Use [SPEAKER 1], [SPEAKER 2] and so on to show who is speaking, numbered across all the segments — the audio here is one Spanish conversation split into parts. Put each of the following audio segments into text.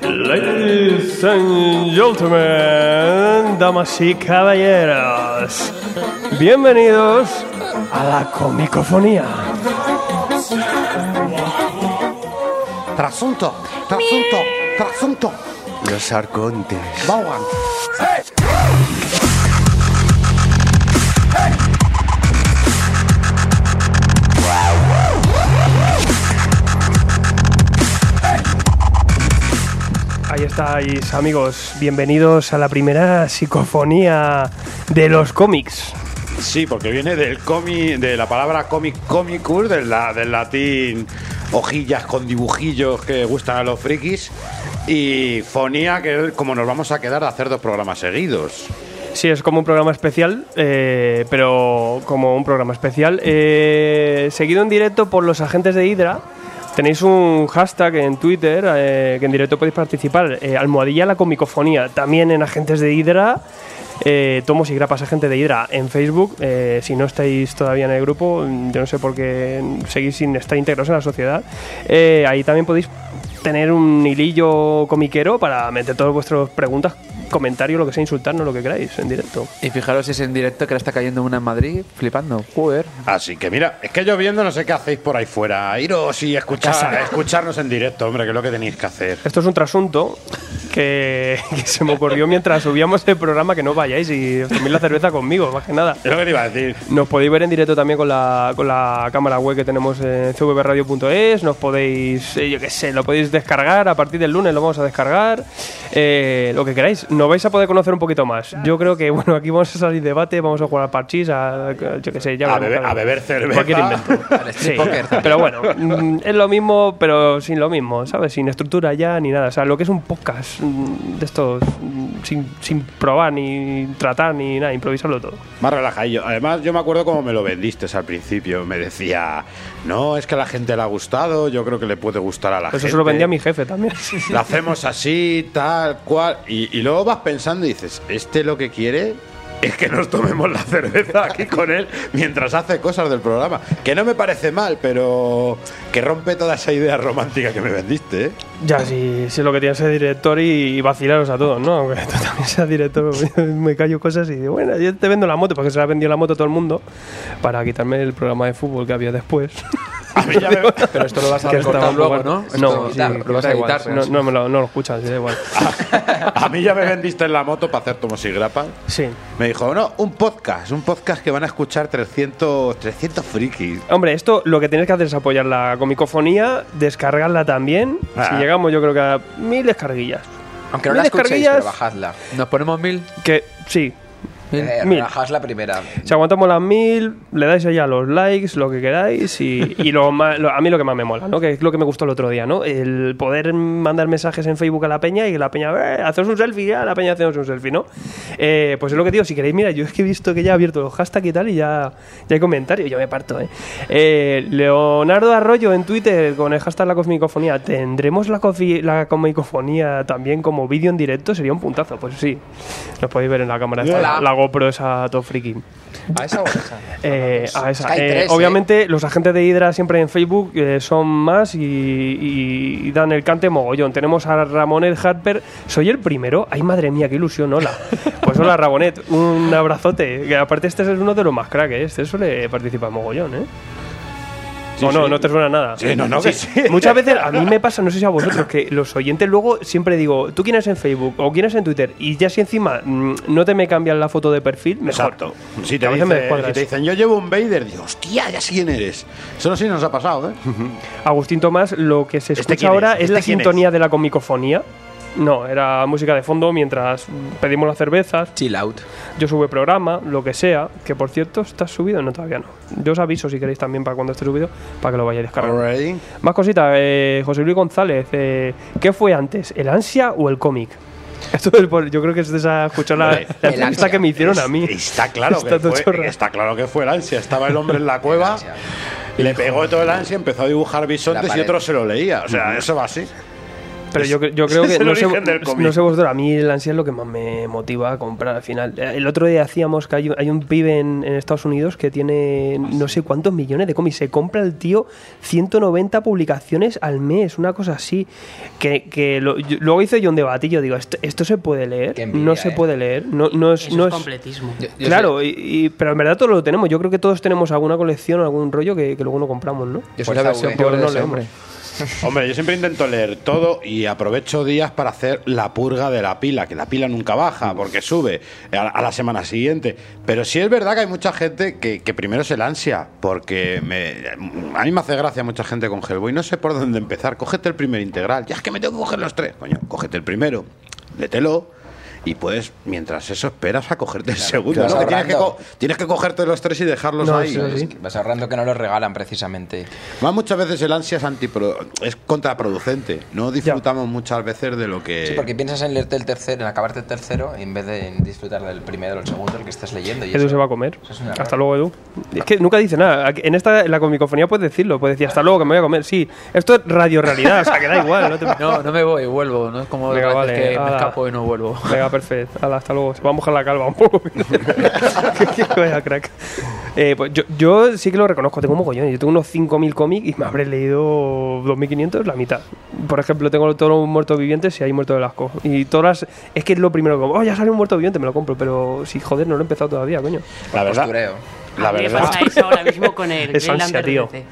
[SPEAKER 1] Ladies and gentlemen, damas y caballeros, bienvenidos a la comicofonía.
[SPEAKER 2] Trasunto, trasunto, trasunto.
[SPEAKER 3] Los arcontes.
[SPEAKER 2] Vaughan.
[SPEAKER 1] Ahí estáis, amigos. Bienvenidos a la primera psicofonía de los cómics.
[SPEAKER 4] Sí, porque viene del cómic, de la palabra cómic comicus, del, la- del latín hojillas con dibujillos que gustan a los frikis, y fonía, que es como nos vamos a quedar a hacer dos programas seguidos.
[SPEAKER 1] Sí, es como un programa especial, eh, pero como un programa especial. eh, seguido en directo por los agentes de Hydra. Tenéis un hashtag en Twitter eh, que en directo podéis participar. eh, almohadilla la comicofonía. También en agentes de Hydra. eh, tomos y grapas agente de Hydra en Facebook. eh, si no estáis todavía en el grupo, mm, yo no sé por qué seguís sin estar integrados en la sociedad. eh, ahí también podéis tener un hilillo comiquero para meter todas vuestras preguntas, comentarios, lo que sea, insultarnos, lo que queráis en directo.
[SPEAKER 5] Y fijaros si es en directo que le está cayendo una en Madrid, flipando. Joder.
[SPEAKER 4] Así que mira, es que yo viendo no sé qué hacéis por ahí fuera. Iros y escuchar, escucharnos en directo, hombre, que es lo que tenéis que hacer.
[SPEAKER 1] Esto es un trasunto que, que se me ocurrió mientras subíamos el programa que no vayáis y os toméis la cerveza conmigo, más que nada.
[SPEAKER 4] Es lo que te iba a decir.
[SPEAKER 1] Nos podéis ver en directo también con la, con la cámara web que tenemos en cvbradio.es. Nos podéis, eh, yo qué sé, lo podéis descargar. A partir del lunes lo vamos a descargar. Eh, lo que queráis. Nos vais a poder conocer un poquito más. Yo creo que, bueno, aquí vamos a salir debate, vamos a jugar al parchís, a, a- yo qué sé, ya
[SPEAKER 4] A
[SPEAKER 1] veremos,
[SPEAKER 4] beber-
[SPEAKER 1] claro.
[SPEAKER 4] a beber cerveza.
[SPEAKER 1] Cualquier invento.
[SPEAKER 5] Al street poker también.
[SPEAKER 1] Pero bueno, mm, es lo mismo, pero sin lo mismo, ¿sabes? Sin estructura ya ni nada. O sea, lo que es un podcast mm, de estos, mm, sin, sin probar ni tratar ni nada, improvisarlo todo.
[SPEAKER 4] Más relajadillo. Además, yo me acuerdo cómo me lo vendiste al principio. Me decía, no, es que a la gente le ha gustado, yo creo que le puede gustar a la
[SPEAKER 1] Pues Eso
[SPEAKER 4] gente.
[SPEAKER 1] se lo vendía a mi jefe también.
[SPEAKER 4] Lo hacemos así, tal, cual. Y, y luego vas pensando y dices, este lo que quiere es que nos tomemos la cerveza aquí con él mientras hace cosas del programa. Que no me parece mal, pero que rompe toda esa idea romántica que me vendiste, ¿eh?
[SPEAKER 1] Ya, si, si es lo que tiene ser director y, y vacilaros a todos, ¿no? Aunque tú también seas director, pues, me callo cosas y digo, bueno, yo te vendo la moto, porque se la vendió la moto a todo el mundo, para quitarme el programa de fútbol que había después.
[SPEAKER 4] A mí ya me,
[SPEAKER 5] Pero esto lo vas a
[SPEAKER 1] Que
[SPEAKER 5] recortar
[SPEAKER 1] estaba
[SPEAKER 5] luego,
[SPEAKER 1] muy
[SPEAKER 5] ¿no?
[SPEAKER 1] bueno.
[SPEAKER 5] Esto
[SPEAKER 1] No,
[SPEAKER 5] lo
[SPEAKER 1] sí,
[SPEAKER 5] quitas, lo vas a
[SPEAKER 1] da igual,
[SPEAKER 5] editar. Ah.
[SPEAKER 1] No, no me lo, no lo escuchas, sí, da igual.
[SPEAKER 4] a mí ya me vendiste en la moto para hacer tomos y grapas.
[SPEAKER 1] Sí.
[SPEAKER 4] Me dijo, no, un podcast, un podcast que van a escuchar 300, 300 frikis.
[SPEAKER 1] Hombre, esto lo que tenéis que hacer es apoyar la comicofonía, descargarla también.
[SPEAKER 4] Ah.
[SPEAKER 1] Si llegamos, yo creo que a mil descarguillas.
[SPEAKER 5] Aunque no
[SPEAKER 1] Mil
[SPEAKER 5] la escuchéis,
[SPEAKER 1] descarguillas
[SPEAKER 5] pero bajadla. Nos ponemos mil.
[SPEAKER 1] Que sí,
[SPEAKER 5] mil.
[SPEAKER 1] Mil.
[SPEAKER 6] Bajas Eh, la primera.
[SPEAKER 1] Si aguantamos las mil, le dais ahí a los likes, lo que queráis y, y lo más- lo- a mí lo que más me mola, ¿no? Que es lo que me gustó el otro día, ¿no? El poder mandar mensajes en Facebook a la peña y que la peña, eh, haceros un selfie, ya, la peña hacemos un selfie, ¿no? Eh, pues es lo que digo, si queréis, mira, yo es que he visto que ya he abierto los hashtags y tal y ya, ya hay comentarios, yo me parto, ¿eh? Eh, Leonardo Arroyo en Twitter con el hashtag la cosmicofonía, ¿tendremos la, cofi- la comicofonía también como vídeo en directo? Sería un puntazo, pues sí, nos podéis ver en la cámara, esta, la,
[SPEAKER 5] Hola.
[SPEAKER 1] la GoPro esa todo friki.
[SPEAKER 5] ¿A esa o a esa?
[SPEAKER 1] Eh, a esa.
[SPEAKER 5] Sky
[SPEAKER 1] Eh,
[SPEAKER 5] 3, ¿eh?
[SPEAKER 1] obviamente, los agentes de Hydra siempre en Facebook eh, son más y, y- y dan el cante mogollón. Tenemos a Ramonet Harper. Soy el primero. Ay, madre mía, qué ilusión. Hola. Pues hola, Ramonet. Un abrazote. Que aparte, este es uno de los más crack. ¿eh? Este suele participar mogollón, ¿eh? o no, no te suena nada.
[SPEAKER 4] Sí, no, no, que sí.
[SPEAKER 1] Muchas veces a mí me pasa, no sé si a vosotros, que los oyentes luego siempre digo, tú quién eres en Facebook o quién eres en Twitter, y ya si encima mm, no te me cambian la foto de perfil, mejor.
[SPEAKER 4] Exacto. Si te,
[SPEAKER 1] A veces
[SPEAKER 4] dice-
[SPEAKER 1] me descuadra
[SPEAKER 4] si te
[SPEAKER 1] eso.
[SPEAKER 4] dicen, yo llevo un Vader, digo, hostia, ya sé quién eres. Eso no sé si nos ha pasado, ¿eh?
[SPEAKER 1] Agustín Tomás, lo que se
[SPEAKER 4] ¿Este
[SPEAKER 1] escucha
[SPEAKER 4] quién es?
[SPEAKER 1] ahora es
[SPEAKER 4] ¿Este
[SPEAKER 1] la
[SPEAKER 4] quién
[SPEAKER 1] sintonía de la comicofonía. No, era música de fondo mientras pedimos las cervezas.
[SPEAKER 5] Chill out.
[SPEAKER 1] Yo sube programa, lo que sea. Que por cierto, ¿está subido? No, todavía no. Yo os aviso si queréis también para cuando esté subido, para que lo vayáis descargando.
[SPEAKER 4] Alright.
[SPEAKER 1] Más cositas, eh, José Luis González, eh, ¿qué fue antes, el ansia o el cómic? Esto del pol- yo creo que es de esa escuchar la, la
[SPEAKER 4] El
[SPEAKER 1] entrevista
[SPEAKER 5] ansia.
[SPEAKER 1] que me hicieron a mí.
[SPEAKER 4] Está claro,
[SPEAKER 1] Está
[SPEAKER 4] que
[SPEAKER 1] todo
[SPEAKER 4] fue,
[SPEAKER 1] chorra.
[SPEAKER 4] está claro que fue el ansia. Estaba el hombre en la cueva, le pegó todo el ansia, empezó a dibujar
[SPEAKER 5] La
[SPEAKER 4] bisontes y
[SPEAKER 5] pared.
[SPEAKER 4] otro se lo leía. O sea, eso va así.
[SPEAKER 1] Pero
[SPEAKER 4] Es-
[SPEAKER 1] yo, cre- yo creo
[SPEAKER 4] es
[SPEAKER 1] que
[SPEAKER 4] el
[SPEAKER 1] no sé,
[SPEAKER 4] origen del cómic.
[SPEAKER 1] no sé vosotros, a mí el ansia es lo que más me motiva a comprar al final. Eh, El otro día hacíamos que hay, hay un pibe en, en Estados Unidos que
[SPEAKER 4] Ah,
[SPEAKER 1] tiene no sé cuántos millones de cómics. Se compra el tío 190 publicaciones al mes, una cosa así. Que, que lo- yo- luego hice yo un debatillo, digo, ¿esto, esto se puede leer?
[SPEAKER 6] Qué envidia,
[SPEAKER 1] no se
[SPEAKER 6] eh.
[SPEAKER 1] puede leer. No, no es,
[SPEAKER 7] Eso
[SPEAKER 1] no es-
[SPEAKER 7] es completismo.
[SPEAKER 5] Yo- yo
[SPEAKER 1] Claro, y, y- pero en verdad todos lo tenemos. Yo creo que todos tenemos alguna colección o algún rollo que, que luego no compramos, ¿no?
[SPEAKER 5] Yo soy
[SPEAKER 7] Pues
[SPEAKER 5] la
[SPEAKER 7] la
[SPEAKER 5] versión
[SPEAKER 7] V.
[SPEAKER 5] pobre
[SPEAKER 1] Yo
[SPEAKER 5] de
[SPEAKER 1] no
[SPEAKER 5] ese
[SPEAKER 1] leo.
[SPEAKER 5] hombre.
[SPEAKER 4] Hombre, yo siempre intento leer todo y aprovecho días para hacer la purga de la pila, que la pila nunca baja porque sube a, a la semana siguiente. Pero sí es verdad que hay mucha gente que, que primero se la ansia, porque me- a mí me hace gracia mucha gente con Hellboy. No sé por dónde empezar. Cógete el primer integral. Ya es que me tengo que coger los tres. Coño, cógete el primero, lételo. Y puedes, mientras eso, esperas a cogerte el segundo.
[SPEAKER 6] vas
[SPEAKER 4] ¿no? Que tienes, que
[SPEAKER 6] ahorrando.
[SPEAKER 4] co- tienes que cogerte los tres y dejarlos
[SPEAKER 1] No,
[SPEAKER 4] ahí.
[SPEAKER 1] sí, sí.
[SPEAKER 6] Vas ahorrando que no los regalan precisamente.
[SPEAKER 4] Va, muchas veces el ansia es, antipro- es contraproducente. No disfrutamos muchas veces de lo que.
[SPEAKER 6] Sí, porque piensas en leerte el tercero, en acabarte el tercero, en vez de en disfrutar del primero o el segundo, el que estás leyendo. Y
[SPEAKER 1] Edu
[SPEAKER 6] eso.
[SPEAKER 1] se va a comer.
[SPEAKER 6] Eso es un error.
[SPEAKER 1] Hasta luego, Edu. Es que nunca dice nada. Aquí- En esta en la comicofonía puedes decirlo. Puedes decir, hasta luego, que me voy a comer. Sí, esto es radio realidad, o sea, que da igual. No te...
[SPEAKER 5] No, no me voy, vuelvo. No es como
[SPEAKER 1] Venga,
[SPEAKER 5] otras
[SPEAKER 1] vale,
[SPEAKER 5] veces que me
[SPEAKER 1] ala.
[SPEAKER 5] escapo y no vuelvo.
[SPEAKER 1] Venga, perfecto. Hala, hasta luego. Se va a mojar la calva un poco. Vaya crack. Eh, pues yo, yo sí que lo reconozco, tengo un mogollón. Yo tengo unos 5.000 cómics y me habré leído 2.500, la mitad. Por ejemplo, tengo todos los muertos vivientes y hay muertos de Lasco. Y todas las- Es que es lo primero que como. Oh, ya sale un muerto viviente, me lo compro. Pero sí, joder, no lo he empezado todavía, coño.
[SPEAKER 4] la verdad.
[SPEAKER 6] Postureo.
[SPEAKER 4] La
[SPEAKER 7] a mí me
[SPEAKER 4] verdad.
[SPEAKER 7] pasa eso ahora mismo con el
[SPEAKER 1] Es
[SPEAKER 7] Green
[SPEAKER 1] ansia,
[SPEAKER 7] Lantern
[SPEAKER 1] tío.
[SPEAKER 7] DC.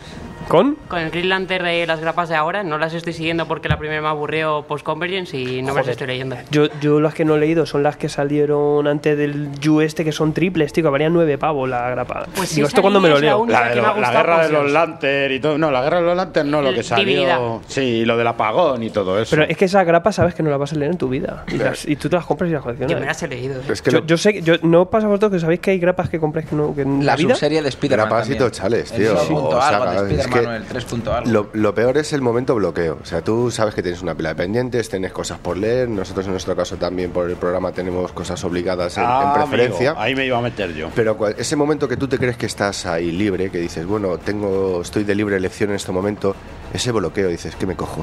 [SPEAKER 1] ¿Con?
[SPEAKER 7] Con el Green Lantern de las grapas de ahora, no las estoy siguiendo porque la primera me aburrió post-convergence y no me las estoy leyendo.
[SPEAKER 1] Yo, yo las que no he leído son las que salieron antes del You este, que son triples, tío, que valían nueve pavos la grapa.
[SPEAKER 7] Pues
[SPEAKER 1] Digo,
[SPEAKER 7] esa
[SPEAKER 1] ¿esto cuándo me lo
[SPEAKER 7] línea es la
[SPEAKER 1] leo?
[SPEAKER 7] única
[SPEAKER 4] La, de
[SPEAKER 7] que me
[SPEAKER 4] lo-
[SPEAKER 7] ha
[SPEAKER 4] la
[SPEAKER 7] gustado
[SPEAKER 4] guerra de
[SPEAKER 7] por
[SPEAKER 4] los
[SPEAKER 7] Dios.
[SPEAKER 4] Lantern y todo. No, la guerra de los Lantern no, lo que salió.
[SPEAKER 7] Divinidad.
[SPEAKER 4] Sí, lo del apagón y todo eso.
[SPEAKER 1] Pero es que esas grapas sabes que no las vas a leer en tu vida. Y, las- y tú te las compras y las
[SPEAKER 7] Yo me
[SPEAKER 1] coleccionas.
[SPEAKER 7] las he leído. eh.
[SPEAKER 3] Es que
[SPEAKER 1] Yo,
[SPEAKER 3] lo-
[SPEAKER 1] yo sé, que- yo, ¿no pasa a vosotros que sabéis que hay grapas que compráis que no que en la,
[SPEAKER 6] La
[SPEAKER 1] vida?
[SPEAKER 6] subserie de Spider-Man.
[SPEAKER 3] Grapas y
[SPEAKER 6] también.
[SPEAKER 3] tochales, tío.
[SPEAKER 6] El 2.0
[SPEAKER 3] O sea,
[SPEAKER 6] algo de
[SPEAKER 3] es
[SPEAKER 6] Spider-Man
[SPEAKER 3] que
[SPEAKER 6] o el 3.0 algo.
[SPEAKER 3] Lo, lo peor es el momento bloqueo. O sea, tú sabes que tienes una pila de pendientes, tienes cosas por leer. Nosotros, en nuestro caso, también por el programa tenemos cosas obligadas en, en
[SPEAKER 4] Ah, amigo,
[SPEAKER 3] preferencia.
[SPEAKER 4] ahí me iba a meter yo.
[SPEAKER 3] Pero cua- ese momento que tú te crees que estás ahí libre, que dices, bueno, tengo, estoy de libre elección en este momento, ese bloqueo, dices, ¿qué me cojo?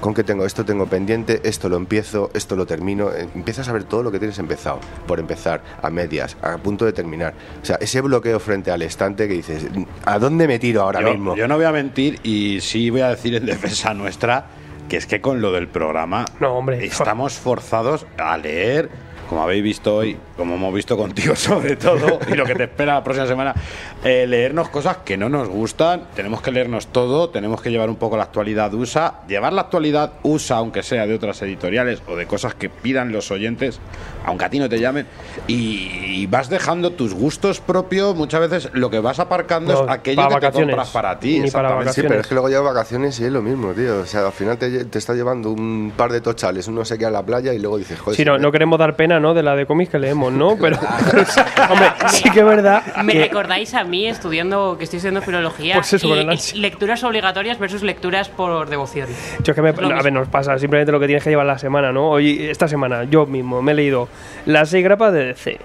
[SPEAKER 3] ¿Con qué tengo? Esto tengo pendiente, esto lo empiezo, esto lo termino. Eh, Empiezas a ver todo lo que tienes empezado, por empezar, a medias, a punto de terminar. O sea, ese bloqueo frente al estante que dices, ¿a dónde me tiro ahora
[SPEAKER 4] yo,
[SPEAKER 3] mismo?
[SPEAKER 4] yo no voy a mentir y sí voy a decir en defensa nuestra que es que con lo del programa
[SPEAKER 1] No, hombre.
[SPEAKER 4] estamos forzados a leer, como habéis visto hoy, como hemos visto contigo sobre todo, y lo que te espera la próxima semana, eh, leernos cosas que no nos gustan, tenemos que leernos todo, tenemos que llevar un poco la actualidad USA, llevar la actualidad USA, aunque sea de otras editoriales o de cosas que pidan los oyentes, aunque a ti no te llamen, y, y vas dejando tus gustos propios, muchas veces lo que vas aparcando
[SPEAKER 1] No,
[SPEAKER 4] es aquello
[SPEAKER 1] para
[SPEAKER 4] que te
[SPEAKER 1] vacaciones.
[SPEAKER 4] compras para ti.
[SPEAKER 1] Ni para
[SPEAKER 4] exactamente.
[SPEAKER 3] Sí, pero es
[SPEAKER 1] vacaciones.
[SPEAKER 3] que luego llevo vacaciones y es lo mismo, tío. O sea, al final te, lle- te está llevando un par de tochales, uno se queda a la playa y luego dices, joder.
[SPEAKER 1] Sí,
[SPEAKER 3] si
[SPEAKER 1] no,
[SPEAKER 3] me-
[SPEAKER 1] no queremos dar pena, ¿no? De la de cómics que leemos, ¿no? Pero, pero sí- hombre, sí que es verdad.
[SPEAKER 7] Me
[SPEAKER 1] que-
[SPEAKER 7] recordáis a mí estudiando, que estoy estudiando filología,
[SPEAKER 1] Pues eso,
[SPEAKER 7] y
[SPEAKER 1] con el ansia.
[SPEAKER 7] lecturas obligatorias versus lecturas por devoción.
[SPEAKER 1] Yo es que me-
[SPEAKER 7] Lo
[SPEAKER 1] a
[SPEAKER 7] mismo.
[SPEAKER 1] ver, nos pasa simplemente lo que tienes que llevar la semana, ¿no? Hoy, esta semana, yo mismo me he leído las seis grapas de DC,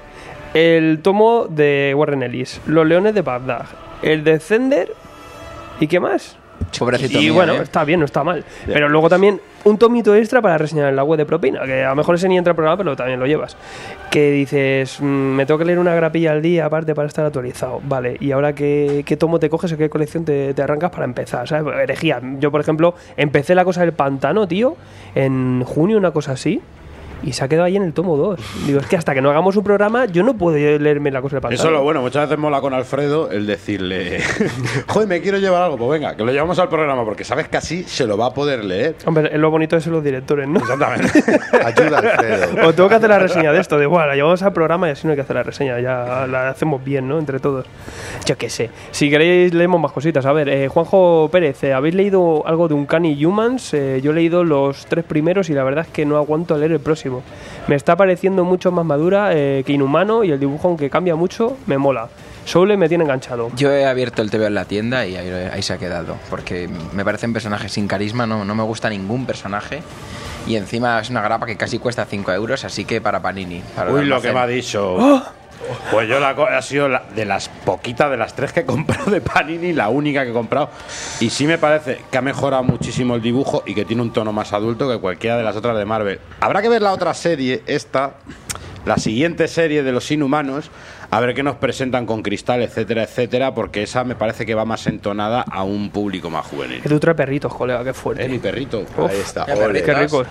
[SPEAKER 1] el tomo de Warren Ellis, Los Leones de Bagdad, el de Zender y qué más.
[SPEAKER 5] Pobrecito
[SPEAKER 1] y
[SPEAKER 5] mío,
[SPEAKER 1] bueno,
[SPEAKER 5] ¿eh?
[SPEAKER 1] está bien, no está mal. Pero luego también un tomito extra para reseñar en la web de propina, que a lo mejor ese ni entra al programa, pero también lo llevas. Que dices, mm, me tengo que leer una grapilla al día aparte para estar actualizado. Vale, ¿y ahora qué, qué tomo te coges o qué colección te, te arrancas para empezar? ¿Sabes? Pues Herejía. Yo, por ejemplo, empecé la cosa del pantano, tío, en junio, una cosa así. Y se ha quedado ahí en el tomo 2. Digo, es que hasta que no hagamos un programa, yo no puedo leerme la cosa del pantano.
[SPEAKER 4] Eso es lo bueno, muchas veces mola con Alfredo el decirle, joder, me quiero llevar algo, pues venga, que lo llevamos al programa, porque sabes que así se lo va a poder leer.
[SPEAKER 1] Hombre, es lo bonito de ser los directores, ¿no?
[SPEAKER 4] Exactamente.
[SPEAKER 3] Ayuda, Alfredo.
[SPEAKER 1] O tengo que hacer la reseña de esto, de igual, la llevamos al programa y así no hay que hacer la reseña, ya la hacemos bien, ¿no? Entre todos. Yo qué sé. Si queréis, leemos más cositas. A ver, eh, Juanjo Pérez, eh, ¿habéis leído algo de Uncanny Humans? Eh, yo he leído los tres primeros y la verdad es que no aguanto a leer el próximo. Me está pareciendo mucho más madura eh, que Inhumano y el dibujo, aunque cambia mucho, me mola. Soule me tiene enganchado.
[SPEAKER 6] Yo he abierto el TV en la tienda y ahí, ahí se ha quedado. Porque me parecen personajes sin carisma, no, no me gusta ningún personaje. Y encima es una grapa que casi cuesta 5 euros, así que para Panini. para el
[SPEAKER 4] Uy, lo que
[SPEAKER 6] almacén.
[SPEAKER 4] me ha dicho. Pues yo la co- ha sido la- de las poquitas, de las tres que he comprado de Panini, la única que he comprado. Y sí me parece que ha mejorado muchísimo el dibujo y que tiene un tono más adulto que cualquiera de las otras de Marvel. Habrá que ver la otra serie, esta, la siguiente serie de los inhumanos, a ver qué nos presentan con cristal, etcétera, etcétera, porque esa me parece que va más entonada a un público más juvenil.
[SPEAKER 1] Que tú traes perritos, colega, qué
[SPEAKER 4] Eh, mi
[SPEAKER 1] fuerte.
[SPEAKER 4] perrito.
[SPEAKER 1] Uf,
[SPEAKER 3] Ahí está.
[SPEAKER 6] ya
[SPEAKER 3] ole.
[SPEAKER 6] perdí.
[SPEAKER 1] Qué rico.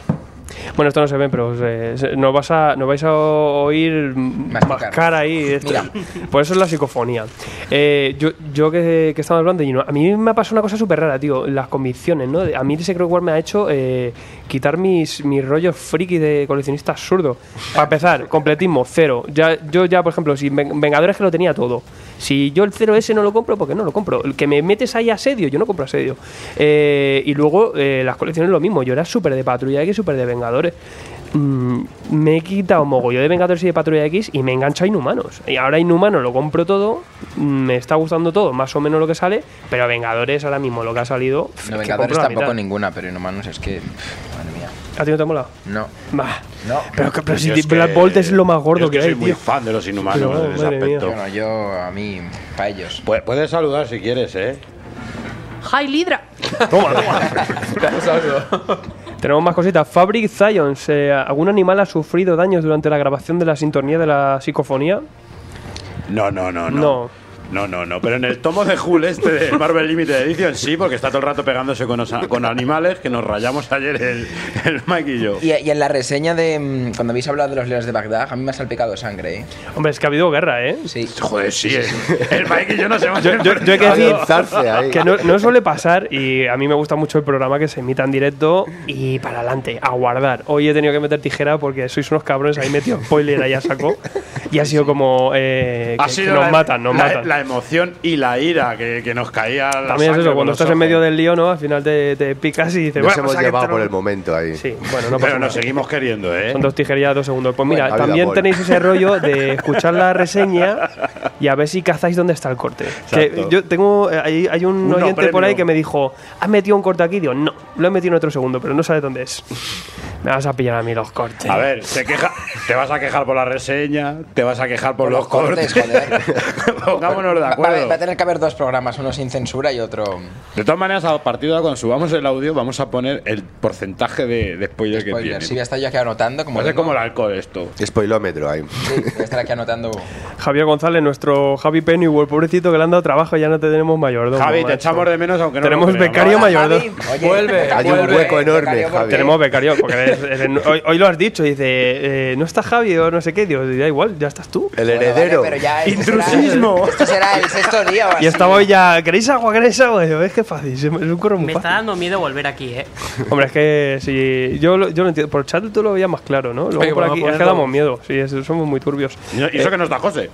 [SPEAKER 1] Bueno, esto no se ve, pero eh, se- no, vas a, no vais a oír mm,
[SPEAKER 6] Masticar.
[SPEAKER 1] mascar ahí. esto.
[SPEAKER 6] Mira.
[SPEAKER 1] Por eso es la psicofonía. Eh, yo yo que, que estaba hablando, y no- a mí me ha pasado una cosa súper rara, tío. Las convicciones, ¿no? A mí ese creo me ha hecho eh, quitar mis, mis rollos friki de coleccionista absurdo. Para empezar, completismo, cero. Ya, yo ya, por ejemplo, si Ven- Vengadores que lo tenía todo. Si yo el cero ese no lo compro, porque no lo compro. El que me metes ahí asedio, yo no compro asedio. Eh, y luego eh, las colecciones lo mismo. Yo era súper de Patrulla X, súper de Vengadores. Mm, me he quitado mogollón de Vengadores y de Patrulla X y me engancho a Inhumanos. Y ahora Inhumanos lo compro todo, mm, me está gustando todo, más o menos lo que sale, pero Vengadores ahora mismo lo que ha salido. es que
[SPEAKER 6] No,
[SPEAKER 1] compro
[SPEAKER 6] Vengadores
[SPEAKER 1] la
[SPEAKER 6] tampoco
[SPEAKER 1] mitad.
[SPEAKER 6] ninguna, pero Inhumanos es que. pff, Madre mía.
[SPEAKER 1] ¿A ti no te mola?
[SPEAKER 6] No.
[SPEAKER 1] Bah.
[SPEAKER 6] No.
[SPEAKER 1] Pero, que- pero si
[SPEAKER 4] Yo
[SPEAKER 1] Deep Black Bolt es lo más gordo
[SPEAKER 4] yo es
[SPEAKER 1] que,
[SPEAKER 4] soy
[SPEAKER 1] hay,
[SPEAKER 4] muy
[SPEAKER 1] tío.
[SPEAKER 4] fan de los inhumanos
[SPEAKER 1] No,
[SPEAKER 4] en ese
[SPEAKER 1] madre mía.
[SPEAKER 4] aspecto.
[SPEAKER 6] Bueno, yo a mí, para ellos.
[SPEAKER 4] Pu- Puedes saludar si quieres, ¿eh?
[SPEAKER 8] ¡Hi, Lidra!
[SPEAKER 1] Toma, toma. Tenemos más cositas. Fabric Zions. eh, ¿Algún animal ha sufrido daños durante la grabación de la sintonía de la psicofonía?
[SPEAKER 4] No, no, no, no.
[SPEAKER 1] No.
[SPEAKER 4] No, no, no. Pero en el tomo de Hull este de Marvel Limited Edition sí, porque está todo el rato pegándose con, osa- con animales que nos rayamos ayer el, el Mike y yo.
[SPEAKER 6] Y, y en la reseña de. mm, Cuando habéis hablado de los leones de Bagdad, a mí me ha salpicado sangre, ¿eh?
[SPEAKER 1] Hombre, es que ha habido guerra, ¿eh?
[SPEAKER 6] Sí.
[SPEAKER 4] Joder, sí. eh. El Mike y yo nos hemos
[SPEAKER 1] Yo, yo- yo hay que decir
[SPEAKER 3] Lanzarse ahí.
[SPEAKER 1] que no, no suele pasar y a mí me gusta mucho el programa que se emita en directo y para adelante, a guardar. Hoy he tenido que meter tijera porque sois unos cabrones, ahí metido spoiler, ahí a saco y ha sido como eh, que,
[SPEAKER 4] Ha
[SPEAKER 1] que
[SPEAKER 4] sido
[SPEAKER 1] nos
[SPEAKER 4] la-
[SPEAKER 1] matan, nos
[SPEAKER 4] la,
[SPEAKER 1] matan.
[SPEAKER 4] la emoción y la ira que, que nos caía. la
[SPEAKER 1] También es
[SPEAKER 4] sangre
[SPEAKER 1] eso,
[SPEAKER 4] por
[SPEAKER 1] cuando
[SPEAKER 4] los
[SPEAKER 1] estás en
[SPEAKER 4] ojos.
[SPEAKER 1] medio del lío, ¿no? Al final te, te picas y dices,
[SPEAKER 3] Nos
[SPEAKER 1] bueno,
[SPEAKER 3] hemos
[SPEAKER 1] pasa que
[SPEAKER 3] llevado
[SPEAKER 1] esto no-
[SPEAKER 3] por el momento ahí.
[SPEAKER 1] Sí, bueno, no pasa
[SPEAKER 4] Pero nos
[SPEAKER 1] nada.
[SPEAKER 4] seguimos queriendo, ¿eh?
[SPEAKER 1] Son dos tijerillas, dos segundos. Pues mira,
[SPEAKER 3] Bueno, ha habido
[SPEAKER 1] también
[SPEAKER 3] amor.
[SPEAKER 1] tenéis ese rollo de escuchar la reseña y a ver si cazáis dónde está el corte. Que
[SPEAKER 4] Exacto.
[SPEAKER 1] yo tengo, eh, hay, hay un
[SPEAKER 4] Uno
[SPEAKER 1] oyente por ahí
[SPEAKER 4] premio.
[SPEAKER 1] que me dijo, ¿has metido un corte aquí? Digo, no, lo he metido en otro segundo, pero no sabes dónde es. Me vas a pillar a mí los cortes.
[SPEAKER 4] A ver, se queja, te vas a quejar por la reseña, te vas a quejar por, los cortes. Pongámonos de
[SPEAKER 6] Va- va-
[SPEAKER 4] acuerdo.
[SPEAKER 6] va a tener que haber dos programas, uno sin censura y otro.
[SPEAKER 4] De todas maneras, a partir de ahora, cuando subamos el audio, vamos a poner el porcentaje de, de spoiler que tiene.
[SPEAKER 6] Spoiler. Sí, voy a estar yo aquí anotando. Como
[SPEAKER 4] Va a ser
[SPEAKER 6] tengo-
[SPEAKER 4] como el alcohol esto.
[SPEAKER 3] Spoilómetro ahí.
[SPEAKER 6] Sí, voy a estar aquí anotando.
[SPEAKER 1] Javier González, nuestro Javi Pennyworth, pobrecito que le han dado trabajo ya no te tenemos mayordomo.
[SPEAKER 4] Javi, te
[SPEAKER 1] macho.
[SPEAKER 4] echamos de menos aunque no
[SPEAKER 1] Tenemos
[SPEAKER 4] lo creas.
[SPEAKER 1] becario
[SPEAKER 4] Ahora,
[SPEAKER 1] mayor. Mayordomo.
[SPEAKER 6] Javi, oye,
[SPEAKER 5] Vuelve,
[SPEAKER 6] becario,
[SPEAKER 3] hay un hueco
[SPEAKER 6] vuelve,
[SPEAKER 3] enorme,
[SPEAKER 6] becario,
[SPEAKER 3] Javi.
[SPEAKER 6] porque-
[SPEAKER 1] Tenemos becario, porque eres- eres- hoy, hoy lo has dicho, dice, eh, no está Javi o no sé qué, digo, da igual, ya estás tú.
[SPEAKER 3] El
[SPEAKER 6] Bueno, vale,
[SPEAKER 3] heredero.
[SPEAKER 6] pero ya este
[SPEAKER 1] Intrusismo.
[SPEAKER 6] será- Este será el sexto día o así.
[SPEAKER 1] Y estaba hoy ya, ¿queréis agua? ¿Queréis agua? Y yo, es que fácil, es un curro muy
[SPEAKER 7] Me está
[SPEAKER 1] fácil.
[SPEAKER 7] dando miedo volver aquí, ¿eh?
[SPEAKER 1] Hombre, es que si yo lo, yo lo entiendo. Por chat tú lo veías más claro, ¿no? Luego
[SPEAKER 5] Oye,
[SPEAKER 1] por
[SPEAKER 5] vamos a
[SPEAKER 1] aquí es que
[SPEAKER 5] ponerlo-
[SPEAKER 1] damos miedo. Sí, es- somos muy turbios.
[SPEAKER 4] Y eso que nos da José.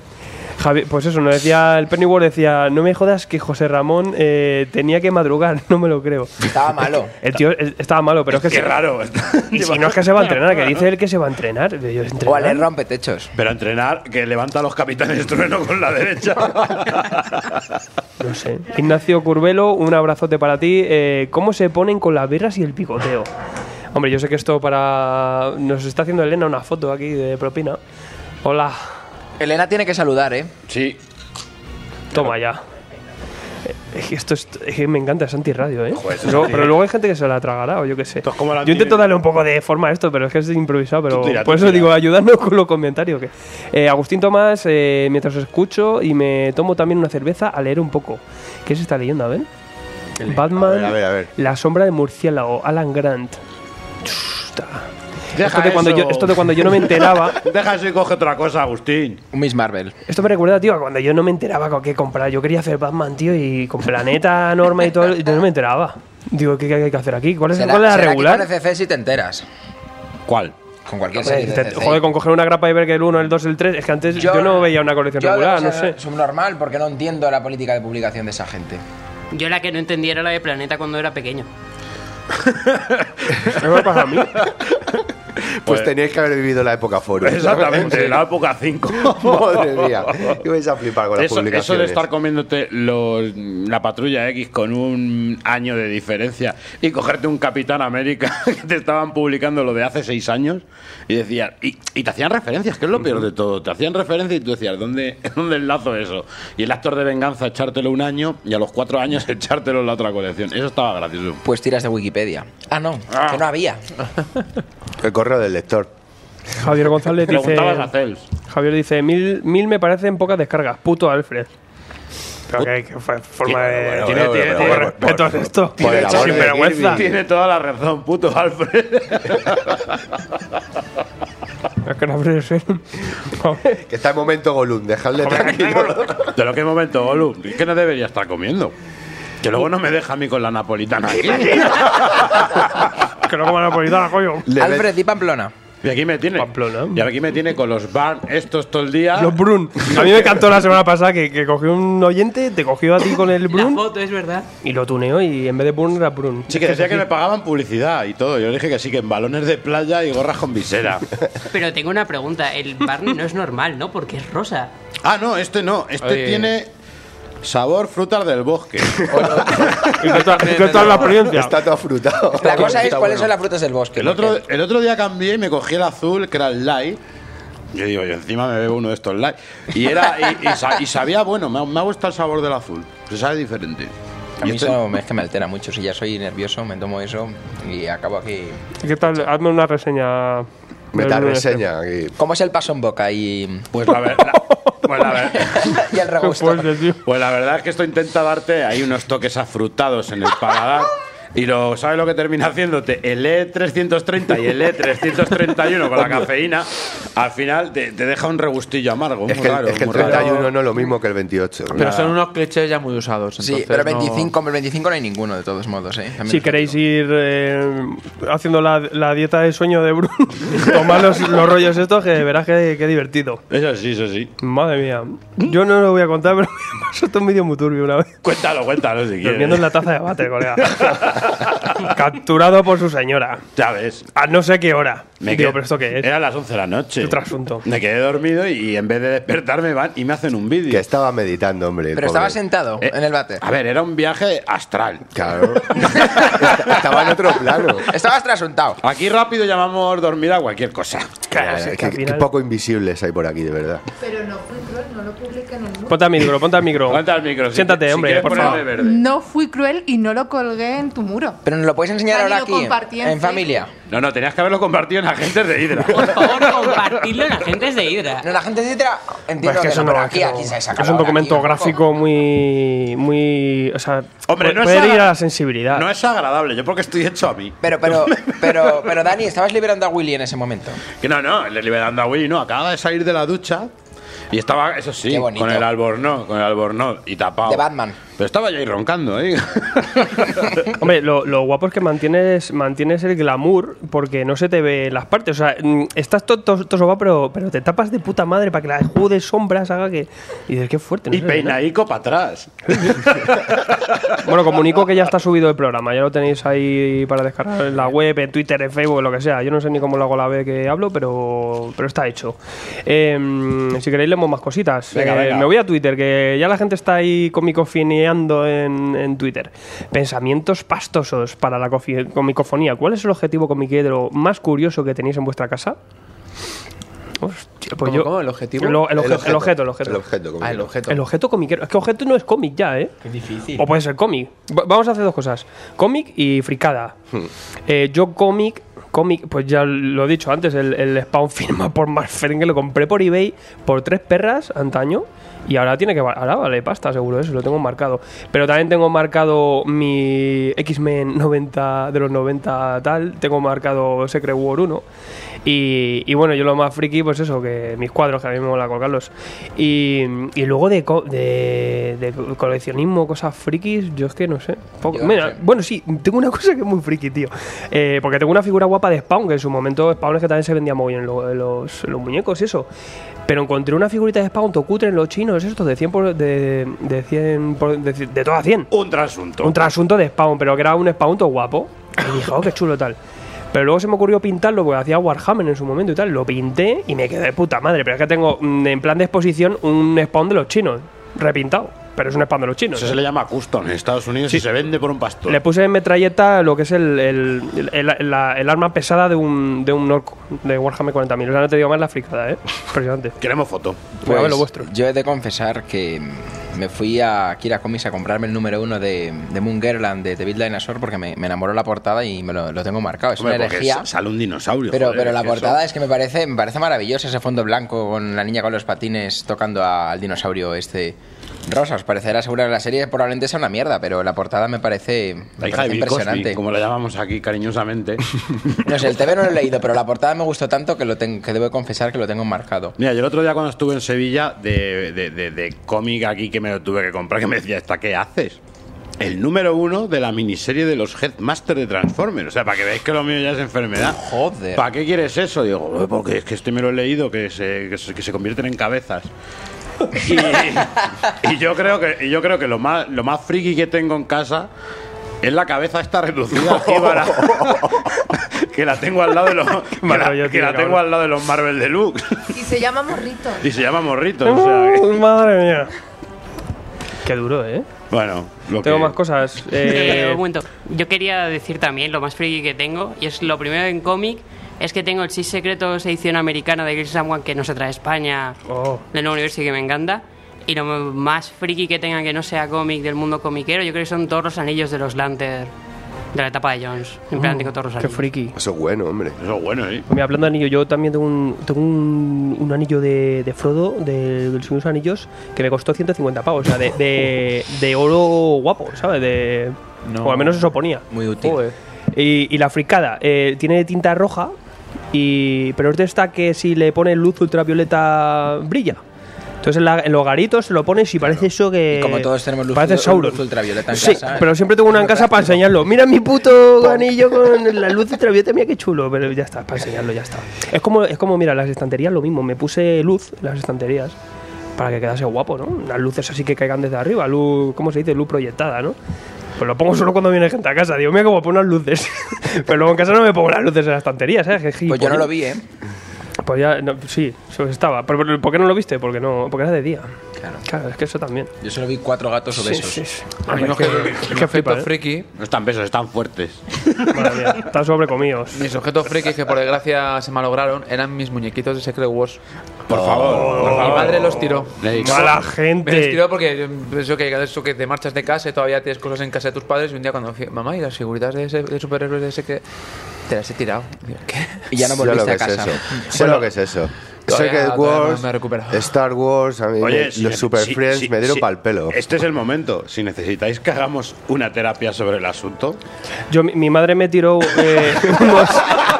[SPEAKER 1] Javi, pues eso, nos decía el Pennyworth, decía, no me jodas que José Ramón eh, tenía que madrugar, no me lo creo.
[SPEAKER 6] Estaba malo.
[SPEAKER 1] El tío eh, estaba malo, pero es que...
[SPEAKER 4] Qué
[SPEAKER 1] se-
[SPEAKER 4] raro.
[SPEAKER 1] Y si no es que se va a entrenar, que dice él que se va a entrenar. Yo, ¿entrenar?
[SPEAKER 6] O al rompe techos.
[SPEAKER 4] Pero entrenar, que levanta a los capitanes trueno con la derecha.
[SPEAKER 1] No sé. Ignacio Curvelo, un abrazote para ti. Eh, ¿Cómo se ponen con las birras y el picoteo? Hombre, yo sé que esto para. Nos está haciendo Elena una foto aquí de propina. Hola,
[SPEAKER 6] Elena tiene que saludar, ¿eh?
[SPEAKER 4] sí.
[SPEAKER 1] toma ya. Eh, Es que esto es, es que me encanta, es antirradio, ¿eh?
[SPEAKER 4] Joder, esto es
[SPEAKER 1] Luego-
[SPEAKER 4] anti-
[SPEAKER 1] pero luego hay gente que se la tragará, o yo qué sé.
[SPEAKER 4] Esto es como la
[SPEAKER 1] yo
[SPEAKER 4] anti-
[SPEAKER 1] intento darle un poco de forma a esto, pero es que es improvisado. Pero
[SPEAKER 4] Tú tira, tú
[SPEAKER 1] por eso
[SPEAKER 4] tira.
[SPEAKER 1] digo, ayudadnos con los comentarios. Que... Eh, Agustín Tomás, eh, mientras os escucho y me tomo también una cerveza a leer un poco. ¿Qué se está leyendo? A ver. Batman,
[SPEAKER 3] A ver, a ver, a ver.
[SPEAKER 1] La sombra de murciélago, Alan Grant. Chusta. Esto de,
[SPEAKER 4] Deja
[SPEAKER 1] cuando
[SPEAKER 4] eso.
[SPEAKER 1] yo, esto de cuando yo no me enteraba.
[SPEAKER 4] Deja eso y coge otra cosa, Agustín.
[SPEAKER 6] Un Miss Marvel.
[SPEAKER 1] Esto me recuerda, tío, a cuando yo no me enteraba con qué comprar. Yo quería hacer Batman, tío, y con Planeta, Norma y todo. Yo no me enteraba. Digo, ¿qué, qué hay que hacer aquí? ¿Cuál es,
[SPEAKER 6] Será-
[SPEAKER 1] cuál es la
[SPEAKER 6] será que
[SPEAKER 1] regular?
[SPEAKER 6] con CC si te enteras.
[SPEAKER 4] ¿Cuál?
[SPEAKER 6] Con cualquier
[SPEAKER 1] Hombre,
[SPEAKER 6] serie de
[SPEAKER 1] te-
[SPEAKER 6] CC.
[SPEAKER 1] joder, con coger una grapa y ver que el 1, el 2, el 3. Es que antes yo, no veía una colección
[SPEAKER 6] yo,
[SPEAKER 1] regular,
[SPEAKER 6] o sea,
[SPEAKER 1] no sé.
[SPEAKER 6] Subnormal, porque no entiendo la política de publicación de esa gente.
[SPEAKER 7] Yo la que no entendía era la de Planeta cuando era pequeño.
[SPEAKER 1] ¿Qué me pasa a mí?
[SPEAKER 3] Pues teníais que haber vivido la época foro.
[SPEAKER 4] Exactamente, la época 5.
[SPEAKER 3] Madre mía, que vais a flipar con las
[SPEAKER 4] Eso,
[SPEAKER 3] publicaciones.
[SPEAKER 4] eso de estar comiéndote los- la patrulla X con un año de diferencia y cogerte un Capitán América que te estaban publicando lo de hace seis años y decían, y, y te hacían referencias, que es lo peor de todo, te hacían referencias y tú decías, ¿dónde, ¿dónde enlazo eso? Y el actor de venganza echártelo un año y a los cuatro años echártelo en la otra colección. Eso estaba gracioso.
[SPEAKER 6] Pues tiras de Wikipedia. Ah, no,
[SPEAKER 4] Ah.
[SPEAKER 6] que no había.
[SPEAKER 3] El correo del lector.
[SPEAKER 1] Javier González dice.
[SPEAKER 4] Preguntabas a Cels.
[SPEAKER 1] Javier dice, mil, mil me parecen pocas descargas. Puto Alfred. Pero que, que fue forma de.
[SPEAKER 3] Bueno,
[SPEAKER 1] tiene
[SPEAKER 3] bueno,
[SPEAKER 1] tiene,
[SPEAKER 3] bueno,
[SPEAKER 1] tiene
[SPEAKER 3] bueno,
[SPEAKER 1] respeto
[SPEAKER 3] bueno,
[SPEAKER 1] a esto.
[SPEAKER 3] por el amor
[SPEAKER 1] sin
[SPEAKER 3] de
[SPEAKER 1] vergüenza.
[SPEAKER 4] Tiene toda la razón, puto Alfred.
[SPEAKER 1] Es que no puede ser. Joder.
[SPEAKER 3] Que está en momento Golum, dejadle tranquilo.
[SPEAKER 4] ¿De lo que momento, Olu? Es que no debería estar comiendo. Que luego no me deja a mí con la napolitana. aquí.
[SPEAKER 1] que no como napolitana, coño.
[SPEAKER 3] Le ve-
[SPEAKER 6] Alfred y Pamplona.
[SPEAKER 4] Y aquí me tiene.
[SPEAKER 1] Pamplona.
[SPEAKER 4] Y aquí me tiene con los barn estos todo el día.
[SPEAKER 1] Los Brun. A mí me encantó la semana pasada que, que cogió un oyente, te cogió a ti con el
[SPEAKER 7] La
[SPEAKER 1] Brun
[SPEAKER 7] foto, es verdad.
[SPEAKER 1] y lo tuneó y en vez de Brun era Brun.
[SPEAKER 4] Sí, que decía que me pagaban publicidad y todo. Yo le dije que sí, que en balones de playa y gorras con visera.
[SPEAKER 7] Pero tengo una pregunta. El Barney no es normal, ¿no? Porque es rosa.
[SPEAKER 4] ah, no, este no. Este
[SPEAKER 5] Oye.
[SPEAKER 4] tiene sabor frutas del bosque.
[SPEAKER 1] ¿Y qué tal- qué tal la experiencia?
[SPEAKER 3] Está todo frutado.
[SPEAKER 6] La cosa es cuáles son las frutas del bosque.
[SPEAKER 4] El otro,
[SPEAKER 6] porque
[SPEAKER 4] el otro día cambié y me cogí el azul, que era el light. Yo digo, yo encima me bebo uno de estos light. Y, era, y, y sa- y sabía, bueno, me ha, me ha gustado el sabor del azul. Se sabe diferente.
[SPEAKER 6] A
[SPEAKER 4] Y
[SPEAKER 6] mí
[SPEAKER 4] este-
[SPEAKER 6] eso me- es que me altera mucho. Si ya soy nervioso, me tomo eso y acabo aquí.
[SPEAKER 1] ¿Qué tal? Hazme una reseña. del
[SPEAKER 3] Meta
[SPEAKER 1] Brun este.
[SPEAKER 3] reseña. aquí.
[SPEAKER 6] ¿Cómo es el paso en boca y,
[SPEAKER 4] Pues la verdad. Pues la, ver-
[SPEAKER 6] y el
[SPEAKER 1] Qué
[SPEAKER 6] regusto?
[SPEAKER 1] fuerte, tío.
[SPEAKER 4] pues la verdad es que esto intenta darte ahí unos toques afrutados en el paladar. Y lo, ¿sabes lo que termina haciéndote? El E330 y el E E331 con la cafeína, al final te, te deja un regustillo amargo.
[SPEAKER 3] Es
[SPEAKER 4] muy
[SPEAKER 3] que, el-
[SPEAKER 4] raro,
[SPEAKER 3] es que el
[SPEAKER 4] muy raro.
[SPEAKER 3] 31 no es lo mismo que el 28.
[SPEAKER 5] Pero son unos clichés ya muy usados.
[SPEAKER 6] Sí,
[SPEAKER 5] entonces
[SPEAKER 6] pero
[SPEAKER 5] no-
[SPEAKER 6] 25, como el 25 no hay ninguno de todos modos, ¿eh? También
[SPEAKER 1] Si
[SPEAKER 6] os
[SPEAKER 1] queréis
[SPEAKER 6] digo.
[SPEAKER 1] ir eh, haciendo la, la dieta de sueño de Brun, tomad los, los rollos estos que verás que, que divertido.
[SPEAKER 4] Eso sí, eso sí.
[SPEAKER 1] Madre mía. Yo no lo voy a contar, pero me pasó esto un vídeo muy turbio una vez.
[SPEAKER 4] Cuéntalo, cuéntalo si quieres.
[SPEAKER 1] Durmiendo en la taza de bate, colega. Capturado por su señora.
[SPEAKER 4] Ya ves.
[SPEAKER 1] A no sé qué hora. Digo,
[SPEAKER 4] quedé-
[SPEAKER 1] ¿pero esto qué es?
[SPEAKER 4] Era las 11 de la noche.
[SPEAKER 1] Otro asunto.
[SPEAKER 4] Me quedé dormido y en vez de despertarme van y me hacen un vídeo.
[SPEAKER 3] Que estaba meditando, hombre. el
[SPEAKER 6] Pero estaba
[SPEAKER 3] pobre.
[SPEAKER 6] sentado
[SPEAKER 4] Eh,
[SPEAKER 6] en el bate.
[SPEAKER 4] A ver, era un viaje astral.
[SPEAKER 3] Claro. estaba en otro plano.
[SPEAKER 1] Pues
[SPEAKER 6] Estabas trasuntado.
[SPEAKER 4] Aquí rápido llamamos dormir a cualquier cosa.
[SPEAKER 1] Claro, sí,
[SPEAKER 3] Qué-
[SPEAKER 1] que al
[SPEAKER 3] qué
[SPEAKER 1] final-
[SPEAKER 3] poco invisibles hay por aquí, de verdad.
[SPEAKER 9] Pero no fui cruel, no lo publica en el mundo.
[SPEAKER 1] Ponte al micro, ponte al micro.
[SPEAKER 4] Levanta el micro. si-
[SPEAKER 1] Siéntate,
[SPEAKER 4] si
[SPEAKER 1] hombre,
[SPEAKER 4] quieres
[SPEAKER 1] por
[SPEAKER 4] ponerle
[SPEAKER 1] favor.
[SPEAKER 4] verde.
[SPEAKER 9] No fui cruel y no lo colgué en tu muro.
[SPEAKER 6] Pero nos lo podéis enseñar
[SPEAKER 9] Dani,
[SPEAKER 6] ahora
[SPEAKER 9] lo
[SPEAKER 6] aquí,
[SPEAKER 9] compartí en
[SPEAKER 6] en familia.
[SPEAKER 4] No, no, tenías que haberlo compartido en Agentes de Hydra.
[SPEAKER 7] Por favor, compartidlo en Agentes de Hidra.
[SPEAKER 6] No, la gente de Twitter entiendo
[SPEAKER 1] Pues es que
[SPEAKER 6] que
[SPEAKER 1] eso
[SPEAKER 6] no,
[SPEAKER 1] no
[SPEAKER 6] pero
[SPEAKER 1] va,
[SPEAKER 6] aquí,
[SPEAKER 1] que no-
[SPEAKER 6] aquí se saca
[SPEAKER 1] es un
[SPEAKER 6] ahora,
[SPEAKER 1] documento
[SPEAKER 6] aquí,
[SPEAKER 1] gráfico muy. muy o sea,
[SPEAKER 4] Hombre,
[SPEAKER 1] puede-
[SPEAKER 4] no es
[SPEAKER 1] puede ir
[SPEAKER 4] agra-
[SPEAKER 1] a la sensibilidad.
[SPEAKER 4] No es agradable, yo porque estoy hecho a mí.
[SPEAKER 6] Pero, pero, pero, pero, Dani, estabas liberando a Willy en ese momento.
[SPEAKER 4] Que no, no, le liberando a Willy, no. Acaba de salir de la ducha y estaba, eso sí,
[SPEAKER 6] Qué bonito.
[SPEAKER 4] con el albornoz, con el albornoz y
[SPEAKER 1] Ah.
[SPEAKER 4] tapado.
[SPEAKER 6] De Batman.
[SPEAKER 4] Pero estaba ya ahí roncando, ¿eh?
[SPEAKER 1] Hombre, lo, lo guapo es que mantienes, mantienes el glamour porque no se te ve las partes. O sea, mm, estás todo to, soba, pero, pero te tapas de puta madre para que la jugo de sombras haga que. Y dices, qué fuerte. no
[SPEAKER 4] y
[SPEAKER 1] se ve nada.
[SPEAKER 4] peinaico para atrás.
[SPEAKER 1] Bueno, comunico que ya está subido el programa. Ya lo tenéis ahí para descargar en la web, en Twitter, en Facebook, lo que sea. Yo no sé ni cómo lo hago la vez que hablo, pero, pero está hecho. Em, si queréis, leemos más cositas. Eh,
[SPEAKER 4] Venga, venga.
[SPEAKER 1] Me voy a Twitter, que ya la gente está ahí comicofineando en, en Twitter. Pensamientos pastosos para la cofi- comicofonía. ¿Cuál es el objetivo comiquero más curioso que tenéis en vuestra casa? Hostia, pues
[SPEAKER 5] ¿Cómo,
[SPEAKER 1] yo-
[SPEAKER 5] cómo? ¿El objetivo?
[SPEAKER 1] Lo- el, objeto, el objeto, el objeto.
[SPEAKER 3] El objeto, como
[SPEAKER 5] Ah, el
[SPEAKER 3] quiero.
[SPEAKER 5] objeto.
[SPEAKER 1] El objeto comiquero. Es que objeto no es cómic ya, ¿eh?
[SPEAKER 6] Es difícil.
[SPEAKER 1] O puede ser cómic. Va- Vamos a hacer dos cosas: cómic y fricada. Eh, yo, cómic, cómic, pues ya lo he dicho antes, el, el Spawn firma por Mark Fern, que lo compré por eBay por tres perras antaño. Y ahora tiene que val- ahora vale pasta, seguro eso, lo tengo marcado. Pero también tengo marcado mi X-Men 90 de los 90 tal, tengo marcado Secret War 1. Y, y bueno, yo lo más friki, pues eso, que mis cuadros, que a mí me mola colgarlos. Y, y luego de, co- de, de coleccionismo, cosas frikis, yo es que no sé. Poco-
[SPEAKER 6] Yo no
[SPEAKER 1] Mira,
[SPEAKER 6] sé.
[SPEAKER 1] bueno, sí, tengo una cosa que es muy friki, tío. Eh, porque tengo una figura guapa de Spawn, que en su momento Spawn es que también se vendía muy bien lo- los, los muñecos y eso. Pero encontré una figurita de Spawn tocutre en los chinos, estos de 100 por, de, de 100 por- de, ci- de todas 100.
[SPEAKER 4] Un trasunto.
[SPEAKER 1] Un trasunto de Spawn, pero que era un Spawn todo guapo. Y dije, oh, qué chulo tal. Pero luego se me ocurrió pintarlo porque hacía Warhammer en su momento y tal. Lo pinté y me quedé de puta madre. Pero es que tengo mm, en plan de exposición un spawn de los chinos, repintado. Pero es un spawn de los chinos.
[SPEAKER 4] Eso se le llama custom en Estados Unidos y se vende por un pastor.
[SPEAKER 1] Le puse en metralleta lo que es el, el- el- la- el arma pesada de un, de un orco, de Warhammer 40.000. O sea, no te digo más la fricada, ¿eh? Impresionante.
[SPEAKER 4] Queremos foto.
[SPEAKER 1] Voy a ver lo Pues, vuestro.
[SPEAKER 6] Pues, Yo he de confesar que me fui a Kira Comics a comprarme el número uno de, de Moon Girland de The Big Dinosaur porque me, me enamoró la portada y me lo, lo tengo marcado. Es
[SPEAKER 4] Hombre,
[SPEAKER 6] una
[SPEAKER 4] porque
[SPEAKER 6] herejía.
[SPEAKER 4] sa- sale un dinosaurio.
[SPEAKER 6] Pero,
[SPEAKER 4] joder,
[SPEAKER 6] pero la
[SPEAKER 4] que eso-
[SPEAKER 6] portada es que me parece, me parece maravillosa ese fondo blanco con la niña con los patines tocando a- al dinosaurio este rosa. Os parecerá segura que la serie probablemente sea una mierda, pero la portada me parece, me
[SPEAKER 4] La hija
[SPEAKER 6] parece
[SPEAKER 4] de Bill Cosby,
[SPEAKER 6] impresionante.
[SPEAKER 4] como la llamamos aquí cariñosamente.
[SPEAKER 6] No sé, el TV no lo he leído, pero la portada me gustó tanto que lo ten- que debo confesar que lo tengo marcado.
[SPEAKER 4] Mira, yo el otro día cuando estuve en Sevilla de, de, de- de cómic aquí que me lo tuve que comprar, que me decía, ¿esta qué haces? El número uno de la miniserie de los Headmasters de Transformers. O sea, para que veáis que lo mío ya es enfermedad.
[SPEAKER 6] Joder.
[SPEAKER 4] ¿Para qué quieres eso? Digo, "Eh, porque es que este me lo he leído, que se, que se, que se convierten en cabezas. Y, y yo creo que, y yo creo que lo, más, lo más friki que tengo en casa es la cabeza esta reducida jíbara. que la tengo al lado de los, que la,
[SPEAKER 1] maravilla,
[SPEAKER 4] que la
[SPEAKER 1] tío,
[SPEAKER 4] tengo
[SPEAKER 1] cabrón.
[SPEAKER 4] al lado de los Marvel Deluxe.
[SPEAKER 9] Y se llama morrito.
[SPEAKER 4] Y se llama Morrito, o sea que-
[SPEAKER 1] Madre mía. Qué duro, ¿eh?
[SPEAKER 4] Bueno, lo
[SPEAKER 1] Tengo
[SPEAKER 4] que-
[SPEAKER 1] más cosas.
[SPEAKER 7] Eh,
[SPEAKER 1] Eh,
[SPEAKER 7] un momento. Yo quería decir también lo más friki que tengo, y es lo primero en cómic, es que tengo el 6 secretos edición americana de Girls Someone que no se trae a España
[SPEAKER 1] Oh.
[SPEAKER 7] del nuevo universo y que me encanta. Y lo más friki que tenga que no sea cómic del mundo comiquero, yo creo que son todos los anillos de los Lanter de la etapa de Jones. En plan, tengo todos los
[SPEAKER 1] Oh, qué
[SPEAKER 7] anillos.
[SPEAKER 1] friki.
[SPEAKER 3] Eso es bueno, hombre.
[SPEAKER 4] Eso es bueno, ¿eh?
[SPEAKER 1] Mira, hablando de anillo, yo también tengo un, tengo un, un anillo de, de Frodo, de, del Señor de los Anillos, que me costó 150 pavos, o sea, de, de, de oro guapo, ¿sabes? De,
[SPEAKER 5] No.
[SPEAKER 1] O al menos eso ponía.
[SPEAKER 6] Muy útil.
[SPEAKER 1] Joder. Y, y la fricada, eh, tiene tinta roja, y, pero es de esta que si le pones luz ultravioleta brilla. Entonces en, la- en los garitos se lo pones y parece eso que...
[SPEAKER 6] Y como todos tenemos luz,
[SPEAKER 1] parece
[SPEAKER 6] ul-
[SPEAKER 1] Sauron.
[SPEAKER 6] luz ultravioleta en
[SPEAKER 1] Sí,
[SPEAKER 6] casa,
[SPEAKER 1] pero siempre tengo una en casa para enseñarlo. Mira mi puto anillo con la luz ultravioleta, mira qué chulo. Pero ya está, para enseñarlo, ya está. Es como, es como mira, las estanterías lo mismo. Me puse luz en las estanterías para que quedase guapo, ¿no? Unas luces así que caigan desde arriba, luz, ¿cómo se dice? Luz proyectada, ¿no? Pues lo pongo solo cuando viene gente a casa. Digo, mira cómo pongo unas luces. pero luego en casa no me pongo las luces en las estanterías, ¿sabes? Qué
[SPEAKER 6] Pues yo no
[SPEAKER 1] gilipollas.
[SPEAKER 6] lo vi, ¿eh?
[SPEAKER 1] Pues ya, no, sí, eso estaba. Pero, pero, ¿Por qué no lo viste? Porque no, porque era de día.
[SPEAKER 6] Claro.
[SPEAKER 1] Claro, es que eso también.
[SPEAKER 6] Yo solo vi cuatro gatos
[SPEAKER 1] Sí,
[SPEAKER 6] obesos.
[SPEAKER 1] sí, sí.
[SPEAKER 5] A mí
[SPEAKER 1] Es
[SPEAKER 5] los
[SPEAKER 1] que-
[SPEAKER 5] que-
[SPEAKER 1] es
[SPEAKER 5] mis
[SPEAKER 1] que flipa,
[SPEAKER 5] objetos
[SPEAKER 1] ¿eh?
[SPEAKER 5] friki,
[SPEAKER 4] No están pesos, están fuertes.
[SPEAKER 1] Madre mía, están sobrecomidos.
[SPEAKER 5] mis objetos frikis que por desgracia se malograron eran mis muñequitos de Secret Wars.
[SPEAKER 4] Por favor, por
[SPEAKER 5] Mi
[SPEAKER 4] favor.
[SPEAKER 5] madre los tiró.
[SPEAKER 1] Mala
[SPEAKER 5] Me los
[SPEAKER 1] gente.
[SPEAKER 5] tiró porque eso que, eso que te marchas de casa y todavía tienes cosas en casa de tus padres y un día cuando fui, mamá y las figuritas de, ese, de superhéroes de ese que te las he tirado. Digo, ¿Qué?
[SPEAKER 6] Y ya no
[SPEAKER 3] sé lo
[SPEAKER 6] volviste
[SPEAKER 3] que
[SPEAKER 6] a
[SPEAKER 3] es
[SPEAKER 6] casa.
[SPEAKER 3] eso. Sé lo que es eso.
[SPEAKER 5] todavía-
[SPEAKER 3] Secret
[SPEAKER 5] todavía no
[SPEAKER 3] Wars,
[SPEAKER 5] me he recuperado.
[SPEAKER 3] Star Wars, a mí me-
[SPEAKER 4] si-
[SPEAKER 3] los Super
[SPEAKER 4] si-
[SPEAKER 3] Friends
[SPEAKER 4] si-
[SPEAKER 3] me dieron
[SPEAKER 4] si-
[SPEAKER 3] pa'l pelo.
[SPEAKER 4] Este es el momento. Si necesitáis que hagamos una terapia sobre el asunto,
[SPEAKER 1] Yo, mi, mi madre me tiró. eh, unos-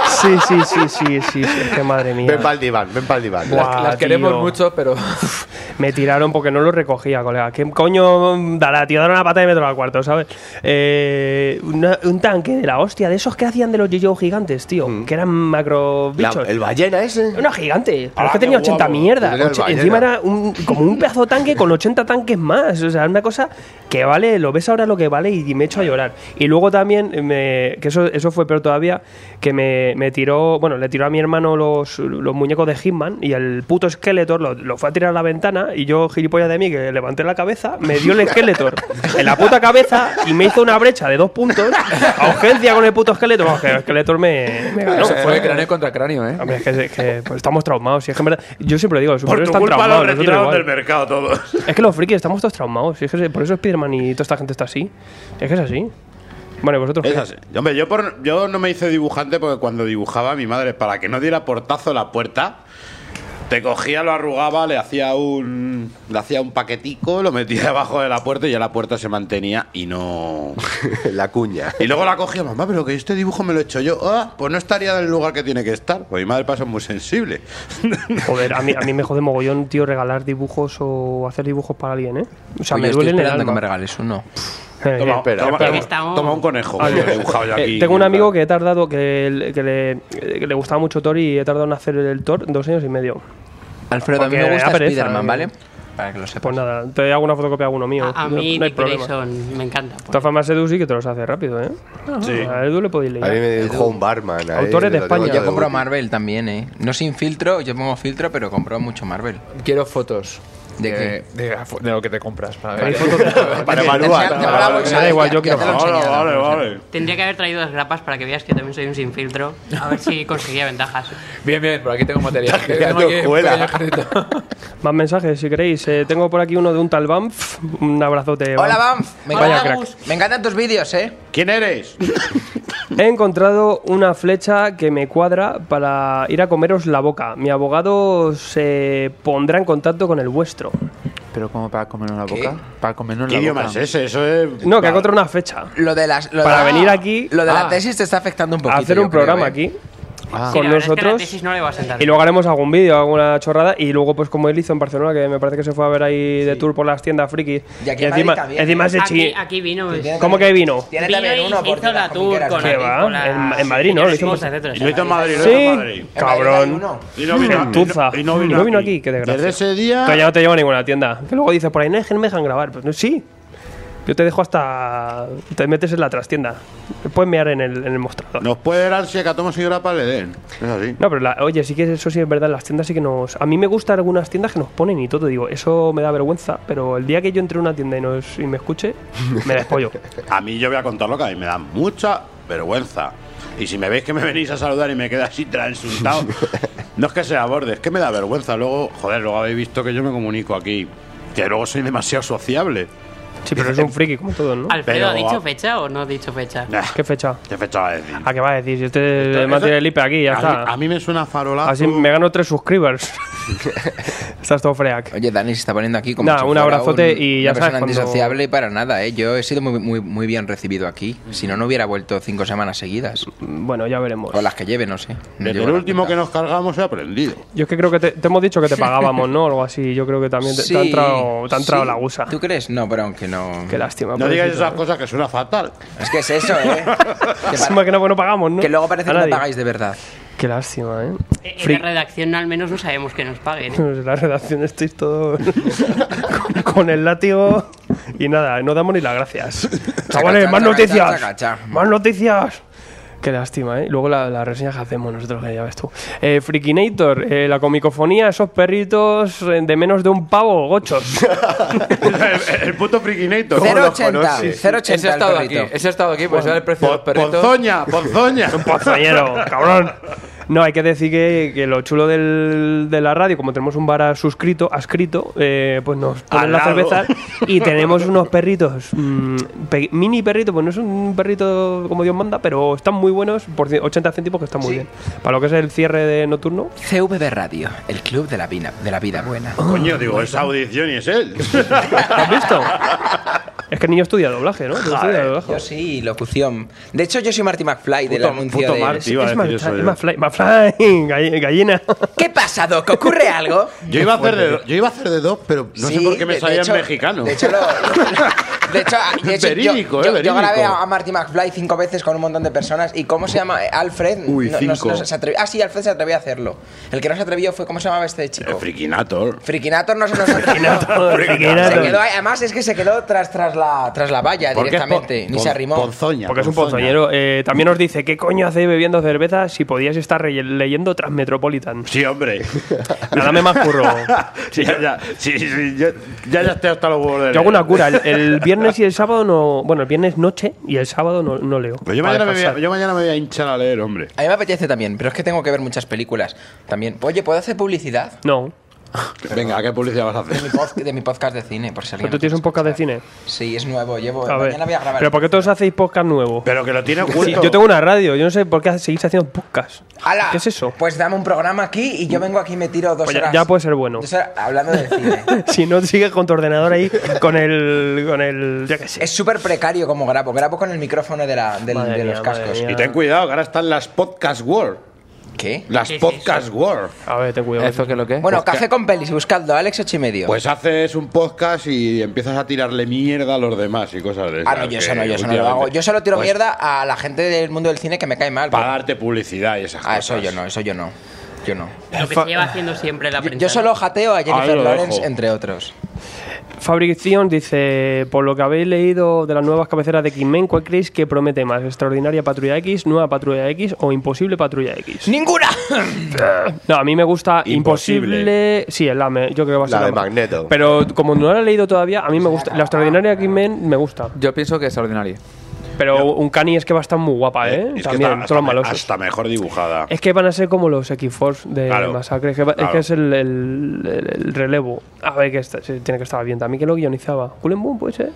[SPEAKER 1] sí, sí, sí, sí, sí, sí, Qué madre mía.
[SPEAKER 3] Ven pa'l diván, ven pa'l diván.
[SPEAKER 1] Buah.
[SPEAKER 5] Las,
[SPEAKER 1] Ah,
[SPEAKER 5] las queremos
[SPEAKER 1] tío.
[SPEAKER 5] mucho, pero
[SPEAKER 1] Me tiraron porque no lo recogía, colega. ¿Qué coño dará? Tío, dar una pata de metro al cuarto, ¿sabes? Eh, una- un tanque de la hostia, de esos que hacían de los yo gigantes, tío. Que eran macro
[SPEAKER 3] La-
[SPEAKER 1] bichos.
[SPEAKER 3] el ballena ese.
[SPEAKER 1] Una gigante. Pero
[SPEAKER 4] Ah,
[SPEAKER 1] es que tenía
[SPEAKER 4] qué
[SPEAKER 1] 80
[SPEAKER 4] guapo.
[SPEAKER 1] mierdas.
[SPEAKER 3] Tenía el
[SPEAKER 1] Ocho-
[SPEAKER 3] ballena.
[SPEAKER 1] encima era un- como un pedazo de tanque con 80 tanques más. O sea, una cosa que vale, lo ves ahora lo que vale y me echo a llorar. Y luego también, me- que eso, eso fue peor todavía, que me, me tiró, bueno, le tiró a mi hermano los, los muñecos de Hitman y el puto Skeletor lo, lo fue a tirar a la ventana y yo, gilipollas de mí, que levanté la cabeza, me dio el Skeletor en la puta cabeza y me hizo una brecha de dos puntos a urgencia con el puto Skeletor. Vamos, que el Skeletor me, me ganó.
[SPEAKER 5] fue cráneo contra cráneo, ¿eh?
[SPEAKER 1] Hombre, es que, es que, pues, estamos traumados. Y es que en verdad, yo siempre lo digo, los
[SPEAKER 4] por
[SPEAKER 1] superhéroes
[SPEAKER 4] tu
[SPEAKER 1] están
[SPEAKER 4] culpa
[SPEAKER 1] traumados.
[SPEAKER 4] los
[SPEAKER 1] nosotros
[SPEAKER 4] retiraron
[SPEAKER 1] igual.
[SPEAKER 4] del mercado todos.
[SPEAKER 1] Es que los frikis estamos todos traumados. y es que, por eso Spiderman y toda esta gente está así. Es que es así. Bueno, ¿y vosotros.
[SPEAKER 4] Es
[SPEAKER 1] qué?
[SPEAKER 4] así. Eh, Hombre, yo, por- yo no me hice dibujante porque cuando dibujaba mi madre, para que no diera portazo a la puerta, te cogía, lo arrugaba, le hacía un le hacía un paquetico, lo metía debajo de la puerta y ya la puerta se mantenía y no
[SPEAKER 3] la cuña.
[SPEAKER 4] Y luego la cogía, mamá, pero que este dibujo me lo he hecho yo. Ah, pues no estaría en el lugar que tiene que estar. Pues mi madre pasa muy sensible.
[SPEAKER 1] Joder, a mí, a mí me jode mogollón, tío, regalar dibujos o hacer dibujos para alguien, ¿eh? O sea,
[SPEAKER 6] Oye,
[SPEAKER 1] me
[SPEAKER 6] estoy
[SPEAKER 1] duele en el
[SPEAKER 6] esperando que me
[SPEAKER 1] alma.
[SPEAKER 6] regales uno.
[SPEAKER 1] Eh,
[SPEAKER 4] Toma,
[SPEAKER 1] eh,
[SPEAKER 3] espera,
[SPEAKER 4] toma-
[SPEAKER 3] espera.
[SPEAKER 4] toma-
[SPEAKER 7] Estamos-
[SPEAKER 4] toma un conejo.
[SPEAKER 1] Ah,
[SPEAKER 4] que
[SPEAKER 1] bien.
[SPEAKER 4] lo he dibujado yo aquí.
[SPEAKER 1] eh, tengo un amigo que he tardado, que, el- que le, que le gustaba mucho Thor y he tardado en hacer el Thor dos años y medio.
[SPEAKER 6] Alfredo, a mí
[SPEAKER 1] Porque
[SPEAKER 6] me
[SPEAKER 1] da
[SPEAKER 6] gusta
[SPEAKER 1] pereza,
[SPEAKER 6] Spiderman,
[SPEAKER 1] ¿no?
[SPEAKER 6] ¿vale? Para que lo sepas.
[SPEAKER 1] Pues nada, te hago una fotocopia a uno mío.
[SPEAKER 7] A, a
[SPEAKER 1] no,
[SPEAKER 7] mí
[SPEAKER 1] no hay
[SPEAKER 7] Dick
[SPEAKER 1] problema.
[SPEAKER 7] Grayson me encanta. pues.
[SPEAKER 1] De todas formas, Edu sí que te los hace rápido, ¿eh? A Edu le podéis leer.
[SPEAKER 3] A mí me dijo un barman. a él,
[SPEAKER 1] Autores de
[SPEAKER 3] lo
[SPEAKER 1] España. Yo
[SPEAKER 3] tengo
[SPEAKER 6] Yo
[SPEAKER 3] todo
[SPEAKER 6] compro
[SPEAKER 3] de
[SPEAKER 6] Marvel también, ¿eh? No sin filtro, yo pongo filtro, pero compro mucho Marvel.
[SPEAKER 5] Quiero fotos.
[SPEAKER 6] ¿De
[SPEAKER 5] de, de la fo- de lo que te compras. Para ver.
[SPEAKER 1] Hay fotos de-
[SPEAKER 3] Para
[SPEAKER 6] Ya- ya-
[SPEAKER 3] evaluar.
[SPEAKER 6] ya- ya me la voy a
[SPEAKER 1] Me da igual, yo
[SPEAKER 6] ya- ya
[SPEAKER 1] quiero
[SPEAKER 6] te lo he
[SPEAKER 1] fotos.
[SPEAKER 6] enseñado.
[SPEAKER 4] vale.
[SPEAKER 7] Tendría que haber traído las grapas para que veas que también soy un sin filtro. A ver si conseguía ventajas.
[SPEAKER 1] Ah.
[SPEAKER 5] Bien, bien, por aquí tengo material. Tengo
[SPEAKER 3] creando
[SPEAKER 5] aquí un
[SPEAKER 3] escuela.
[SPEAKER 5] pequeño ejército.
[SPEAKER 1] Más mensajes, si queréis. Eh, tengo por aquí uno de un tal Banff. Un abrazote.
[SPEAKER 6] Hola, Banff. Me,
[SPEAKER 1] Vaya
[SPEAKER 6] encantan-
[SPEAKER 1] crack.
[SPEAKER 6] me encantan tus vídeos, ¿eh?
[SPEAKER 4] ¿Quién eres?
[SPEAKER 1] He encontrado una flecha que me cuadra para ir a comeros la boca. Mi abogado se pondrá en contacto con el vuestro.
[SPEAKER 5] Pero como para comernos la
[SPEAKER 6] ¿Qué?
[SPEAKER 5] boca. Para comernos
[SPEAKER 4] ¿Qué
[SPEAKER 5] la
[SPEAKER 4] idioma
[SPEAKER 5] boca.
[SPEAKER 4] es ese? Eso es.
[SPEAKER 1] No, que ha encontrado una fecha.
[SPEAKER 6] Lo de las, lo de
[SPEAKER 1] Para
[SPEAKER 6] la-
[SPEAKER 1] venir aquí
[SPEAKER 6] Lo de la
[SPEAKER 5] Ah.
[SPEAKER 6] tesis te está afectando un
[SPEAKER 1] a
[SPEAKER 6] poquito.
[SPEAKER 1] hacer
[SPEAKER 6] yo
[SPEAKER 1] un
[SPEAKER 6] creo,
[SPEAKER 1] programa
[SPEAKER 6] ¿eh?
[SPEAKER 1] aquí
[SPEAKER 7] Ah. Sí,
[SPEAKER 1] con
[SPEAKER 7] la verdad es que la
[SPEAKER 1] nosotros.
[SPEAKER 7] tesis no le va a sentar.
[SPEAKER 1] Y luego haremos algún vídeo, alguna chorrada. Y luego, pues como él hizo en Barcelona, que me parece que se fue a ver ahí de tour por las tiendas frikis.
[SPEAKER 6] Y aquí en
[SPEAKER 1] encima,
[SPEAKER 6] Madrid también,
[SPEAKER 1] encima
[SPEAKER 6] ¿eh?
[SPEAKER 1] se
[SPEAKER 7] aquí,
[SPEAKER 1] chi-
[SPEAKER 7] aquí vino. pues. es-
[SPEAKER 6] Tiene
[SPEAKER 1] ¿Cómo que vino?
[SPEAKER 6] Tiene
[SPEAKER 7] vino
[SPEAKER 6] también
[SPEAKER 7] y
[SPEAKER 6] uno por
[SPEAKER 7] hizo la tour con
[SPEAKER 1] ¿Qué
[SPEAKER 7] la-
[SPEAKER 1] va?
[SPEAKER 7] con las
[SPEAKER 1] En- en Madrid, ¿no? Lo hizo
[SPEAKER 7] señorismos,
[SPEAKER 1] en-
[SPEAKER 7] etcétera,
[SPEAKER 4] Lo hizo en Madrid, lo hizo en
[SPEAKER 1] Sí,
[SPEAKER 4] Madrid.
[SPEAKER 1] cabrón.
[SPEAKER 6] uno.
[SPEAKER 4] Y no vino,
[SPEAKER 1] Gentuza.
[SPEAKER 4] y no- y
[SPEAKER 1] No vino aquí, qué desgracia.
[SPEAKER 4] Desde ese día.
[SPEAKER 1] Tú ya no te llevo a ninguna tienda. Que luego dices, por ahí no es que no me dejan grabar. Pues no, sí. Yo te dejo hasta. Te metes en la trastienda. Te puedes mear en el, en el mostrador.
[SPEAKER 4] Nos puede dar si a tomos y grapa le den. Es así.
[SPEAKER 1] No, pero la- oye, sí que eso sí es verdad. Las tiendas sí que nos. A mí me gustan algunas tiendas que nos ponen y todo. Digo, eso me da vergüenza. Pero el día que yo entre a una tienda y, nos, y me escuche, me despollo.
[SPEAKER 4] A mí yo voy a contar lo que a mí me da mucha vergüenza. Y si me veis que me venís a saludar y me quedo así transuntado, no es que sea borde, es que me da vergüenza. Luego, joder, luego habéis visto que yo me comunico aquí. Que luego soy demasiado sociable.
[SPEAKER 1] Sí, pero es un friki como todo, ¿no?
[SPEAKER 7] ¿Alfredo ha
[SPEAKER 4] Pero-
[SPEAKER 7] dicho fecha o no ha dicho fecha?
[SPEAKER 4] Ah,
[SPEAKER 1] ¿Qué fecha?
[SPEAKER 4] ¿Qué fecha va a decir?
[SPEAKER 1] ¿A qué va a decir? Si este
[SPEAKER 4] Eso-
[SPEAKER 1] además tiene el IP aquí, ya
[SPEAKER 4] a
[SPEAKER 1] está.
[SPEAKER 4] Mí, a mí me suena farolazo.
[SPEAKER 1] Así me gano tres subscribers. Estás todo freak.
[SPEAKER 6] Oye, Dani se está poniendo aquí como
[SPEAKER 1] Nada,
[SPEAKER 6] si
[SPEAKER 1] un
[SPEAKER 6] fuera
[SPEAKER 1] abrazote
[SPEAKER 6] un-
[SPEAKER 1] y ya
[SPEAKER 6] una
[SPEAKER 1] sabes
[SPEAKER 6] persona
[SPEAKER 1] cuando-
[SPEAKER 6] indisociable y para nada, ¿eh? Yo he sido muy, muy, muy bien recibido aquí. Si no, no hubiera vuelto cinco semanas seguidas.
[SPEAKER 1] Bueno, ya veremos.
[SPEAKER 6] O las que lleve, no sé. No
[SPEAKER 4] Desde
[SPEAKER 6] llevo
[SPEAKER 4] el
[SPEAKER 6] la
[SPEAKER 4] último que
[SPEAKER 6] cuenta.
[SPEAKER 4] nos cargamos he aprendido.
[SPEAKER 1] Yo es que creo que te, te hemos dicho que te pagábamos, ¿no? Algo así. Yo creo que también te, te ha
[SPEAKER 6] Sí,
[SPEAKER 1] entrado, te ha entrado
[SPEAKER 6] sí.
[SPEAKER 1] la gusa.
[SPEAKER 6] ¿Tú crees? No, pero aunque no...
[SPEAKER 1] Qué lástima.
[SPEAKER 4] No digáis
[SPEAKER 1] pobrecito.
[SPEAKER 4] esas cosas que suena fatal.
[SPEAKER 6] Es que es eso, ¿eh? que,
[SPEAKER 1] Es
[SPEAKER 6] pa-
[SPEAKER 1] más que no, que no pagamos, ¿no?
[SPEAKER 6] que luego parece
[SPEAKER 1] A
[SPEAKER 6] que no
[SPEAKER 1] nadie.
[SPEAKER 6] pagáis de verdad.
[SPEAKER 1] Qué lástima, ¿eh?
[SPEAKER 7] En
[SPEAKER 1] Friki.
[SPEAKER 7] la redacción al menos no sabemos que nos paguen. ¿eh?
[SPEAKER 1] En la redacción estáis todos con, con el látigo y nada, no damos ni las gracias. Chavales,
[SPEAKER 6] Chaca,
[SPEAKER 1] más
[SPEAKER 6] chaca,
[SPEAKER 1] noticias.
[SPEAKER 6] chaca, chaca.
[SPEAKER 1] Más noticias. Qué lástima, ¿eh? Luego la, la reseña que hacemos nosotros, que ya ves tú. Eh, Frikinator, eh, la comicofonía, esos perritos eh, de menos de un pavo, gochos.
[SPEAKER 4] el, el puto frikinator.
[SPEAKER 3] ¿Cómo los
[SPEAKER 6] 0,80.
[SPEAKER 3] conoces?
[SPEAKER 5] Ese ha
[SPEAKER 6] 0,80 el
[SPEAKER 5] estado aquí.
[SPEAKER 6] perrito.
[SPEAKER 5] Ese ha estado aquí, pues era el precio del
[SPEAKER 4] Po-
[SPEAKER 5] perrito.
[SPEAKER 4] Ponzoña, ponzoña.
[SPEAKER 1] Pozoñero, cabrón. No, hay que decir que, que lo chulo del- de la radio, como tenemos un bar suscrito, adscrito, eh, pues nos ponen
[SPEAKER 4] Al
[SPEAKER 1] la
[SPEAKER 4] lado.
[SPEAKER 1] cerveza y tenemos unos perritos, mm, pe- mini perrito, pues no es un perrito como Dios manda, pero están muy buenos, por cien- 80 céntimos que están muy bien. Para lo que es el cierre de nocturno,
[SPEAKER 6] CVB Radio, el club de la, vida, de la vida buena.
[SPEAKER 4] Coño, digo, esa audición y es él.
[SPEAKER 1] ¿lo has visto? es que el niño estudia doblaje, ¿no? Tú estudias doblaje.
[SPEAKER 6] Yo sí, locución. De hecho, yo soy Marty McFly del
[SPEAKER 4] Puto-
[SPEAKER 6] anuncio
[SPEAKER 4] puto
[SPEAKER 6] de...
[SPEAKER 4] Marty.
[SPEAKER 1] Es,
[SPEAKER 4] Iba a
[SPEAKER 1] es
[SPEAKER 4] decir eso
[SPEAKER 1] McFly,
[SPEAKER 4] yo.
[SPEAKER 1] McFly, McFly, gall- gallina.
[SPEAKER 6] ¿Qué pasa, Doc? ¿Ocurre algo?
[SPEAKER 4] Yo iba, a hacer de, do- yo iba a hacer de dos, pero no sé
[SPEAKER 6] Sí,
[SPEAKER 4] por qué me
[SPEAKER 6] de- de
[SPEAKER 4] salía en
[SPEAKER 6] hecho-
[SPEAKER 4] mexicano.
[SPEAKER 6] De hecho, lo- de hecho, a- de hecho, yo-
[SPEAKER 4] Verídico, eh,
[SPEAKER 6] yo, yo
[SPEAKER 4] verídico.
[SPEAKER 6] grabé a, a Marty McFly cinco veces con un montón de personas. ¿Y cómo se llama? Eh, ¿Alfred?
[SPEAKER 4] Uy,
[SPEAKER 6] no, no-
[SPEAKER 4] cinco.
[SPEAKER 6] no se- se atrevió- Ah, sí, Alfred se atrevió a hacerlo. El que no se atrevió fue, ¿cómo se llamaba este
[SPEAKER 4] El
[SPEAKER 6] chico?
[SPEAKER 4] frikinator.
[SPEAKER 6] Frikinator no se nos atrevió. Se quedó ahí- además, es que se quedó tras, tras, la, tras la valla
[SPEAKER 4] Porque es pon-
[SPEAKER 6] directamente. Ni
[SPEAKER 4] pon-
[SPEAKER 6] se arrimó.
[SPEAKER 4] Ponzoña.
[SPEAKER 1] Porque es un ponzoñero. Eh, también nos dice, ¿qué coño hacéis bebiendo cerveza si podíais estar re- leyendo Transmetropolitan?
[SPEAKER 4] Sí, hombre.
[SPEAKER 1] Nada me más curro.
[SPEAKER 4] sí, ya, ya, sí, sí, yo- ya, ya estoy hasta los huevos de
[SPEAKER 1] Yo hago
[SPEAKER 4] leer.
[SPEAKER 1] una cura. El, el viernes y el sábado no... Bueno, el viernes noche y el sábado no, no leo.
[SPEAKER 4] Pero yo,
[SPEAKER 1] Para
[SPEAKER 4] mañana me voy a,
[SPEAKER 1] descansar.
[SPEAKER 4] yo mañana me voy a hinchar a leer, hombre.
[SPEAKER 6] A mí me apetece también, pero es que tengo que ver muchas películas también. Oye, ¿puedo hacer publicidad?
[SPEAKER 1] No. pues
[SPEAKER 4] Venga, ¿qué publicidad vas a
[SPEAKER 6] De mi,
[SPEAKER 4] hacer?
[SPEAKER 6] pod- de mi podcast de cine, por si alguien
[SPEAKER 1] Pero tú
[SPEAKER 6] lo
[SPEAKER 1] tienes un
[SPEAKER 6] quiere
[SPEAKER 1] podcast de
[SPEAKER 6] escuchar.
[SPEAKER 1] cine.
[SPEAKER 6] Sí, es nuevo. Llevo,
[SPEAKER 1] A ver.
[SPEAKER 6] pues, mañana voy a grabar. este
[SPEAKER 1] Pero ¿por qué todos hacéis podcast nuevo?
[SPEAKER 4] Pero que lo tiene oculto.
[SPEAKER 1] Sí, yo tengo una radio. Yo no sé por qué seguís haciendo podcast.
[SPEAKER 6] ¡Hala!
[SPEAKER 1] ¿Qué es eso?
[SPEAKER 6] Pues dame un programa aquí y yo vengo aquí y me tiro dos
[SPEAKER 1] Pues ya-
[SPEAKER 6] horas.
[SPEAKER 1] ya puede ser bueno.
[SPEAKER 6] Dos horas hablando de cine.
[SPEAKER 1] si no sigues con tu ordenador ahí, con el... Con el yo qué sé.
[SPEAKER 6] es súper precario como grabo. Grabo con el micrófono de, la, del-
[SPEAKER 1] Madre
[SPEAKER 6] de
[SPEAKER 1] mía,
[SPEAKER 6] los
[SPEAKER 1] madre
[SPEAKER 6] cascos.
[SPEAKER 1] mía.
[SPEAKER 4] Y ten cuidado, que ahora están las Podcast World.
[SPEAKER 6] ¿Qué?
[SPEAKER 4] Las
[SPEAKER 7] ¿Qué es
[SPEAKER 4] Podcast World.
[SPEAKER 1] A ver, ten cuidado.
[SPEAKER 5] ¿Eso qué es lo que es?
[SPEAKER 6] Bueno, café con pelis, buscadlo, Alex 8 y medio.
[SPEAKER 4] Pues haces un podcast y empiezas a tirarle mierda a los demás y cosas de esas.
[SPEAKER 6] ah, no, yo eso
[SPEAKER 4] que
[SPEAKER 6] no, yo eso no lo hago.
[SPEAKER 4] últimamente-
[SPEAKER 6] Yo solo tiro
[SPEAKER 4] Pues,
[SPEAKER 6] mierda a la gente del mundo del cine que me cae mal.
[SPEAKER 4] Pagarte publicidad y esas
[SPEAKER 6] Ah,
[SPEAKER 4] cosas. Eh,
[SPEAKER 6] eso yo no, eso yo no. Yo no.
[SPEAKER 7] Lo que
[SPEAKER 1] Fa-
[SPEAKER 7] se lleva haciendo siempre la
[SPEAKER 6] Yo,
[SPEAKER 7] prensa.
[SPEAKER 6] yo solo jateo a Jennifer
[SPEAKER 4] Ahí lo
[SPEAKER 6] Lawrence,
[SPEAKER 4] dejo.
[SPEAKER 6] entre otros.
[SPEAKER 1] Fabrición dice, por lo que habéis leído de las nuevas cabeceras de X-Men, ¿cuál creéis que promete más? ¿Extraordinaria Patrulla X, Nueva Patrulla X o Imposible Patrulla X?
[SPEAKER 6] ¡Ninguna!
[SPEAKER 1] No, a mí me gusta
[SPEAKER 4] Imposible.
[SPEAKER 1] Imposible. sí, es la me- yo creo que va a ser
[SPEAKER 3] La de
[SPEAKER 1] más.
[SPEAKER 3] Magneto.
[SPEAKER 1] Pero como no la he leído todavía, a mí me gusta. La Extraordinaria X-Men me gusta.
[SPEAKER 5] Yo pienso que extraordinario.
[SPEAKER 1] Pero un Cani es que va a estar muy guapa, ¿eh?
[SPEAKER 4] Es que
[SPEAKER 1] También,
[SPEAKER 4] está
[SPEAKER 1] todos los
[SPEAKER 4] hasta, me-
[SPEAKER 1] malos.
[SPEAKER 4] hasta mejor dibujada.
[SPEAKER 1] Es que van a ser como los X-Force de
[SPEAKER 4] Claro,
[SPEAKER 1] Masacre. Es que, va- es,
[SPEAKER 4] claro.
[SPEAKER 1] que es el, el- el- el relevo. A ver, que está- sí, tiene que estar bien. También que lo guionizaba. Cullen Boom, puede ser.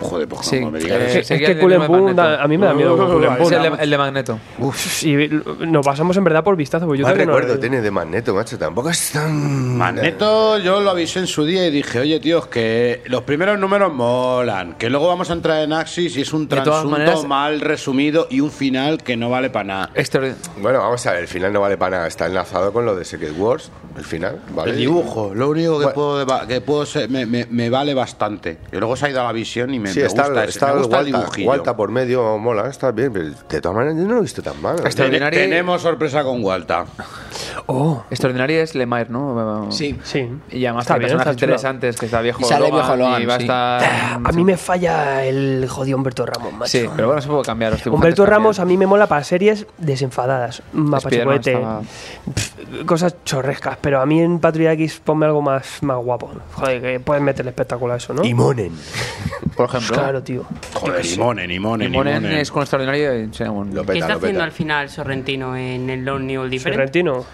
[SPEAKER 4] Joder, pues
[SPEAKER 5] Sí.
[SPEAKER 4] no me digas eso.
[SPEAKER 1] Es
[SPEAKER 5] sería
[SPEAKER 1] que
[SPEAKER 5] el
[SPEAKER 1] Cullen
[SPEAKER 5] mismo de
[SPEAKER 1] Boom, da-
[SPEAKER 5] Magneto.
[SPEAKER 1] a mí me da miedo. con Cullen
[SPEAKER 5] Es el,
[SPEAKER 1] Boom.
[SPEAKER 5] de- el de Magneto.
[SPEAKER 1] Uf, y l- nos basamos en verdad por vistazo. porque Yo
[SPEAKER 3] Mal
[SPEAKER 1] todavía no-
[SPEAKER 3] recuerdo tiene de Magneto, macho. Tampoco es tan.
[SPEAKER 4] Magneto, yo lo avisé en su día y dije, oye, tíos, que los primeros números molan, que luego vamos a entrar en Axis y es un
[SPEAKER 5] De todas
[SPEAKER 4] transunto
[SPEAKER 5] maneras-
[SPEAKER 4] mal resumido y un final que no vale para nada.
[SPEAKER 5] Extraordin-
[SPEAKER 3] Bueno, vamos a ver, el final no vale para nada. Está enlazado con lo de Secret Wars. El final, ¿vale?
[SPEAKER 4] El dibujo, lo único que
[SPEAKER 3] Bueno.
[SPEAKER 4] puedo, deba- que puedo ser- me, me- me vale bastante. Y luego se ha ido a la visión y me,
[SPEAKER 3] Sí,
[SPEAKER 4] me
[SPEAKER 3] está,
[SPEAKER 4] gusta, ese-
[SPEAKER 3] está
[SPEAKER 4] me gusta el
[SPEAKER 3] Walta-
[SPEAKER 4] dibujillo.
[SPEAKER 3] Walta por medio, mola, está bien, pero de todas maneras yo no lo he visto tan mal.
[SPEAKER 5] Está-
[SPEAKER 4] Tene-
[SPEAKER 5] Extraordinario.
[SPEAKER 4] Tenemos sorpresa con Walta.
[SPEAKER 1] Oh,
[SPEAKER 5] Extraordinario es Lemire, ¿no?
[SPEAKER 6] Sí.
[SPEAKER 1] sí.
[SPEAKER 5] Y además
[SPEAKER 1] Está
[SPEAKER 5] hay
[SPEAKER 1] bien,
[SPEAKER 5] personajes
[SPEAKER 1] está chulo.
[SPEAKER 5] interesantes que está viejo
[SPEAKER 6] Y sale viejo Logan,
[SPEAKER 5] y va a
[SPEAKER 6] sí.
[SPEAKER 5] estar...
[SPEAKER 1] A mí me falla el jodido Humberto Ramos, Ah, macho.
[SPEAKER 5] Sí, pero bueno, se puede cambiar. los dibujantes
[SPEAKER 1] Humberto
[SPEAKER 5] cambian.
[SPEAKER 1] Ramos a mí me mola para series desenfadadas. Mapache
[SPEAKER 5] Spiderman
[SPEAKER 1] cohete,
[SPEAKER 5] estaba-
[SPEAKER 1] pf, cosas chorrescas. Pero a mí en Patrulla X ponme algo más, más guapo. Joder, que puedes meter espectacular a eso, ¿no? Pues
[SPEAKER 3] Monen.
[SPEAKER 5] por ejemplo.
[SPEAKER 1] Claro, eh. tío.
[SPEAKER 4] Joder, Nimone, Nimone,
[SPEAKER 5] Limonen
[SPEAKER 4] Nimone.
[SPEAKER 5] es con extraordinario y será un-
[SPEAKER 3] Lo
[SPEAKER 7] ¿Qué
[SPEAKER 3] peta,
[SPEAKER 7] está
[SPEAKER 3] lo
[SPEAKER 7] haciendo
[SPEAKER 3] peta.
[SPEAKER 7] al final Sorrentino en el Long New Old Different?
[SPEAKER 1] Sorrentino.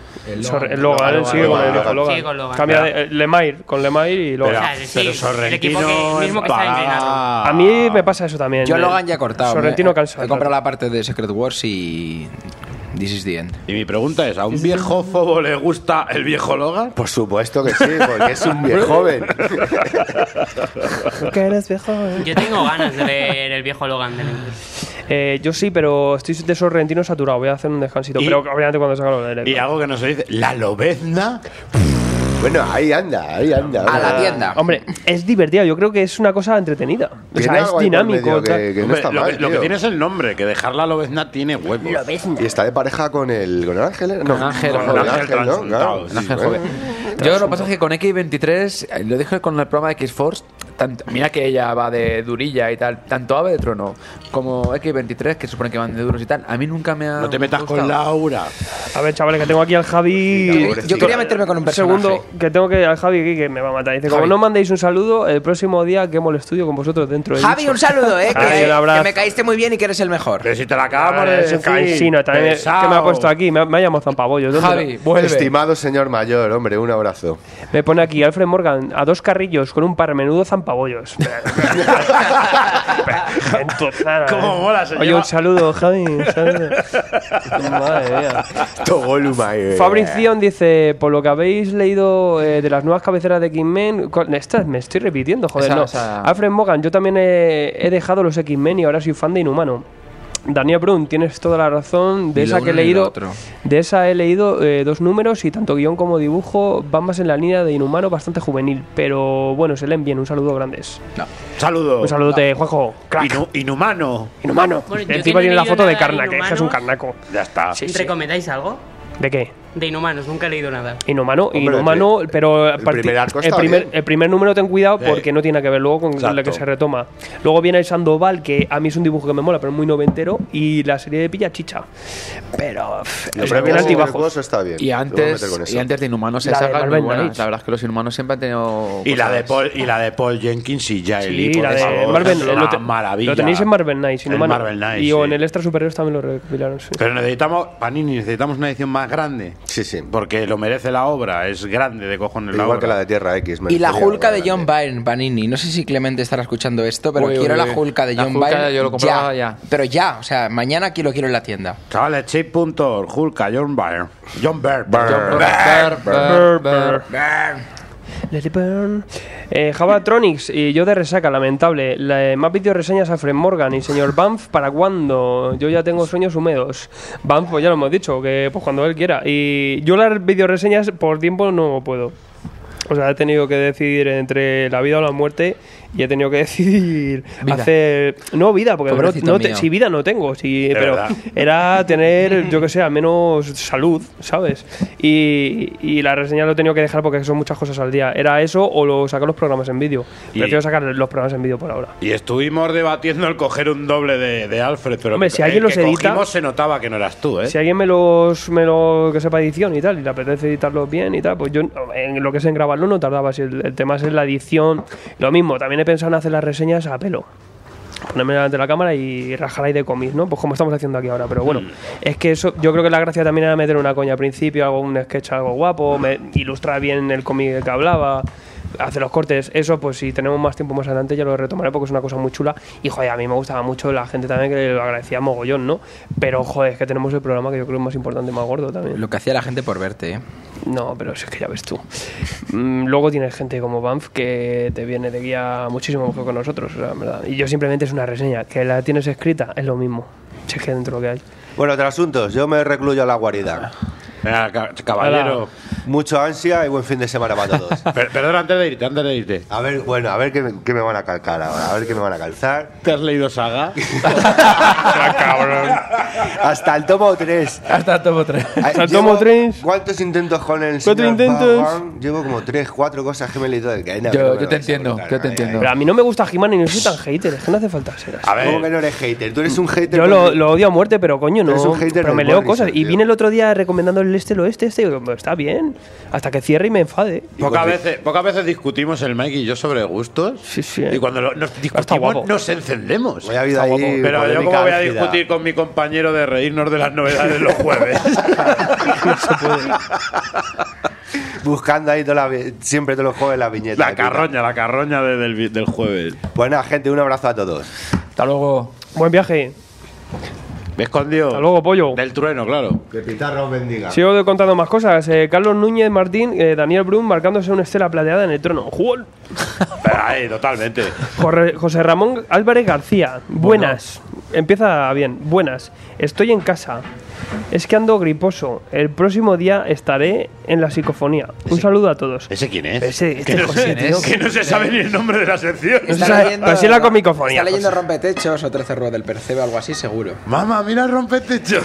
[SPEAKER 1] Sorre- El Logan, él sigue con el
[SPEAKER 4] Logan.
[SPEAKER 1] Logan.
[SPEAKER 7] Sigue con Logan.
[SPEAKER 1] Cambia de eh, Lemire, con Lemire y
[SPEAKER 4] Pero,
[SPEAKER 1] Logan.
[SPEAKER 7] O sea, sí,
[SPEAKER 4] pero
[SPEAKER 7] el equipo
[SPEAKER 4] Sorrentino
[SPEAKER 7] que- mismo que está
[SPEAKER 4] empalada.
[SPEAKER 7] entrenando.
[SPEAKER 1] a mí me pasa eso también.
[SPEAKER 6] Yo
[SPEAKER 1] eh,
[SPEAKER 6] Logan ya he cortado. me-
[SPEAKER 1] Sorrentino cansa.
[SPEAKER 6] He comprado la parte de Secret Wars y. This is the end.
[SPEAKER 4] Y mi pregunta es, ¿a un viejo fobo le gusta el viejo Logan?
[SPEAKER 3] Por supuesto que sí, porque es un viejo joven.
[SPEAKER 1] Que eres viejo, eh.
[SPEAKER 7] Yo tengo ganas de ver el viejo Logan de Link.
[SPEAKER 1] Eh, yo sí, pero estoy de Sorrentino saturado. Voy a hacer un descansito.
[SPEAKER 4] Y-
[SPEAKER 1] Pero obviamente cuando salga lo leeré.
[SPEAKER 4] Y
[SPEAKER 1] claro.
[SPEAKER 4] algo que no se dice, la lobezna.
[SPEAKER 3] bueno, ahí anda, ahí anda.
[SPEAKER 6] A la tienda.
[SPEAKER 1] Hombre, es divertido. Yo creo que es una cosa entretenida. O
[SPEAKER 3] Tiene
[SPEAKER 1] sea,
[SPEAKER 3] algo
[SPEAKER 1] es
[SPEAKER 3] ahí por medio
[SPEAKER 1] dinámico. tal.
[SPEAKER 3] que, que no
[SPEAKER 4] Hombre,
[SPEAKER 3] está
[SPEAKER 4] lo,
[SPEAKER 3] mal,
[SPEAKER 4] que, lo que
[SPEAKER 3] tío.
[SPEAKER 4] tiene es el nombre, que dejar la lobezna tiene huevos.
[SPEAKER 3] Y está de pareja con el con el ángel, ¿eh? no,
[SPEAKER 5] Con Ángel,
[SPEAKER 3] con
[SPEAKER 5] joven.
[SPEAKER 3] el ángel, ¿no?
[SPEAKER 4] Ángel
[SPEAKER 3] Claro,
[SPEAKER 4] transmutado,
[SPEAKER 3] sí,
[SPEAKER 5] Ángel
[SPEAKER 3] bueno.
[SPEAKER 5] joven.
[SPEAKER 1] ¿eh?
[SPEAKER 5] Yo lo que pasa es que con X23, eh, lo dije con el programa de X-Force, tanto- mira que ella va de durilla y tal, tanto Ave de Trono como X23, que supone que van de duros y tal, a mí nunca me ha
[SPEAKER 4] No te metas con
[SPEAKER 5] gustado.
[SPEAKER 4] Laura.
[SPEAKER 1] A ver, chavales, que tengo aquí al Javi.
[SPEAKER 3] Pobrecito.
[SPEAKER 6] Yo quería meterme con un
[SPEAKER 1] Un
[SPEAKER 6] personaje.
[SPEAKER 1] segundo, que tengo que al Javi aquí que me va a matar. Dice, como
[SPEAKER 5] Javi.
[SPEAKER 1] no mandéis un saludo, el próximo día quemo el estudio con vosotros dentro. he
[SPEAKER 6] Javi,
[SPEAKER 1] dicho.
[SPEAKER 6] un saludo, eh. Que,
[SPEAKER 1] Ay, un abrazo.
[SPEAKER 6] que me caíste muy bien y que eres el mejor.
[SPEAKER 4] Pero si te la acabamos
[SPEAKER 1] Ah,
[SPEAKER 4] de
[SPEAKER 1] Es
[SPEAKER 4] decir.
[SPEAKER 1] un cansino también. es-
[SPEAKER 4] pesao.
[SPEAKER 1] Que me ha puesto aquí, me ha, me ha llamado Zampabollos. ¿dónde
[SPEAKER 5] Javi,
[SPEAKER 1] lo-
[SPEAKER 5] vuelve.
[SPEAKER 3] Estimado señor mayor, hombre, un abrazo.
[SPEAKER 1] Me pone aquí Alfred Morgan a dos carrillos con un par menudo Zampabollos. Entonada,
[SPEAKER 4] Cómo
[SPEAKER 1] eh.
[SPEAKER 4] mola, se
[SPEAKER 1] Oye,
[SPEAKER 4] lleva-
[SPEAKER 1] un saludo, Javi. un saludo. Madre mía.
[SPEAKER 3] Togolumay.
[SPEAKER 1] Fabrición dice, por lo que habéis leído eh, de las nuevas cabeceras de X-Men, ¿cuál- estas me estoy repitiendo, joder,
[SPEAKER 5] Esa-
[SPEAKER 1] no.
[SPEAKER 5] esa-
[SPEAKER 1] Alfred Morgan, yo también he, he dejado los X-Men y ahora soy fan de Inhumano. Daniel Brun, tienes toda la razón. De
[SPEAKER 6] Ni lo
[SPEAKER 1] esa que he
[SPEAKER 6] uno ni lo
[SPEAKER 1] leído,
[SPEAKER 6] otro.
[SPEAKER 1] de esa he leído eh, dos números y tanto guión como dibujo van más en la línea de Inhumano, bastante juvenil. Pero bueno, se leen bien. Un saludo grandes.
[SPEAKER 4] Saludo.
[SPEAKER 1] Un saludote, Juanjo. Crack.
[SPEAKER 4] Inu- inhumano.
[SPEAKER 1] Inhumano.
[SPEAKER 7] Bueno, yo que no
[SPEAKER 1] Encima
[SPEAKER 7] he
[SPEAKER 1] tiene la
[SPEAKER 7] leído
[SPEAKER 1] foto de
[SPEAKER 7] nada de
[SPEAKER 1] Karnak, que es un
[SPEAKER 7] Inhumanos.
[SPEAKER 1] carnaco.
[SPEAKER 4] Ya está.
[SPEAKER 1] Sí, sí.
[SPEAKER 7] ¿Recomendáis algo?
[SPEAKER 1] ¿De qué?
[SPEAKER 7] De Inhumanos, nunca he leído nada.
[SPEAKER 1] Inhumano,
[SPEAKER 3] Hombre,
[SPEAKER 1] inhumano, pero a
[SPEAKER 3] el
[SPEAKER 1] partir-
[SPEAKER 3] primer arco
[SPEAKER 1] el
[SPEAKER 3] está
[SPEAKER 1] primer-
[SPEAKER 3] bien.
[SPEAKER 1] el primer número ten cuidado porque no tiene que ver luego con la
[SPEAKER 4] Exacto.
[SPEAKER 1] que se retoma. Luego viene el Sandoval, que a mí es un dibujo que me mola, pero es muy noventero, y la serie de Pilla Chicha. Pero pff,
[SPEAKER 3] Lo
[SPEAKER 1] es
[SPEAKER 3] previo
[SPEAKER 1] bien
[SPEAKER 3] a Secret
[SPEAKER 1] altibajos.
[SPEAKER 3] Wars está bien.
[SPEAKER 5] Y
[SPEAKER 3] Lo voy a meter
[SPEAKER 5] antes,
[SPEAKER 3] con eso.
[SPEAKER 5] y antes de Inhumanos,
[SPEAKER 1] La
[SPEAKER 5] esa
[SPEAKER 1] de
[SPEAKER 5] saga es muy
[SPEAKER 1] Marvel
[SPEAKER 5] buena.
[SPEAKER 1] Knights.
[SPEAKER 5] La verdad es que los Inhumanos siempre han tenido.
[SPEAKER 4] Y la,
[SPEAKER 5] cosas-
[SPEAKER 4] de Paul, y la de Paul Jenkins y ya
[SPEAKER 1] Sí, la de Marvel, lo, te-
[SPEAKER 4] maravilla.
[SPEAKER 1] lo tenéis en Marvel Knights,
[SPEAKER 4] En
[SPEAKER 1] Inhumano.
[SPEAKER 4] Marvel Knights,
[SPEAKER 1] y o
[SPEAKER 4] sí.
[SPEAKER 1] en el Extra Superhéroes también lo recopilaron. sí.
[SPEAKER 4] Pero necesitamos, Panini, necesitamos una edición más grande.
[SPEAKER 3] Sí, sí.
[SPEAKER 4] Porque lo merece la obra, es grande de cojones la
[SPEAKER 3] Igual
[SPEAKER 4] obra.
[SPEAKER 3] que la de Tierra X. me
[SPEAKER 6] Y la
[SPEAKER 3] gustaría
[SPEAKER 6] Julka de
[SPEAKER 3] verdaderamente.
[SPEAKER 6] John Byrne, Panini. No sé si Clemente estará escuchando esto, pero
[SPEAKER 5] Uy,
[SPEAKER 6] quiero
[SPEAKER 5] uy,
[SPEAKER 6] la
[SPEAKER 5] uy.
[SPEAKER 6] Julka de
[SPEAKER 5] La
[SPEAKER 6] John
[SPEAKER 5] Hulka
[SPEAKER 6] Byrne.
[SPEAKER 5] yo lo compraba ya.
[SPEAKER 6] Pero ya, o sea, mañana aquí lo quiero en la tienda.
[SPEAKER 4] Chavales, chip.org, Julka, John Byrne. John Byrne.
[SPEAKER 5] John
[SPEAKER 4] John Byrne.
[SPEAKER 5] Burr, Burr, Burr.
[SPEAKER 1] Let it burn. Eh, Javatronics y yo de resaca, lamentable. La- eh, más vídeos reseñas a Fred Morgan y señor Banff, ¿para cuándo? Yo ya tengo sueños húmedos. Banff, pues ya lo hemos dicho, que pues cuando él quiera. Y yo las vídeos reseñas por tiempo no puedo. O sea, he tenido que decidir entre la vida o la muerte y he tenido que decidir
[SPEAKER 5] Vida.
[SPEAKER 1] hacer no vida porque no-
[SPEAKER 5] Pobrecito
[SPEAKER 1] no te-
[SPEAKER 5] mío.
[SPEAKER 1] si vida no tengo si,
[SPEAKER 4] De
[SPEAKER 1] pero
[SPEAKER 4] verdad.
[SPEAKER 1] era tener yo que sé al menos salud sabes y, y la reseña lo he tenido que dejar porque son muchas cosas al día era eso o lo sacar los programas en vídeo
[SPEAKER 4] Y-
[SPEAKER 1] prefiero sacar los programas en vídeo por ahora
[SPEAKER 4] Y estuvimos debatiendo el coger un doble de, de Alfred, pero
[SPEAKER 1] Hombre,
[SPEAKER 4] que-
[SPEAKER 1] si alguien
[SPEAKER 4] el que
[SPEAKER 1] los edita-
[SPEAKER 4] cogimos se notaba que no eras tú, ¿eh?
[SPEAKER 1] Si alguien me los me lo que sepa edición y tal, y le apetece editarlos bien y tal, pues yo en lo que es en grabarlo no tardaba. Si el, el tema es en la edición, lo mismo, también he pensado en hacer las reseñas a pelo. Ponerme delante de la cámara y rajar ahí de cómics, ¿no? Pues como estamos haciendo aquí ahora. Pero bueno, es que eso, yo creo que la gracia también era meter una coña al principio, algo, un sketch, algo guapo, me- ilustrar bien el cómic del que hablaba, hacer los cortes. Eso, pues si tenemos más tiempo más adelante, ya lo retomaré porque es una cosa muy chula. Y joder, a mí me gustaba mucho la gente también que lo agradecía mogollón, ¿no? Pero joder, es que tenemos el programa que yo creo es más importante, más gordo también.
[SPEAKER 6] Lo que hacía la gente por verte, ¿eh?
[SPEAKER 1] No, pero si es que ya ves tú. Mm, Luego tienes gente como Banff que te viene de guía muchísimo mejor con nosotros, o sea, en verdad. Y yo simplemente es una reseña, que la tienes escrita, es lo mismo. Si es que dentro lo que hay.
[SPEAKER 3] Bueno, otros asuntos. Yo me recluyo a la guarida.
[SPEAKER 4] Venga, ca- caballero.
[SPEAKER 3] Mucho ansia y buen fin de semana para todos.
[SPEAKER 4] Per- perdón, antes de irte, antes de irte.
[SPEAKER 3] A ver, bueno, a ver qué, me- qué me van a calcar ahora, a ver qué me van a calzar.
[SPEAKER 4] ¿Te has leído Saga?
[SPEAKER 3] Hasta el tomo 3.
[SPEAKER 5] Hasta el tomo 3.
[SPEAKER 1] Hasta el tomo tres.
[SPEAKER 3] ¿Cuántos intentos con el
[SPEAKER 1] Cuatro
[SPEAKER 3] señor
[SPEAKER 1] intentos.
[SPEAKER 3] Bhagwan? Llevo como 3, 4 cosas que me he leído del que no,
[SPEAKER 5] Yo-
[SPEAKER 3] no me
[SPEAKER 5] yo
[SPEAKER 3] lo
[SPEAKER 5] te
[SPEAKER 3] vais a
[SPEAKER 5] entiendo, yo
[SPEAKER 3] contar,
[SPEAKER 5] te
[SPEAKER 3] ay, ay,
[SPEAKER 5] entiendo.
[SPEAKER 1] Pero a mí no me gusta He-Man y no soy tan hater, es que no hace falta ser así.
[SPEAKER 4] A
[SPEAKER 3] ¿Cómo que
[SPEAKER 4] ver,
[SPEAKER 3] no eres hater? Tú eres un hater.
[SPEAKER 1] Yo lo,
[SPEAKER 3] porque-
[SPEAKER 1] lo odio a muerte, pero coño, no.
[SPEAKER 3] Eres un hater
[SPEAKER 1] Pero
[SPEAKER 3] del
[SPEAKER 1] me leo
[SPEAKER 3] Morrison,
[SPEAKER 1] cosas. Y
[SPEAKER 3] tío.
[SPEAKER 1] vine el otro día recomendando el este, lo este, este. Y digo, "Pues está bien. Hasta que cierre y me enfade.
[SPEAKER 4] pocas veces, pocas veces discutimos el Mike y yo sobre gustos.
[SPEAKER 1] Sí, sí. eh.
[SPEAKER 4] Y cuando lo- nos
[SPEAKER 1] guapo.
[SPEAKER 4] discutimos, nos encendemos.
[SPEAKER 3] Voy a habido
[SPEAKER 1] Está
[SPEAKER 3] ahí.
[SPEAKER 1] guapo.
[SPEAKER 4] Pero yo,
[SPEAKER 3] polémica
[SPEAKER 4] ¿cómo voy a
[SPEAKER 3] álgida.
[SPEAKER 4] discutir con mi compañero de reírnos de las novedades los jueves?
[SPEAKER 3] Buscando ahí toda la vi- siempre todos los jueves la viñeta.
[SPEAKER 4] la
[SPEAKER 3] Aquí.
[SPEAKER 4] carroña, la carroña de- del, vi- del jueves.
[SPEAKER 3] Bueno, gente, un abrazo a todos.
[SPEAKER 5] Hasta luego.
[SPEAKER 1] Buen viaje.
[SPEAKER 4] Me escondió.
[SPEAKER 1] Hasta luego, pollo.
[SPEAKER 4] Del trueno, claro.
[SPEAKER 3] Que Pitarra os bendiga.
[SPEAKER 1] Sigo contando más cosas. Eh, Carlos Núñez Martín, eh, Daniel Brum marcándose una estela plateada en el trono. Jugón.
[SPEAKER 4] Pero ahí, totalmente.
[SPEAKER 1] Jorge- José Ramón Álvarez García. Buenas. Empieza bien. Buenas. Estoy en casa. Es que ando griposo. El próximo día estaré en la psicofonía. Un saludo a todos.
[SPEAKER 4] ¿Ese quién es?
[SPEAKER 1] Ese,
[SPEAKER 4] que,
[SPEAKER 1] este
[SPEAKER 4] no
[SPEAKER 1] José,
[SPEAKER 4] se,
[SPEAKER 1] tío.
[SPEAKER 4] que no se sabe ni el nombre de la sección.
[SPEAKER 1] Está Esa- pero Pues sí la comicofonía,
[SPEAKER 6] Está leyendo
[SPEAKER 1] José.
[SPEAKER 6] Rompetechos o Trece Ruedas del Percebe o algo así, seguro.
[SPEAKER 4] Mamá, mira, rompetecho.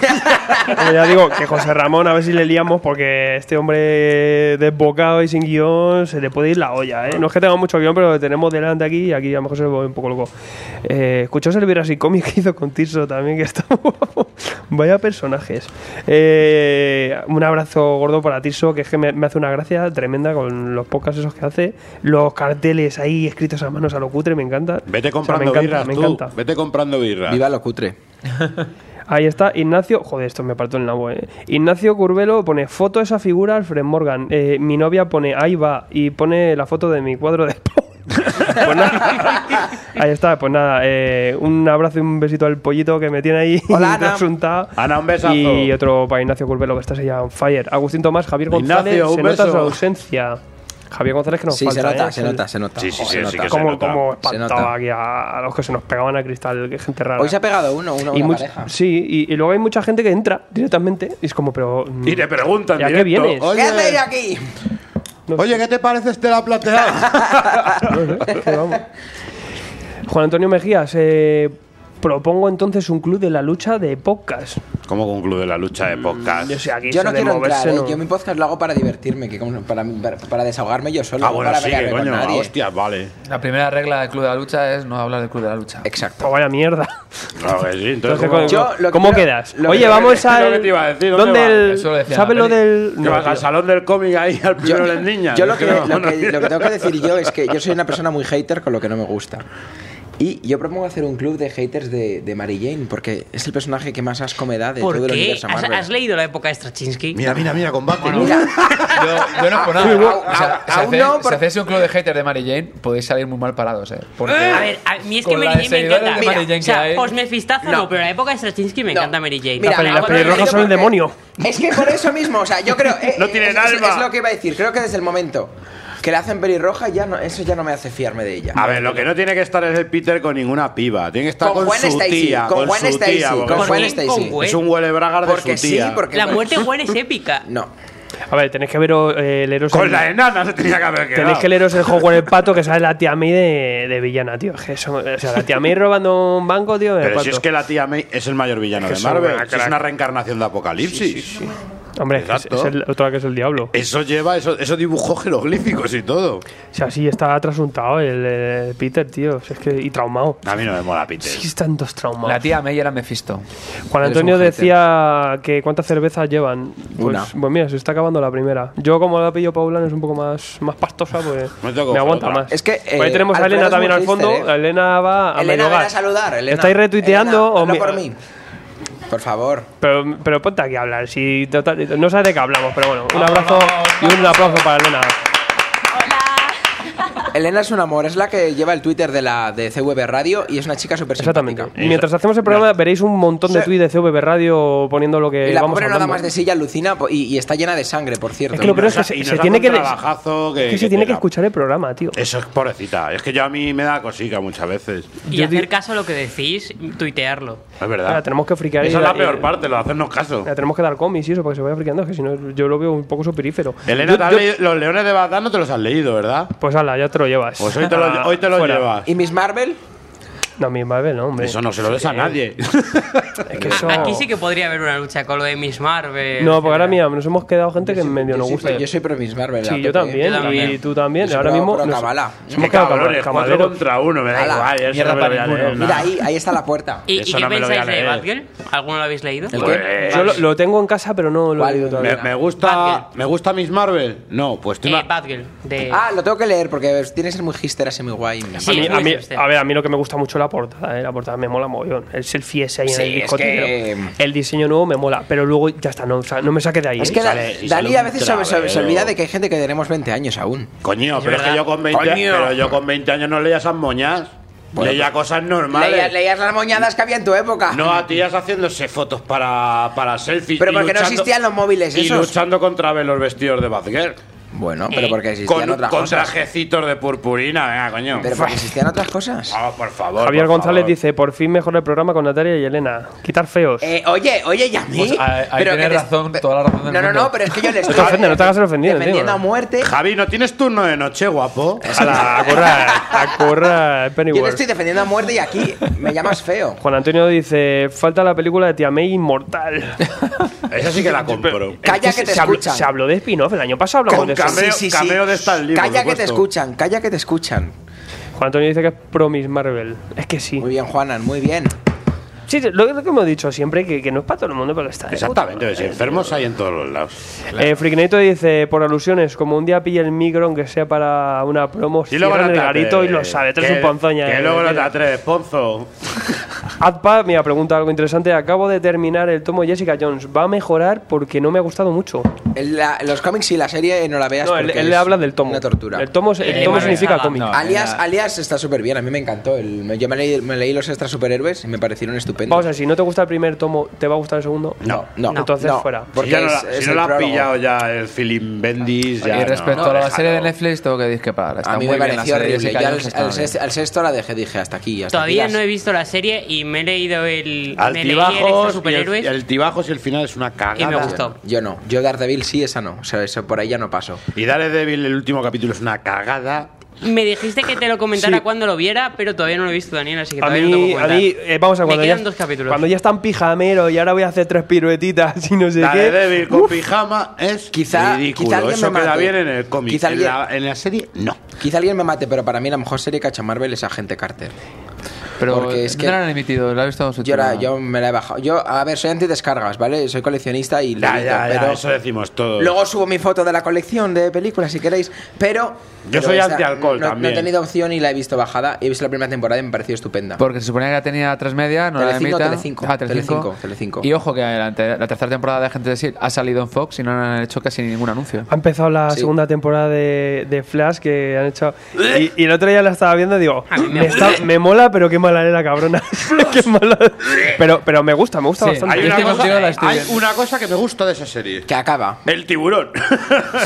[SPEAKER 1] Como ya digo, que José Ramón, a ver si le liamos, porque este hombre desbocado y sin guión se le puede ir la olla, ¿eh? No es que tengamos mucho guión, pero lo tenemos delante aquí y aquí a lo mejor se vuelve un poco loco. Eh, ¿Escuchó el Virasi Comic que hizo con Tirso también, que está guapo? Vaya personajes. Eh, un abrazo gordo para Tirso, que es que me, me hace una gracia tremenda con los podcasts esos que hace. Los carteles ahí escritos a manos a lo cutre, me encanta.
[SPEAKER 4] Vete
[SPEAKER 1] O sea,
[SPEAKER 4] comprando
[SPEAKER 1] me encanta,
[SPEAKER 4] birras,
[SPEAKER 1] me
[SPEAKER 4] tú.
[SPEAKER 1] encanta.
[SPEAKER 4] Vete comprando birras.
[SPEAKER 6] Viva lo cutre.
[SPEAKER 1] Ahí está, Ignacio. Joder, esto me parto en la web. Ignacio Curvelo pone foto de esa figura Alfred Morgan. Eh, mi novia pone ahí va y pone la foto de mi cuadro de. Pues nada. Ahí está, pues nada. eh, un abrazo y un besito al pollito que me tiene ahí
[SPEAKER 6] Hola, Ana.
[SPEAKER 1] asuntado.
[SPEAKER 4] Ana, un besazo.
[SPEAKER 1] Y otro para Ignacio Curvelo que estás allá on fire. Agustín Tomás, Javier
[SPEAKER 4] Ignacio,
[SPEAKER 1] González,
[SPEAKER 4] un
[SPEAKER 1] se nota
[SPEAKER 4] beso.
[SPEAKER 1] su ausencia. Javier González que nos
[SPEAKER 6] Sí,
[SPEAKER 1] falta.
[SPEAKER 6] se nota,
[SPEAKER 1] ¿eh?
[SPEAKER 6] se nota, se nota.
[SPEAKER 4] Sí, sí, sí,
[SPEAKER 6] se
[SPEAKER 4] sí
[SPEAKER 6] nota.
[SPEAKER 4] que se
[SPEAKER 1] Como,
[SPEAKER 4] nota.
[SPEAKER 1] como
[SPEAKER 6] Se
[SPEAKER 1] espantaba
[SPEAKER 6] nota.
[SPEAKER 1] aquí a, a los que se nos pegaban a cristal, que gente rara.
[SPEAKER 6] Hoy se ha pegado uno, una,
[SPEAKER 1] Y
[SPEAKER 6] una
[SPEAKER 1] much-
[SPEAKER 6] pareja.
[SPEAKER 1] sí, y, y luego hay mucha gente que entra directamente y es como, pero. mm,
[SPEAKER 4] Y te preguntan
[SPEAKER 1] ¿Ya qué
[SPEAKER 4] directo,
[SPEAKER 1] vienes?
[SPEAKER 4] Oye,
[SPEAKER 6] ¿Qué hacéis aquí?
[SPEAKER 1] No sé,
[SPEAKER 4] oye, ¿qué te parece Estela Plateada?
[SPEAKER 1] no sé, es que vamos. Juan Antonio Mejías, eh, propongo entonces un club de la lucha de podcast.
[SPEAKER 4] ¿Cómo concluye la lucha de podcast?
[SPEAKER 1] Yo sé, aquí
[SPEAKER 6] Yo
[SPEAKER 1] eso
[SPEAKER 6] no
[SPEAKER 1] de
[SPEAKER 6] quiero
[SPEAKER 1] moverse
[SPEAKER 6] entrar, ¿eh?
[SPEAKER 1] no-
[SPEAKER 6] yo mi podcast lo hago para divertirme, que como- para, para, para desahogarme yo solo,
[SPEAKER 4] ah,
[SPEAKER 6] no
[SPEAKER 4] bueno,
[SPEAKER 6] para
[SPEAKER 4] sí, que
[SPEAKER 6] pelearme
[SPEAKER 4] coño,
[SPEAKER 6] con nadie.
[SPEAKER 4] hostia, vale.
[SPEAKER 5] La primera regla del Club de la Lucha es no hablar del Club de la Lucha.
[SPEAKER 6] Exacto.
[SPEAKER 1] Pues vaya mierda.
[SPEAKER 4] Claro que sí, entonces,
[SPEAKER 1] Entonces,
[SPEAKER 4] ¿cómo-
[SPEAKER 1] ¿cómo,
[SPEAKER 6] Yo lo que
[SPEAKER 1] cómo
[SPEAKER 6] quiero-
[SPEAKER 1] quedas?
[SPEAKER 6] lo que
[SPEAKER 1] Oye,
[SPEAKER 6] te-
[SPEAKER 1] vamos
[SPEAKER 4] es lo
[SPEAKER 1] al.
[SPEAKER 4] que te iba a decir, ¿dónde
[SPEAKER 1] ¿Dónde
[SPEAKER 4] va?
[SPEAKER 1] el.
[SPEAKER 5] Eso lo decía en
[SPEAKER 1] ¿Sabes
[SPEAKER 5] la
[SPEAKER 1] lo
[SPEAKER 5] peli.
[SPEAKER 1] del.?
[SPEAKER 4] ¿Qué
[SPEAKER 1] no,
[SPEAKER 4] vas al
[SPEAKER 1] tío.
[SPEAKER 4] salón del cómic ahí al primero las niñas?
[SPEAKER 6] yo lo que,
[SPEAKER 4] no,
[SPEAKER 6] lo,
[SPEAKER 4] no,
[SPEAKER 6] que, lo que tengo que decir yo es que yo soy una persona muy hater con lo que no me gusta. Y yo propongo hacer un club de haters de, de Mary Jane, porque es el personaje que más asco me da de todo
[SPEAKER 7] ¿Por
[SPEAKER 6] el
[SPEAKER 7] qué?
[SPEAKER 6] universo
[SPEAKER 7] ¿Has,
[SPEAKER 6] Marvel.
[SPEAKER 7] has leído la época de Straczynski?
[SPEAKER 4] Mira, mira, mira, combate.
[SPEAKER 6] Mira,
[SPEAKER 5] Yo, yo no por nada.
[SPEAKER 6] Sí, bueno.
[SPEAKER 5] O sea, si,
[SPEAKER 6] Aún
[SPEAKER 5] hacéis,
[SPEAKER 6] no,
[SPEAKER 5] si
[SPEAKER 6] por-
[SPEAKER 5] hacéis un club de haters de Mary Jane, podéis salir muy mal parados, ¿eh? Porque
[SPEAKER 7] A ver, a mí es que
[SPEAKER 5] con
[SPEAKER 7] Mary
[SPEAKER 5] la
[SPEAKER 7] Jane me
[SPEAKER 5] seguidora
[SPEAKER 7] encanta.
[SPEAKER 5] de Mary Jane
[SPEAKER 7] o
[SPEAKER 5] que
[SPEAKER 7] sea,
[SPEAKER 5] hay-
[SPEAKER 7] posmefistazo no.
[SPEAKER 6] No.
[SPEAKER 7] pero la época de Straczynski me
[SPEAKER 6] No.
[SPEAKER 7] encanta Mary Jane.
[SPEAKER 6] Mira,
[SPEAKER 1] Las peli-
[SPEAKER 6] no,
[SPEAKER 1] las
[SPEAKER 6] bueno,
[SPEAKER 1] pelirrojas
[SPEAKER 6] yo
[SPEAKER 1] son el
[SPEAKER 6] porque-
[SPEAKER 1] demonio.
[SPEAKER 6] Es que por eso mismo, o sea, yo creo. eh,
[SPEAKER 4] No
[SPEAKER 6] eh,
[SPEAKER 4] tienen
[SPEAKER 6] es, es-
[SPEAKER 4] alma.
[SPEAKER 6] Es, lo que iba a decir. Creo que desde el momento que le hacen pelirroja, ya no, eso ya no me hace fiarme de ella.
[SPEAKER 4] A ver, lo que no tiene que estar es el Peter con ninguna piba. Tiene que estar con,
[SPEAKER 6] Con Gwen
[SPEAKER 4] su
[SPEAKER 6] Stacy,
[SPEAKER 4] tía.
[SPEAKER 6] con Gwen
[SPEAKER 4] su
[SPEAKER 6] Stacy,
[SPEAKER 4] tía, porque
[SPEAKER 6] con
[SPEAKER 4] es
[SPEAKER 6] Gwen
[SPEAKER 4] un-
[SPEAKER 6] Stacy.
[SPEAKER 7] Con Gwen.
[SPEAKER 4] Es un huele bragas de
[SPEAKER 6] Porque
[SPEAKER 4] su
[SPEAKER 6] sí,
[SPEAKER 4] tía.
[SPEAKER 6] porque-
[SPEAKER 7] La muerte de Gwen es épica.
[SPEAKER 6] No.
[SPEAKER 1] A A ver, tenéis que veros, eh, leeros.
[SPEAKER 4] Con
[SPEAKER 1] el-
[SPEAKER 4] la enana se tenía que haber quedado.
[SPEAKER 1] Tenéis que leeros el Hogwarts el pato que sale la tía May de, de villana, tío. Es que eso- o sea, la tía May robando un banco, tío. el
[SPEAKER 4] Pero si
[SPEAKER 1] pato.
[SPEAKER 4] es que la tía May es el mayor
[SPEAKER 1] Es
[SPEAKER 4] villano
[SPEAKER 1] que
[SPEAKER 4] de
[SPEAKER 1] es una
[SPEAKER 4] Marvel.
[SPEAKER 1] crack.
[SPEAKER 4] si es una reencarnación de Apocalipsis.
[SPEAKER 1] Hombre, es, que es-
[SPEAKER 4] Exacto. Eh.
[SPEAKER 1] es el, otra que es el diablo.
[SPEAKER 4] Eso lleva, eso, eso dibujó jeroglíficos y todo.
[SPEAKER 1] O sea, sí, está trasuntado el, eh, Peter, tío. O sea, es que, y traumado.
[SPEAKER 4] A mí no me mola Peter.
[SPEAKER 1] Sí, están dos traumados.
[SPEAKER 5] La tía May era Mephisto.
[SPEAKER 1] Juan
[SPEAKER 5] Eres
[SPEAKER 1] Antonio
[SPEAKER 5] un hater.
[SPEAKER 1] decía que cuántas cervezas llevan. Pues,
[SPEAKER 5] Una.
[SPEAKER 1] pues mira, se está acabando la primera. Yo, como la pillo Paulán, es un poco más, más pastosa, pues
[SPEAKER 4] Me
[SPEAKER 1] me,
[SPEAKER 4] tengo que coger
[SPEAKER 1] aguanta
[SPEAKER 4] otra.
[SPEAKER 1] más.
[SPEAKER 6] Es que,
[SPEAKER 1] Pues ahí
[SPEAKER 6] eh,
[SPEAKER 1] tenemos a
[SPEAKER 6] Alfredo
[SPEAKER 1] Elena
[SPEAKER 6] es
[SPEAKER 1] también
[SPEAKER 6] muy
[SPEAKER 1] al fondo.
[SPEAKER 6] triste, ¿eh?
[SPEAKER 1] Elena
[SPEAKER 4] Ah,
[SPEAKER 1] va a
[SPEAKER 6] Elena, ven
[SPEAKER 1] merogar.
[SPEAKER 6] a saludar, Elena.
[SPEAKER 1] ¿Estáis retuiteando?
[SPEAKER 6] Elena,
[SPEAKER 1] o
[SPEAKER 6] habla
[SPEAKER 1] mi-
[SPEAKER 6] por mí. Por favor.
[SPEAKER 1] Pero, pero ponte aquí a hablar. Si total- no sabes de qué hablamos, pero bueno, un abrazo y un aplauso para Elena.
[SPEAKER 6] Elena es un amor, es la que lleva el Twitter de la de CVB Radio y es una chica súper
[SPEAKER 1] Exactamente.
[SPEAKER 6] simpática.
[SPEAKER 1] Mientras hacemos el programa veréis un montón de
[SPEAKER 6] Sí.
[SPEAKER 1] tweets de CVB Radio poniendo lo que
[SPEAKER 6] Y la
[SPEAKER 1] Eh, vamos
[SPEAKER 6] pobre no da
[SPEAKER 1] hablando.
[SPEAKER 6] más de silla, alucina po- y, y está llena de sangre, por cierto.
[SPEAKER 1] Es que lo peor es que
[SPEAKER 4] nos-
[SPEAKER 1] se,
[SPEAKER 4] y
[SPEAKER 1] se
[SPEAKER 4] nos hace
[SPEAKER 1] tiene
[SPEAKER 4] un
[SPEAKER 1] que,
[SPEAKER 4] trabajazo que-
[SPEAKER 1] es que se
[SPEAKER 4] que
[SPEAKER 1] tiene
[SPEAKER 4] te
[SPEAKER 1] que
[SPEAKER 4] da.
[SPEAKER 1] escuchar el programa, tío.
[SPEAKER 4] Eso es pobrecita. Es que yo a mí me da cosica muchas veces.
[SPEAKER 7] Y
[SPEAKER 1] Yo
[SPEAKER 7] hacer
[SPEAKER 1] di-
[SPEAKER 7] caso a lo que decís, tuitearlo.
[SPEAKER 4] Es
[SPEAKER 1] Ahora
[SPEAKER 4] verdad.
[SPEAKER 1] tenemos que friquear y
[SPEAKER 4] Esa es la
[SPEAKER 1] y-
[SPEAKER 4] peor parte, lo de hacernos caso.
[SPEAKER 1] Ya tenemos que dar cómics y eso para que se vaya friqueando, es que si no yo lo veo un poco sopirífero.
[SPEAKER 4] Elena,
[SPEAKER 1] Yo-
[SPEAKER 4] ¿te has
[SPEAKER 1] yo-
[SPEAKER 4] leído- los leones de Bagdad no te los has leído, ¿verdad?
[SPEAKER 1] Pues ala, ya te lo llevas.
[SPEAKER 4] Pues hoy te lo,
[SPEAKER 1] Ah,
[SPEAKER 4] hoy te lo
[SPEAKER 1] fuera.
[SPEAKER 4] llevas.
[SPEAKER 6] ¿Y Miss Marvel?
[SPEAKER 1] No, mi madre, no, hombre.
[SPEAKER 4] Eso no se lo des a nadie.
[SPEAKER 1] Es que
[SPEAKER 7] A-
[SPEAKER 1] eso-
[SPEAKER 7] Aquí sí que podría haber una lucha con lo de Miss Marvel.
[SPEAKER 1] No, porque ahora
[SPEAKER 7] etcétera.
[SPEAKER 1] mira, nos hemos quedado gente que en medio
[SPEAKER 6] yo
[SPEAKER 1] nos
[SPEAKER 6] soy-
[SPEAKER 1] gusta.
[SPEAKER 6] Yo soy pro Miss Marvel.
[SPEAKER 1] Sí,
[SPEAKER 6] a
[SPEAKER 1] yo
[SPEAKER 6] tope.
[SPEAKER 1] también, y tú también.
[SPEAKER 6] Yo soy
[SPEAKER 1] ahora
[SPEAKER 6] pro-
[SPEAKER 1] mismo
[SPEAKER 6] pro
[SPEAKER 1] nos-
[SPEAKER 6] Kabbalah.
[SPEAKER 1] nos
[SPEAKER 4] Qué
[SPEAKER 1] hemos quedado
[SPEAKER 4] cabrones, cuatro
[SPEAKER 1] camaleros.
[SPEAKER 4] contra uno, me da
[SPEAKER 6] Ala,
[SPEAKER 4] igual. Eso no
[SPEAKER 5] mierda
[SPEAKER 4] me lo voy
[SPEAKER 5] para
[SPEAKER 4] a
[SPEAKER 5] ninguno.
[SPEAKER 4] leer,
[SPEAKER 6] Mira,
[SPEAKER 4] nada.
[SPEAKER 6] ahí, ahí está la puerta.
[SPEAKER 7] ¿Y, y
[SPEAKER 4] Eso
[SPEAKER 7] qué
[SPEAKER 4] no me lo voy a
[SPEAKER 7] pensáis de
[SPEAKER 4] leer.
[SPEAKER 7] Batgirl? ¿Alguno lo habéis leído? Eh,
[SPEAKER 6] ¿El
[SPEAKER 4] Pues,
[SPEAKER 6] qué?
[SPEAKER 1] Yo lo, lo tengo en casa, pero no lo he
[SPEAKER 6] ¿Cuál?
[SPEAKER 1] leído
[SPEAKER 4] me,
[SPEAKER 1] todavía.
[SPEAKER 4] me gusta, me gusta Miss Marvel. No, pues tú
[SPEAKER 7] Eh,
[SPEAKER 4] una-
[SPEAKER 7] Batgirl, de...
[SPEAKER 6] Ah, lo tengo que leer porque tiene que ser muy hipster, así muy guay.
[SPEAKER 1] A
[SPEAKER 7] Sí,
[SPEAKER 1] mí-
[SPEAKER 7] es
[SPEAKER 1] a,
[SPEAKER 7] muy
[SPEAKER 1] mí-
[SPEAKER 7] hipster.
[SPEAKER 1] a ver, a mí lo que me gusta mucho es la portada, ¿eh? la portada me mola mogollón. El selfie ese ahí
[SPEAKER 6] Sí,
[SPEAKER 1] en el
[SPEAKER 6] es
[SPEAKER 1] discotero.
[SPEAKER 6] que-
[SPEAKER 1] El diseño nuevo me mola, pero luego ya está, no, o sea, no me saque de ahí.
[SPEAKER 6] Es
[SPEAKER 1] ¿eh?
[SPEAKER 6] que
[SPEAKER 4] sale-
[SPEAKER 6] Da-
[SPEAKER 4] y sale
[SPEAKER 6] Dalí
[SPEAKER 4] un
[SPEAKER 6] a veces se, se- se
[SPEAKER 4] trapero.
[SPEAKER 6] olvida de que hay gente que tenemos 20 años aún.
[SPEAKER 4] Coño, pero es
[SPEAKER 7] verdad.
[SPEAKER 4] que yo con 20
[SPEAKER 6] Coño.
[SPEAKER 4] pero yo con 20 años no leía esas moñas. leía cosas normales.
[SPEAKER 6] Leías, leías las moñadas que había en tu época.
[SPEAKER 4] eh. No a tías haciéndose fotos para, para selfies.
[SPEAKER 6] Pero
[SPEAKER 4] y
[SPEAKER 6] porque no
[SPEAKER 4] luchando-
[SPEAKER 6] existían los móviles
[SPEAKER 4] Y
[SPEAKER 6] esos.
[SPEAKER 4] luchando contra los vestidos de Batgirl.
[SPEAKER 6] Bueno, pero
[SPEAKER 7] Eh,
[SPEAKER 6] porque existían
[SPEAKER 4] Con,
[SPEAKER 6] otras
[SPEAKER 4] con
[SPEAKER 6] cosas.
[SPEAKER 4] trajecitos de purpurina, venga, coño.
[SPEAKER 6] Pero porque existían otras cosas.
[SPEAKER 4] Ah, por favor.
[SPEAKER 1] Javier
[SPEAKER 4] por
[SPEAKER 1] González
[SPEAKER 4] favor.
[SPEAKER 1] dice, por fin mejora el programa con Natalia y Elena. Quitar feos.
[SPEAKER 6] Eh, oye, oye, y a mí.
[SPEAKER 5] Pues ahí- ahí
[SPEAKER 6] que
[SPEAKER 5] tienes
[SPEAKER 6] les-
[SPEAKER 5] razón, toda la razón del
[SPEAKER 6] No, no,
[SPEAKER 5] mundo.
[SPEAKER 6] no, pero es que yo le estoy.
[SPEAKER 1] te ofendas, no te hagas el ofendido,
[SPEAKER 6] Defendiendo
[SPEAKER 1] tío.
[SPEAKER 6] a muerte.
[SPEAKER 4] Javi, ¿no tienes turno de noche, guapo?
[SPEAKER 1] Ala, a correr, a correr,
[SPEAKER 6] Yo te
[SPEAKER 1] Pennyworth.
[SPEAKER 6] estoy defendiendo a muerte y aquí me llamas feo.
[SPEAKER 1] Juan Antonio dice, falta la película de Tía May Inmortal.
[SPEAKER 4] Esa sí que la compro.
[SPEAKER 6] Calla que te
[SPEAKER 1] se, habló,
[SPEAKER 6] escuchan.
[SPEAKER 1] se habló de spin-off, el año pasado hablamos
[SPEAKER 4] Con
[SPEAKER 1] de eso.
[SPEAKER 4] Cameo- cameo de Stan Lee, por
[SPEAKER 6] Calla que te
[SPEAKER 4] supuesto.
[SPEAKER 6] escuchan, calla que te escuchan.
[SPEAKER 1] Juan Antonio dice que es pro Miss Marvel. Es que sí.
[SPEAKER 6] Muy bien, Juanan, muy bien.
[SPEAKER 1] Sí, lo, lo que hemos dicho siempre, que, que no es para todo el mundo, pero está. de
[SPEAKER 4] Exactamente, ves, enfermos hay en todos los lados.
[SPEAKER 1] puta madre. Eh, Frikineto dice, por alusiones, como un día pille el micro, aunque sea para una promo,
[SPEAKER 4] Y luego
[SPEAKER 1] cierran
[SPEAKER 4] no te
[SPEAKER 1] el garito y
[SPEAKER 4] atreves.
[SPEAKER 1] lo sabe, tres
[SPEAKER 4] Que-
[SPEAKER 1] un ponzoña.
[SPEAKER 4] Que
[SPEAKER 1] eh,
[SPEAKER 4] luego no te
[SPEAKER 1] mira.
[SPEAKER 4] atreves, ponzo.
[SPEAKER 1] Adpa, mira, pregunta algo interesante. Acabo de terminar el tomo Jessica Jones. Va a mejorar porque no me ha gustado mucho.
[SPEAKER 6] El- la- los cómics y la serie no la veas.
[SPEAKER 1] No, él,
[SPEAKER 6] porque
[SPEAKER 1] él
[SPEAKER 6] es
[SPEAKER 1] habla del tomo.
[SPEAKER 6] Una tortura.
[SPEAKER 1] El tomo, el
[SPEAKER 7] Eh,
[SPEAKER 1] tomo
[SPEAKER 7] vale,
[SPEAKER 1] significa
[SPEAKER 7] nada,
[SPEAKER 1] cómic.
[SPEAKER 5] no.
[SPEAKER 6] Alias,
[SPEAKER 5] Era-
[SPEAKER 6] alias está súper bien, a mí me encantó. El- yo me leí, me leí los extra superhéroes y me parecieron estupendos.
[SPEAKER 1] Vamos a ver, si no te gusta el primer tomo, ¿te va a gustar el segundo?
[SPEAKER 4] No.
[SPEAKER 6] no,
[SPEAKER 1] Entonces,
[SPEAKER 6] no,
[SPEAKER 1] fuera.
[SPEAKER 6] Porque
[SPEAKER 4] si ya no
[SPEAKER 6] es-
[SPEAKER 4] la,
[SPEAKER 6] es
[SPEAKER 4] si no
[SPEAKER 6] el
[SPEAKER 4] la has
[SPEAKER 6] prólogo.
[SPEAKER 4] pillado ya el feeling Bendis, ya.
[SPEAKER 5] y
[SPEAKER 4] no,
[SPEAKER 5] respecto
[SPEAKER 4] no,
[SPEAKER 5] a la
[SPEAKER 4] déjalo.
[SPEAKER 5] serie de Netflix, tengo que decir que para. Está
[SPEAKER 6] A mí
[SPEAKER 5] muy
[SPEAKER 6] me
[SPEAKER 5] bien
[SPEAKER 6] pareció
[SPEAKER 5] la serie,
[SPEAKER 6] horrible.
[SPEAKER 5] Jessica
[SPEAKER 6] Yo al,
[SPEAKER 5] Jones está
[SPEAKER 6] al
[SPEAKER 5] muy
[SPEAKER 6] sexto,
[SPEAKER 5] bien.
[SPEAKER 6] al sexto la dejé, dije hasta aquí. hasta aquí
[SPEAKER 7] Todavía
[SPEAKER 6] las-
[SPEAKER 7] no he visto la serie y me he leído el... me leí el extra
[SPEAKER 4] Altibajos, y el,
[SPEAKER 7] superhéroes
[SPEAKER 4] y altibajos y el final es una cagada.
[SPEAKER 7] y me gustó.
[SPEAKER 6] Yo no. Yo Daredevil sí, esa no. O sea, eso por ahí ya no paso.
[SPEAKER 4] Y Daredevil, el último capítulo, es una cagada.
[SPEAKER 7] Me dijiste que te lo comentara
[SPEAKER 1] Sí.
[SPEAKER 7] cuando lo viera, pero todavía no lo he visto, Daniel, así que
[SPEAKER 1] A
[SPEAKER 7] todavía no te
[SPEAKER 1] mí,
[SPEAKER 7] puedo
[SPEAKER 1] a mí
[SPEAKER 7] comentar.
[SPEAKER 1] eh, vamos a
[SPEAKER 7] Me
[SPEAKER 1] cuando
[SPEAKER 7] quedan
[SPEAKER 1] ya,
[SPEAKER 7] dos capítulos.
[SPEAKER 1] cuando ya están pijamero y ahora voy a hacer tres piruetitas y no sé
[SPEAKER 4] Daredevil
[SPEAKER 1] qué.
[SPEAKER 4] con pijama es
[SPEAKER 6] Quizá-
[SPEAKER 4] ridículo.
[SPEAKER 6] quizá alguien
[SPEAKER 4] Eso
[SPEAKER 6] me
[SPEAKER 4] queda
[SPEAKER 6] mate.
[SPEAKER 4] bien en el cómic.
[SPEAKER 6] Quizá
[SPEAKER 4] en,
[SPEAKER 6] alguien-
[SPEAKER 4] la, en la serie, no.
[SPEAKER 6] Quizá alguien me mate, pero para mí la mejor serie que ha hecho Marvel es Agente Carter.
[SPEAKER 5] Pero
[SPEAKER 6] Porque es
[SPEAKER 5] no
[SPEAKER 6] que-
[SPEAKER 5] la han emitido, la he visto en su
[SPEAKER 6] Yo, la-
[SPEAKER 5] channel.
[SPEAKER 6] yo me la he bajado. Yo, a ver, soy antidescargas, ¿vale? Soy coleccionista y
[SPEAKER 4] Ya,
[SPEAKER 6] leído,
[SPEAKER 4] ya, ya,
[SPEAKER 6] pero
[SPEAKER 4] eso decimos todos.
[SPEAKER 6] Luego subo mi foto de la colección de películas si queréis, pero.
[SPEAKER 4] Yo
[SPEAKER 6] pero
[SPEAKER 4] soy
[SPEAKER 6] esta
[SPEAKER 4] anti-alcohol
[SPEAKER 6] no,
[SPEAKER 4] también.
[SPEAKER 6] No he tenido opción y la he visto bajada. He visto la primera temporada y me pareció estupenda.
[SPEAKER 5] Porque se suponía que la tenía tres media, no la
[SPEAKER 6] Ah. Telecinco,
[SPEAKER 5] emita.
[SPEAKER 6] Telecinco.
[SPEAKER 5] Ah, Telecinco.
[SPEAKER 6] Telecinco, Telecinco.
[SPEAKER 5] Y ojo que la, te- la tercera temporada de Agentes de Shield E ha salido en Fox y no han hecho casi ningún anuncio.
[SPEAKER 1] Ha empezado la
[SPEAKER 6] Sí.
[SPEAKER 1] segunda temporada de, de Flash que han hecho. Y, y el otro día la estaba viendo y digo,
[SPEAKER 7] A mí me
[SPEAKER 1] me, está- me mola, pero qué mala era, cabrona. qué mala. Pero, pero me gusta, me gusta
[SPEAKER 5] Sí.
[SPEAKER 1] bastante.
[SPEAKER 5] Yo
[SPEAKER 4] Hay,
[SPEAKER 5] estoy
[SPEAKER 4] una
[SPEAKER 5] contigo, la
[SPEAKER 4] cosa,
[SPEAKER 5] estoy
[SPEAKER 4] hay
[SPEAKER 5] viendo.
[SPEAKER 4] una cosa que me gusta de esa serie.
[SPEAKER 6] Que acaba.
[SPEAKER 4] El tiburón.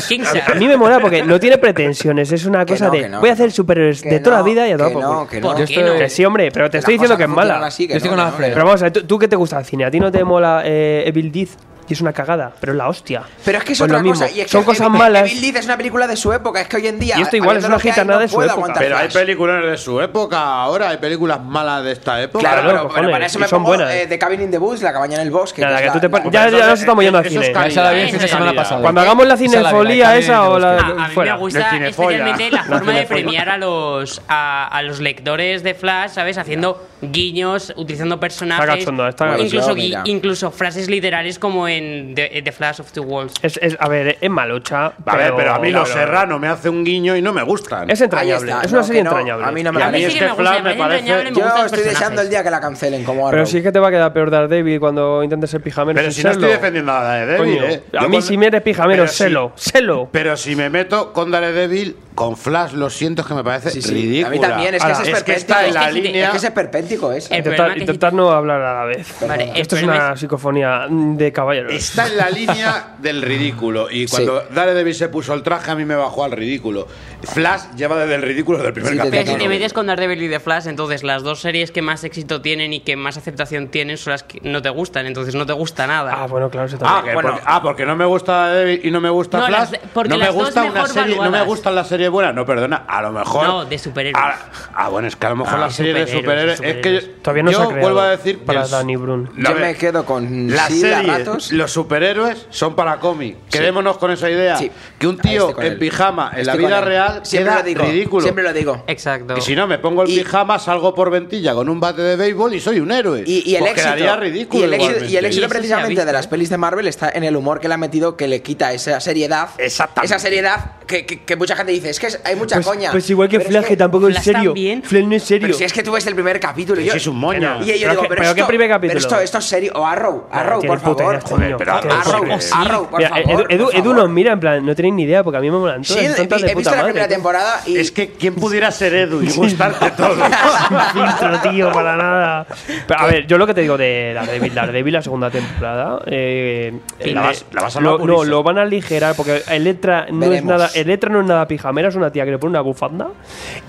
[SPEAKER 7] King
[SPEAKER 1] A
[SPEAKER 7] Shark.
[SPEAKER 1] mí me mola porque no tiene pretensiones, es una
[SPEAKER 6] Que
[SPEAKER 1] cosa
[SPEAKER 6] no,
[SPEAKER 1] de
[SPEAKER 6] que no,
[SPEAKER 1] voy a
[SPEAKER 6] que
[SPEAKER 1] hacer
[SPEAKER 6] no.
[SPEAKER 1] superhéroes
[SPEAKER 6] Que
[SPEAKER 1] de toda la
[SPEAKER 6] no,
[SPEAKER 1] vida y a
[SPEAKER 6] que
[SPEAKER 1] tomar por
[SPEAKER 6] no,
[SPEAKER 1] culo.
[SPEAKER 6] que no.
[SPEAKER 7] ¿Por
[SPEAKER 5] Yo
[SPEAKER 7] qué
[SPEAKER 5] estoy-
[SPEAKER 7] no?
[SPEAKER 1] Que sí, hombre, pero te
[SPEAKER 6] Que
[SPEAKER 1] estoy
[SPEAKER 6] las
[SPEAKER 1] diciendo
[SPEAKER 6] cosas
[SPEAKER 1] que es mala.
[SPEAKER 6] funcionan así, que
[SPEAKER 5] Yo estoy
[SPEAKER 6] no,
[SPEAKER 5] con
[SPEAKER 6] que no,
[SPEAKER 5] Alfredo.
[SPEAKER 1] Pero vamos a ver, ¿tú, tú qué te gusta el cine? ¿A ti no te mola eh, Evil Dead? y es una cagada, pero es la hostia.
[SPEAKER 6] Pero es que es
[SPEAKER 1] Pues lo
[SPEAKER 6] otra
[SPEAKER 1] mismo,
[SPEAKER 6] cosa. Y es que
[SPEAKER 1] Son
[SPEAKER 6] Evil-
[SPEAKER 1] cosas malas.
[SPEAKER 6] Evil Dead es una película de su época. Es que hoy en día.
[SPEAKER 1] Y esto igual,
[SPEAKER 6] habiendo
[SPEAKER 1] es una
[SPEAKER 6] lo que hay,
[SPEAKER 1] gitanada
[SPEAKER 6] no
[SPEAKER 1] de su
[SPEAKER 6] puedo
[SPEAKER 1] época.
[SPEAKER 6] aguantar
[SPEAKER 4] Pero hay
[SPEAKER 6] flash.
[SPEAKER 4] películas de su época ahora, hay películas malas de esta época.
[SPEAKER 6] Claro,
[SPEAKER 1] Claro,
[SPEAKER 6] pero, pero
[SPEAKER 1] cojones,
[SPEAKER 6] para eso
[SPEAKER 1] y
[SPEAKER 6] me
[SPEAKER 1] son
[SPEAKER 6] pongo
[SPEAKER 1] buenas.
[SPEAKER 6] eh, The Cabin in the Bus, La cabaña en el bosque.
[SPEAKER 1] Nada,
[SPEAKER 6] es
[SPEAKER 1] que
[SPEAKER 6] la-
[SPEAKER 1] tú te
[SPEAKER 6] la- eh,
[SPEAKER 1] pon- ya,
[SPEAKER 4] eso-
[SPEAKER 1] ya nos estamos yendo al
[SPEAKER 4] eso es
[SPEAKER 1] cine.
[SPEAKER 4] calidad,
[SPEAKER 5] Ya se la vi el
[SPEAKER 7] eh,
[SPEAKER 5] fin de
[SPEAKER 7] eso es
[SPEAKER 5] semana
[SPEAKER 4] calidad.
[SPEAKER 5] pasada.
[SPEAKER 1] Cuando hagamos la
[SPEAKER 5] Esa vi,
[SPEAKER 1] cinefolía
[SPEAKER 5] Carmen
[SPEAKER 1] esa o la
[SPEAKER 5] Busca.
[SPEAKER 7] Ah, a mí
[SPEAKER 1] fuera.
[SPEAKER 7] me gusta
[SPEAKER 4] Del cinefolla.
[SPEAKER 7] especialmente la
[SPEAKER 4] Del
[SPEAKER 7] forma de
[SPEAKER 1] cinefolla.
[SPEAKER 7] premiar a los a, a los lectores de Flash, ¿sabes? Haciendo guiños, utilizando personajes.
[SPEAKER 1] Está cachondo, está
[SPEAKER 7] o incluso,
[SPEAKER 6] cachondo,
[SPEAKER 7] gui-
[SPEAKER 6] mira.
[SPEAKER 7] incluso frases literales como en The, The Flash of Two Worlds.
[SPEAKER 1] Es, es- a ver, es malocha.
[SPEAKER 4] A ver, pero a mí
[SPEAKER 1] lo
[SPEAKER 4] los Serrano me hace un guiño y no me gustan.
[SPEAKER 1] Es entrañable,
[SPEAKER 6] Ahí está,
[SPEAKER 1] es una
[SPEAKER 6] no,
[SPEAKER 1] serie
[SPEAKER 6] que no,
[SPEAKER 1] entrañable.
[SPEAKER 6] a mí no me
[SPEAKER 4] Y a
[SPEAKER 7] A mí
[SPEAKER 4] mí
[SPEAKER 7] sí
[SPEAKER 4] es
[SPEAKER 7] que
[SPEAKER 4] que
[SPEAKER 7] me gusta,
[SPEAKER 4] Flash
[SPEAKER 7] me
[SPEAKER 4] me
[SPEAKER 7] parece entrañable,
[SPEAKER 4] parece.
[SPEAKER 7] me gustan
[SPEAKER 6] Yo
[SPEAKER 7] los
[SPEAKER 6] estoy deseando
[SPEAKER 7] personajes.
[SPEAKER 6] el día que la cancelen como
[SPEAKER 1] Pero
[SPEAKER 6] Arrow.
[SPEAKER 1] sí que te va a quedar peor Dar David cuando intentes ser pijamero.
[SPEAKER 4] Pero
[SPEAKER 1] sin
[SPEAKER 4] si no estoy
[SPEAKER 1] serlo.
[SPEAKER 4] defendiendo a Daredevil,
[SPEAKER 1] Coño,
[SPEAKER 4] eh.
[SPEAKER 1] A
[SPEAKER 4] Yo
[SPEAKER 1] mí
[SPEAKER 4] con-
[SPEAKER 1] si me eres pijamero,
[SPEAKER 4] Pero si-
[SPEAKER 1] sélo, sélo.
[SPEAKER 4] Pero si me meto con Daredevil, con Flash, lo siento, es que me parece
[SPEAKER 6] Sí, sí.
[SPEAKER 4] ridícula.
[SPEAKER 6] A mí también, es que
[SPEAKER 4] Ahora,
[SPEAKER 6] ese
[SPEAKER 4] está
[SPEAKER 6] es
[SPEAKER 4] en
[SPEAKER 6] perpético.
[SPEAKER 4] la
[SPEAKER 7] Es que si te-
[SPEAKER 4] línea.
[SPEAKER 6] Es que ese es perpéntico, es.
[SPEAKER 4] Eh,
[SPEAKER 7] El problema
[SPEAKER 1] Intentar,
[SPEAKER 7] que-
[SPEAKER 1] intentar no hablar a la vez.
[SPEAKER 7] Vale, el
[SPEAKER 1] Esto es
[SPEAKER 7] problema
[SPEAKER 1] una
[SPEAKER 7] es-
[SPEAKER 1] psicofonía de caballeros.
[SPEAKER 4] Está en la línea del ridículo. Y cuando Daredevil se puso el traje, a mí me bajó al ridículo. Flash lleva desde el ridículo desde el primer
[SPEAKER 6] Sí, desde
[SPEAKER 4] capítulo.
[SPEAKER 7] Pero si te
[SPEAKER 6] Claro.
[SPEAKER 7] metes con Daredevil y The Flash, entonces las dos series que más éxito tienen y que más aceptación tienen son las que no te gustan, entonces no te gusta nada.
[SPEAKER 1] Ah, bueno, claro, eso
[SPEAKER 4] Ah,
[SPEAKER 1] también.
[SPEAKER 4] que
[SPEAKER 6] Bueno.
[SPEAKER 4] porque, ah, porque no me gusta Daredevil y no me gusta
[SPEAKER 7] No, las
[SPEAKER 4] Flash.
[SPEAKER 7] de- porque
[SPEAKER 4] no me
[SPEAKER 7] las dos
[SPEAKER 4] gusta una
[SPEAKER 7] mejor
[SPEAKER 4] serie, no me
[SPEAKER 7] valuadas.
[SPEAKER 4] gustan las series buenas. No, perdona, a lo mejor.
[SPEAKER 7] No, de superhéroes.
[SPEAKER 4] Ah, ah, bueno, es que a lo mejor
[SPEAKER 7] Ah,
[SPEAKER 4] las series de
[SPEAKER 7] superhéroes,
[SPEAKER 4] superhéroes.
[SPEAKER 7] de
[SPEAKER 4] Es que
[SPEAKER 7] superhéroes.
[SPEAKER 1] Todavía no
[SPEAKER 4] yo
[SPEAKER 1] se ha creado
[SPEAKER 4] vuelvo a decir que
[SPEAKER 1] para
[SPEAKER 4] el-
[SPEAKER 1] Dani Brun.
[SPEAKER 4] No, a
[SPEAKER 6] Yo
[SPEAKER 4] ver,
[SPEAKER 6] me quedo con
[SPEAKER 4] Las
[SPEAKER 6] sí, la
[SPEAKER 4] series,
[SPEAKER 6] ratos.
[SPEAKER 4] los superhéroes son para cómic. Quedémonos con esa idea.
[SPEAKER 6] Sí.
[SPEAKER 4] Que un
[SPEAKER 6] Ahí
[SPEAKER 4] tío
[SPEAKER 6] estoy con
[SPEAKER 4] en
[SPEAKER 6] él.
[SPEAKER 4] pijama en la
[SPEAKER 6] Estoy con
[SPEAKER 4] vida
[SPEAKER 6] él.
[SPEAKER 4] real
[SPEAKER 6] siempre
[SPEAKER 4] queda
[SPEAKER 6] lo digo,
[SPEAKER 4] ridículo.
[SPEAKER 6] Siempre lo digo.
[SPEAKER 7] Exacto.
[SPEAKER 4] Y si no, me pongo el
[SPEAKER 6] Y-
[SPEAKER 4] pijama, salgo por ventilla con un bate de béisbol y soy un héroe.
[SPEAKER 6] Y, y el
[SPEAKER 4] Pues
[SPEAKER 6] éxito,
[SPEAKER 4] Quedaría ridículo.
[SPEAKER 6] y el éxito, y el
[SPEAKER 4] igualmente.
[SPEAKER 6] éxito
[SPEAKER 7] Y eso se ha
[SPEAKER 6] precisamente
[SPEAKER 7] visto.
[SPEAKER 6] de las pelis de Marvel está en el humor que le ha metido que le quita esa seriedad.
[SPEAKER 4] Exactamente.
[SPEAKER 6] Esa seriedad que, que- que mucha gente dice, es que es- hay mucha
[SPEAKER 1] pues,
[SPEAKER 6] coña.
[SPEAKER 1] pues igual que
[SPEAKER 6] Pero es
[SPEAKER 1] Flash, que tampoco es
[SPEAKER 7] Flash
[SPEAKER 1] serio.
[SPEAKER 7] también.
[SPEAKER 1] Flash no es serio.
[SPEAKER 6] Pero si es que tú ves el primer capítulo. y
[SPEAKER 4] Ese
[SPEAKER 6] yo-
[SPEAKER 4] es un moño.
[SPEAKER 6] Y yo
[SPEAKER 1] Pero
[SPEAKER 6] digo,
[SPEAKER 1] que-
[SPEAKER 6] pero,
[SPEAKER 1] pero
[SPEAKER 6] esto,
[SPEAKER 1] ¿qué primer capítulo?
[SPEAKER 6] pero esto, esto es serio. O Arrow, Arrow,
[SPEAKER 1] Tiene
[SPEAKER 6] por
[SPEAKER 1] puta
[SPEAKER 6] favor.
[SPEAKER 1] idea, este niño.
[SPEAKER 4] pero
[SPEAKER 1] Qué
[SPEAKER 6] Arrow,
[SPEAKER 1] horrible.
[SPEAKER 6] Arrow, por
[SPEAKER 1] Mira,
[SPEAKER 6] favor.
[SPEAKER 1] Edu, Edu,
[SPEAKER 6] por
[SPEAKER 1] Edu
[SPEAKER 6] favor.
[SPEAKER 1] nos mira en plan, no tenéis ni idea, porque a mí me molan
[SPEAKER 6] Sí,
[SPEAKER 1] todos.
[SPEAKER 6] he,
[SPEAKER 1] tontos
[SPEAKER 6] he
[SPEAKER 1] de puta
[SPEAKER 6] visto la
[SPEAKER 1] madre.
[SPEAKER 6] primera temporada y.
[SPEAKER 4] Es que quién pudiera ser Edu y gustarte todo.
[SPEAKER 1] Sin filtro, tío, para nada. Pero,
[SPEAKER 6] Pues
[SPEAKER 1] a ver, yo lo que te digo de Daredevil, Daredevil, la segunda temporada. eh,
[SPEAKER 4] Eh, la vas- la vas a
[SPEAKER 1] lo, No,
[SPEAKER 4] vaporizar.
[SPEAKER 1] lo van a aligerar porque Electra no es
[SPEAKER 6] Veremos.
[SPEAKER 1] nada. Electra no es nada pijamera, es una tía que le pone una bufanda.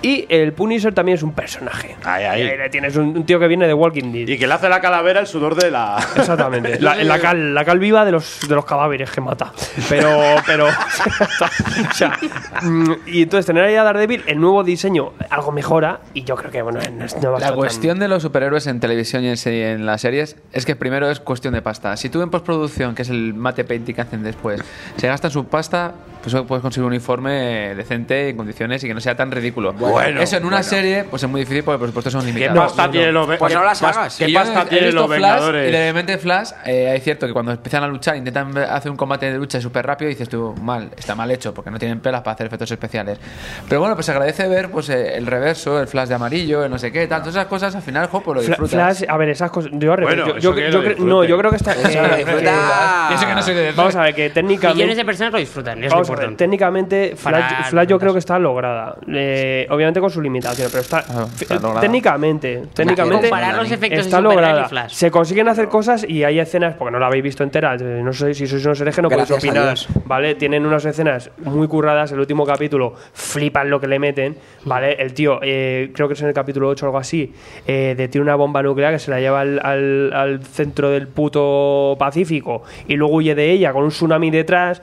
[SPEAKER 1] Y el Punisher también es un personaje.
[SPEAKER 4] Ahí, ahí.
[SPEAKER 1] Y ahí le tienes un, un tío que viene de Walking Dead.
[SPEAKER 4] y que le hace la calavera el sudor de la.
[SPEAKER 1] Exactamente. La, la cal, la cal viva de los, de los cadáveres que mata. Pero, pero. o sea, mm, y entonces tener ahí a Daredevil, el nuevo diseño, algo mejora. Y yo creo que, bueno, no, es- no va a estar
[SPEAKER 5] La
[SPEAKER 1] tan-
[SPEAKER 5] cuestión de los superhéroes en televisión y en, serie- en las series es que primero es cuestión de pasta. Si tú en postproducción, que es el mate painting que hacen después, se gastan su pasta, pues puedes conseguir un uniforme decente, en condiciones y que no sea tan ridículo.
[SPEAKER 4] Bueno,
[SPEAKER 5] eso en una
[SPEAKER 4] bueno.
[SPEAKER 5] serie, pues es muy difícil porque los presupuestos son
[SPEAKER 4] ¿Qué
[SPEAKER 5] limitados.
[SPEAKER 4] pasta
[SPEAKER 5] No,
[SPEAKER 4] tienen
[SPEAKER 5] no.
[SPEAKER 4] los Ve-
[SPEAKER 6] Pues no las
[SPEAKER 4] pas-
[SPEAKER 6] hagas.
[SPEAKER 4] ¿Qué
[SPEAKER 5] Y yo he-
[SPEAKER 4] pasta
[SPEAKER 5] he
[SPEAKER 4] tienen
[SPEAKER 5] visto
[SPEAKER 4] los
[SPEAKER 5] Flash,
[SPEAKER 4] Vengadores?
[SPEAKER 5] Y de repente Flash, eh, es cierto que cuando empiezan a luchar, intentan hacer un combate de lucha súper rápido y dices tú, mal, está mal hecho, porque no tienen pelas para hacer efectos especiales. Pero bueno, pues se agradece ver pues eh, el reverso, el Flash de amarillo, el no sé qué, tal, todas esas cosas, al final, jo, pues lo
[SPEAKER 1] Fla-
[SPEAKER 5] disfrutas.
[SPEAKER 1] Flash, a ver, esas cosas. Yo, al revés,
[SPEAKER 4] Bueno,
[SPEAKER 1] yo-
[SPEAKER 4] eso
[SPEAKER 1] yo-
[SPEAKER 4] que
[SPEAKER 1] yo
[SPEAKER 4] lo
[SPEAKER 1] cre-
[SPEAKER 4] disfruten.
[SPEAKER 1] no, yo creo que está.
[SPEAKER 6] Eso
[SPEAKER 1] eh,
[SPEAKER 6] que disfruta.
[SPEAKER 5] Y eso que no soy de
[SPEAKER 1] Vamos a ver, que
[SPEAKER 7] Millones de
[SPEAKER 1] técnicamente.
[SPEAKER 7] personas lo disfrutan, es lo
[SPEAKER 1] Vamos a ver,
[SPEAKER 7] importante.
[SPEAKER 1] técnicamente,
[SPEAKER 7] Para
[SPEAKER 1] Flash, Flash yo
[SPEAKER 7] disfrutar.
[SPEAKER 1] creo que está lograda. Eh, obviamente con su limitación, pero está.
[SPEAKER 5] Ah, está
[SPEAKER 1] eh,
[SPEAKER 5] lograda.
[SPEAKER 1] técnicamente, técnicamente.
[SPEAKER 7] Comparar los efectos
[SPEAKER 1] está
[SPEAKER 7] de Superman
[SPEAKER 1] lograda.
[SPEAKER 7] y Flash.
[SPEAKER 1] Se consiguen hacer cosas y hay escenas, porque no la habéis visto entera, eh, no sé si sois unos herejes, no podéis
[SPEAKER 6] Gracias a
[SPEAKER 1] opinar,
[SPEAKER 6] Dios.
[SPEAKER 1] ¿vale? Tienen unas escenas muy curradas, el último capítulo, flipan lo que le meten, ¿vale? El tío, eh, creo que es en el capítulo 8 o algo así, eh, de tiene una bomba nuclear que se la lleva al, al- al centro del puto Pacífico y luego huye de ella con un tsunami detrás.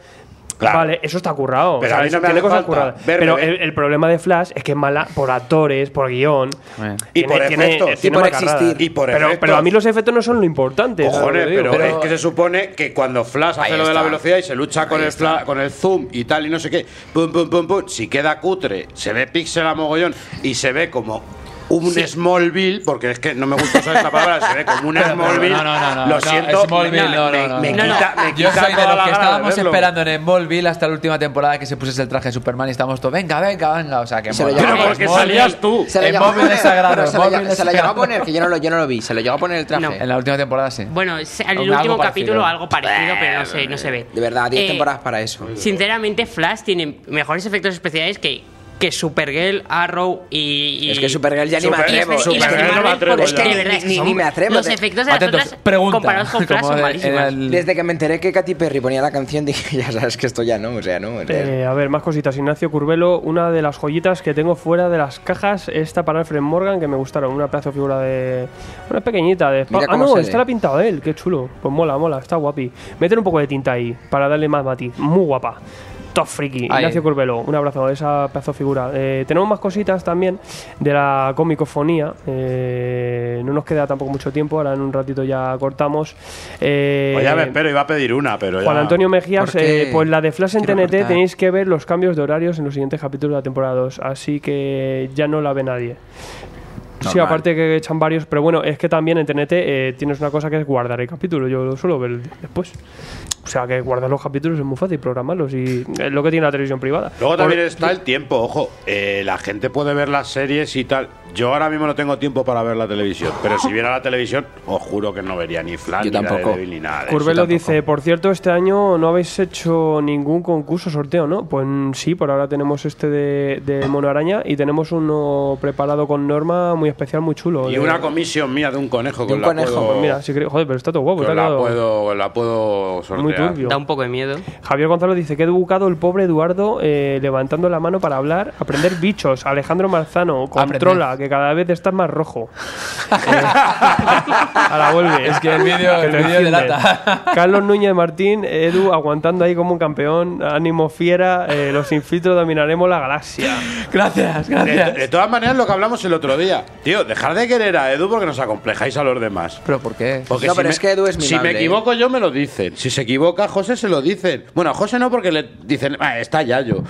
[SPEAKER 4] Claro.
[SPEAKER 1] Vale, eso está currado.
[SPEAKER 4] Pero a mí no me
[SPEAKER 1] tiene
[SPEAKER 4] hace
[SPEAKER 1] cosas
[SPEAKER 4] falta
[SPEAKER 1] curradas.
[SPEAKER 4] verme,
[SPEAKER 1] Pero
[SPEAKER 4] ¿eh?
[SPEAKER 1] el, el problema de Flash es que es mala por actores, por guión.
[SPEAKER 5] Bueno.
[SPEAKER 4] Y por efectos.
[SPEAKER 1] eh,
[SPEAKER 4] Y
[SPEAKER 6] por
[SPEAKER 1] macarrada.
[SPEAKER 6] existir.
[SPEAKER 4] Y por
[SPEAKER 1] pero,
[SPEAKER 4] efectos.
[SPEAKER 1] pero a mí los efectos no son lo importante. ¿sabes lo
[SPEAKER 4] Cojones,
[SPEAKER 1] que digo?
[SPEAKER 4] pero, es que se supone que cuando Flash hace
[SPEAKER 6] Ahí
[SPEAKER 4] lo de la
[SPEAKER 6] está.
[SPEAKER 4] velocidad y se lucha con
[SPEAKER 6] Ahí
[SPEAKER 4] el,
[SPEAKER 6] está.
[SPEAKER 4] fla- con el zoom y tal y no sé qué, pum, pum, pum, pum, si queda cutre, se ve píxel a mogollón y se ve como un Smallville, porque es que no me gusta usar esta palabra, se ve como un Smallville.
[SPEAKER 5] No, no, no, no,
[SPEAKER 4] lo
[SPEAKER 5] no,
[SPEAKER 4] siento,
[SPEAKER 5] Smallville,
[SPEAKER 4] me,
[SPEAKER 5] no, no,
[SPEAKER 4] me-
[SPEAKER 5] no,
[SPEAKER 4] me
[SPEAKER 5] no.
[SPEAKER 4] quita, me
[SPEAKER 5] Yo
[SPEAKER 4] quita
[SPEAKER 5] soy de
[SPEAKER 4] toda
[SPEAKER 5] los
[SPEAKER 4] la gana
[SPEAKER 5] que
[SPEAKER 4] de
[SPEAKER 5] estábamos
[SPEAKER 4] verlo.
[SPEAKER 5] esperando en Smallville hasta la última temporada que se pusiese el traje de Superman y estábamos todos, venga, venga, venga. O sea, que
[SPEAKER 6] Se lo
[SPEAKER 5] mola.
[SPEAKER 6] llama-
[SPEAKER 4] Pero porque salías
[SPEAKER 1] Eh,
[SPEAKER 4] tú.
[SPEAKER 6] Se lo
[SPEAKER 5] El
[SPEAKER 6] llegó a
[SPEAKER 5] móvil es
[SPEAKER 6] poner,
[SPEAKER 5] sagrado,
[SPEAKER 6] pero
[SPEAKER 5] el
[SPEAKER 6] Se lo
[SPEAKER 5] móvil
[SPEAKER 6] llegó-
[SPEAKER 5] es
[SPEAKER 6] se lo llegó a
[SPEAKER 5] sagrado.
[SPEAKER 6] poner, que yo no lo, yo no lo vi. Se lo llegó a poner el traje.
[SPEAKER 7] No.
[SPEAKER 5] En la última temporada sí.
[SPEAKER 7] Bueno, es- en el
[SPEAKER 5] Algo
[SPEAKER 7] último
[SPEAKER 5] parecido.
[SPEAKER 7] capítulo algo parecido, pero no se, no se ve.
[SPEAKER 6] De verdad, 10
[SPEAKER 7] Eh,
[SPEAKER 6] temporadas para eso.
[SPEAKER 7] Sinceramente, Flash tiene mejores efectos especiales que, que que Supergirl, Arrow y. y-
[SPEAKER 10] Es que Supergirl ya ni me
[SPEAKER 7] Super-
[SPEAKER 10] atrevo.
[SPEAKER 7] y las
[SPEAKER 10] Supergirl
[SPEAKER 7] de
[SPEAKER 10] no me
[SPEAKER 7] Marvel,
[SPEAKER 10] atrevo
[SPEAKER 7] porque
[SPEAKER 10] ya.
[SPEAKER 7] es que de verdad es que
[SPEAKER 10] Ni-
[SPEAKER 7] son-
[SPEAKER 10] ni me atrevo.
[SPEAKER 7] Los efectos de las
[SPEAKER 5] Atentos,
[SPEAKER 7] otras
[SPEAKER 5] pregunta.
[SPEAKER 7] comparados con Flash
[SPEAKER 5] Como
[SPEAKER 7] son
[SPEAKER 5] de- era
[SPEAKER 7] malísimos.
[SPEAKER 5] el-
[SPEAKER 6] Desde que me enteré que Katy Perry ponía la canción, dije, ya sabes que esto ya no, o sea, no. o sea,
[SPEAKER 1] Eh, a ver, más cositas. Ignacio Curvelo, una de las joyitas que tengo fuera de las cajas, esta para Alfred Morgan, que me gustaron. Una pedazo de figura de. Una pequeñita de.
[SPEAKER 6] Mira
[SPEAKER 1] Ah,
[SPEAKER 6] cómo
[SPEAKER 1] no,
[SPEAKER 6] se
[SPEAKER 1] esta
[SPEAKER 6] ve.
[SPEAKER 1] la ha pintado él, qué chulo. Pues mola, mola, está guapi. Meter un poco de tinta ahí, para darle más matiz. Muy guapa. Top friki.
[SPEAKER 5] Ahí.
[SPEAKER 1] Ignacio Curvelo, un abrazo, esa pedazo de figura. Eh, tenemos más cositas también de la comicofonía. Eh, no nos queda tampoco mucho tiempo, ahora en un ratito ya cortamos. Eh,
[SPEAKER 4] Pues ya me espero, iba a pedir una, pero ya.
[SPEAKER 1] Juan Antonio Mejías,
[SPEAKER 5] ¿Por qué?
[SPEAKER 1] eh, pues la de Flash en
[SPEAKER 5] Quiero
[SPEAKER 1] TNT
[SPEAKER 5] cortar.
[SPEAKER 1] tenéis que ver los cambios de horarios en los siguientes capítulos de la temporada 2, así que ya no la ve nadie. Sí,
[SPEAKER 5] Normal.
[SPEAKER 1] aparte que echan varios, pero bueno, es que también en TNT eh, tienes una cosa que es guardar el capítulo, yo lo suelo ver después. O sea, que guardar los capítulos es muy fácil, programarlos y es lo que tiene la televisión privada.
[SPEAKER 4] Luego
[SPEAKER 1] Por-
[SPEAKER 4] también está el tiempo, ojo. eh, la gente puede ver las series y tal. Yo ahora mismo no tengo tiempo para ver la televisión, pero si viera la televisión, os juro que no vería ni Flash,
[SPEAKER 6] Yo
[SPEAKER 4] ni
[SPEAKER 6] tampoco.
[SPEAKER 4] Daredevil, ni nada. de eso.
[SPEAKER 1] Curvelo dice, por cierto, este año no habéis hecho ningún concurso, sorteo, ¿no? Pues mm, sí, por ahora tenemos este de, de Mono Araña y tenemos uno preparado con Norma muy especial, muy chulo.
[SPEAKER 4] Y
[SPEAKER 1] De-
[SPEAKER 4] una comisión mía de un conejo
[SPEAKER 6] De
[SPEAKER 4] con
[SPEAKER 6] un
[SPEAKER 4] la
[SPEAKER 6] conejo,
[SPEAKER 4] puedo-
[SPEAKER 1] Pues mira, si queréis- joder, pero está todo guapo.
[SPEAKER 4] con
[SPEAKER 1] te ha
[SPEAKER 4] la
[SPEAKER 1] quedado
[SPEAKER 4] puedo, la puedo sortear.
[SPEAKER 1] muy turbio.
[SPEAKER 7] Da un poco de miedo.
[SPEAKER 1] Javier Gonzalo dice que educado el pobre Eduardo eh, levantando la mano para hablar, aprender bichos. Alejandro Marzano,
[SPEAKER 5] Aprender.
[SPEAKER 1] controla, que cada vez estás más rojo. Eh, ahora vuelve.
[SPEAKER 5] Es que el vídeo-
[SPEAKER 1] Que
[SPEAKER 5] el
[SPEAKER 1] te
[SPEAKER 5] vídeo
[SPEAKER 1] enciende.
[SPEAKER 5] delata.
[SPEAKER 1] Carlos Núñez Martín, Edu aguantando ahí como un campeón, ánimo fiera, eh, los sin filtro dominaremos la galaxia.
[SPEAKER 5] Gracias,
[SPEAKER 4] De,
[SPEAKER 5] gracias.
[SPEAKER 4] de todas maneras, lo que hablamos el otro día. Tío, dejar de querer a Edu porque nos acomplejáis a los demás.
[SPEAKER 5] ¿Pero por qué?
[SPEAKER 4] Porque
[SPEAKER 6] No,
[SPEAKER 4] si
[SPEAKER 6] pero
[SPEAKER 4] me-
[SPEAKER 6] es que Edu es
[SPEAKER 4] Si me
[SPEAKER 6] mimable, ¿eh?
[SPEAKER 4] equivoco yo, me lo dicen. Si se equivoca, a José se lo dicen. Bueno, a José no, porque le dicen, "Ah, está Yayo.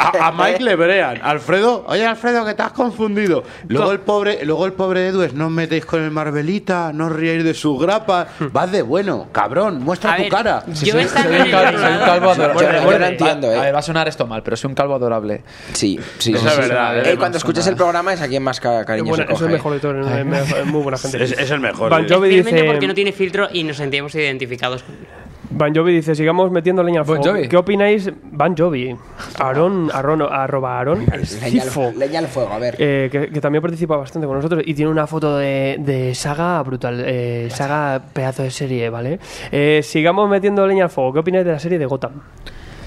[SPEAKER 4] a, a Mike le brean. Alfredo, oye, Alfredo, que te has confundido. Luego el pobre, luego el pobre Edu es, no os metéis con el Marvelita, no os riáis de sus grapas. Vas de bueno, cabrón, muestra
[SPEAKER 7] A
[SPEAKER 4] tu
[SPEAKER 7] ver,
[SPEAKER 4] cara.
[SPEAKER 7] yo estaba
[SPEAKER 5] Soy
[SPEAKER 7] en
[SPEAKER 5] un
[SPEAKER 7] el
[SPEAKER 5] calvo, soy un calvo
[SPEAKER 7] ordenador.
[SPEAKER 5] adorable.
[SPEAKER 6] Yo- yo
[SPEAKER 5] Bueno,
[SPEAKER 6] no entiendo,
[SPEAKER 5] a- A
[SPEAKER 6] eh.
[SPEAKER 5] ver, va a sonar esto mal, pero soy un calvo adorable.
[SPEAKER 6] Sí, sí,
[SPEAKER 4] Eso
[SPEAKER 6] sí,
[SPEAKER 4] es verdad,
[SPEAKER 6] sí, sí.
[SPEAKER 4] eh,
[SPEAKER 6] Eh,
[SPEAKER 4] además,
[SPEAKER 6] cuando escuches el programa es a quien más ca- cariño
[SPEAKER 1] Bueno,
[SPEAKER 6] se
[SPEAKER 1] eso
[SPEAKER 6] coge.
[SPEAKER 1] es
[SPEAKER 6] eh.
[SPEAKER 1] mejor de todo, es es muy buena gente.
[SPEAKER 4] Es, es el mejor. ¿eh?
[SPEAKER 1] Van
[SPEAKER 4] Edu.
[SPEAKER 1] Jovi
[SPEAKER 7] Especialmente
[SPEAKER 1] dice-
[SPEAKER 7] porque no tiene filtro y nos sentimos identificados.
[SPEAKER 1] Van Jovi dice, sigamos metiendo leña al
[SPEAKER 5] Bon
[SPEAKER 1] fuego.
[SPEAKER 5] Jovi.
[SPEAKER 1] ¿Qué opináis? Van Jovi. Aaron, Aaron, arroba Aaron.
[SPEAKER 6] Leña al-
[SPEAKER 1] Escifo.
[SPEAKER 6] Leña al fuego, a ver.
[SPEAKER 1] Eh, que, que también participa bastante con nosotros y tiene una foto de, de saga brutal, eh, saga pedazo de serie, ¿vale? Eh, sigamos metiendo leña al fuego. ¿Qué opináis de la serie de Gotham?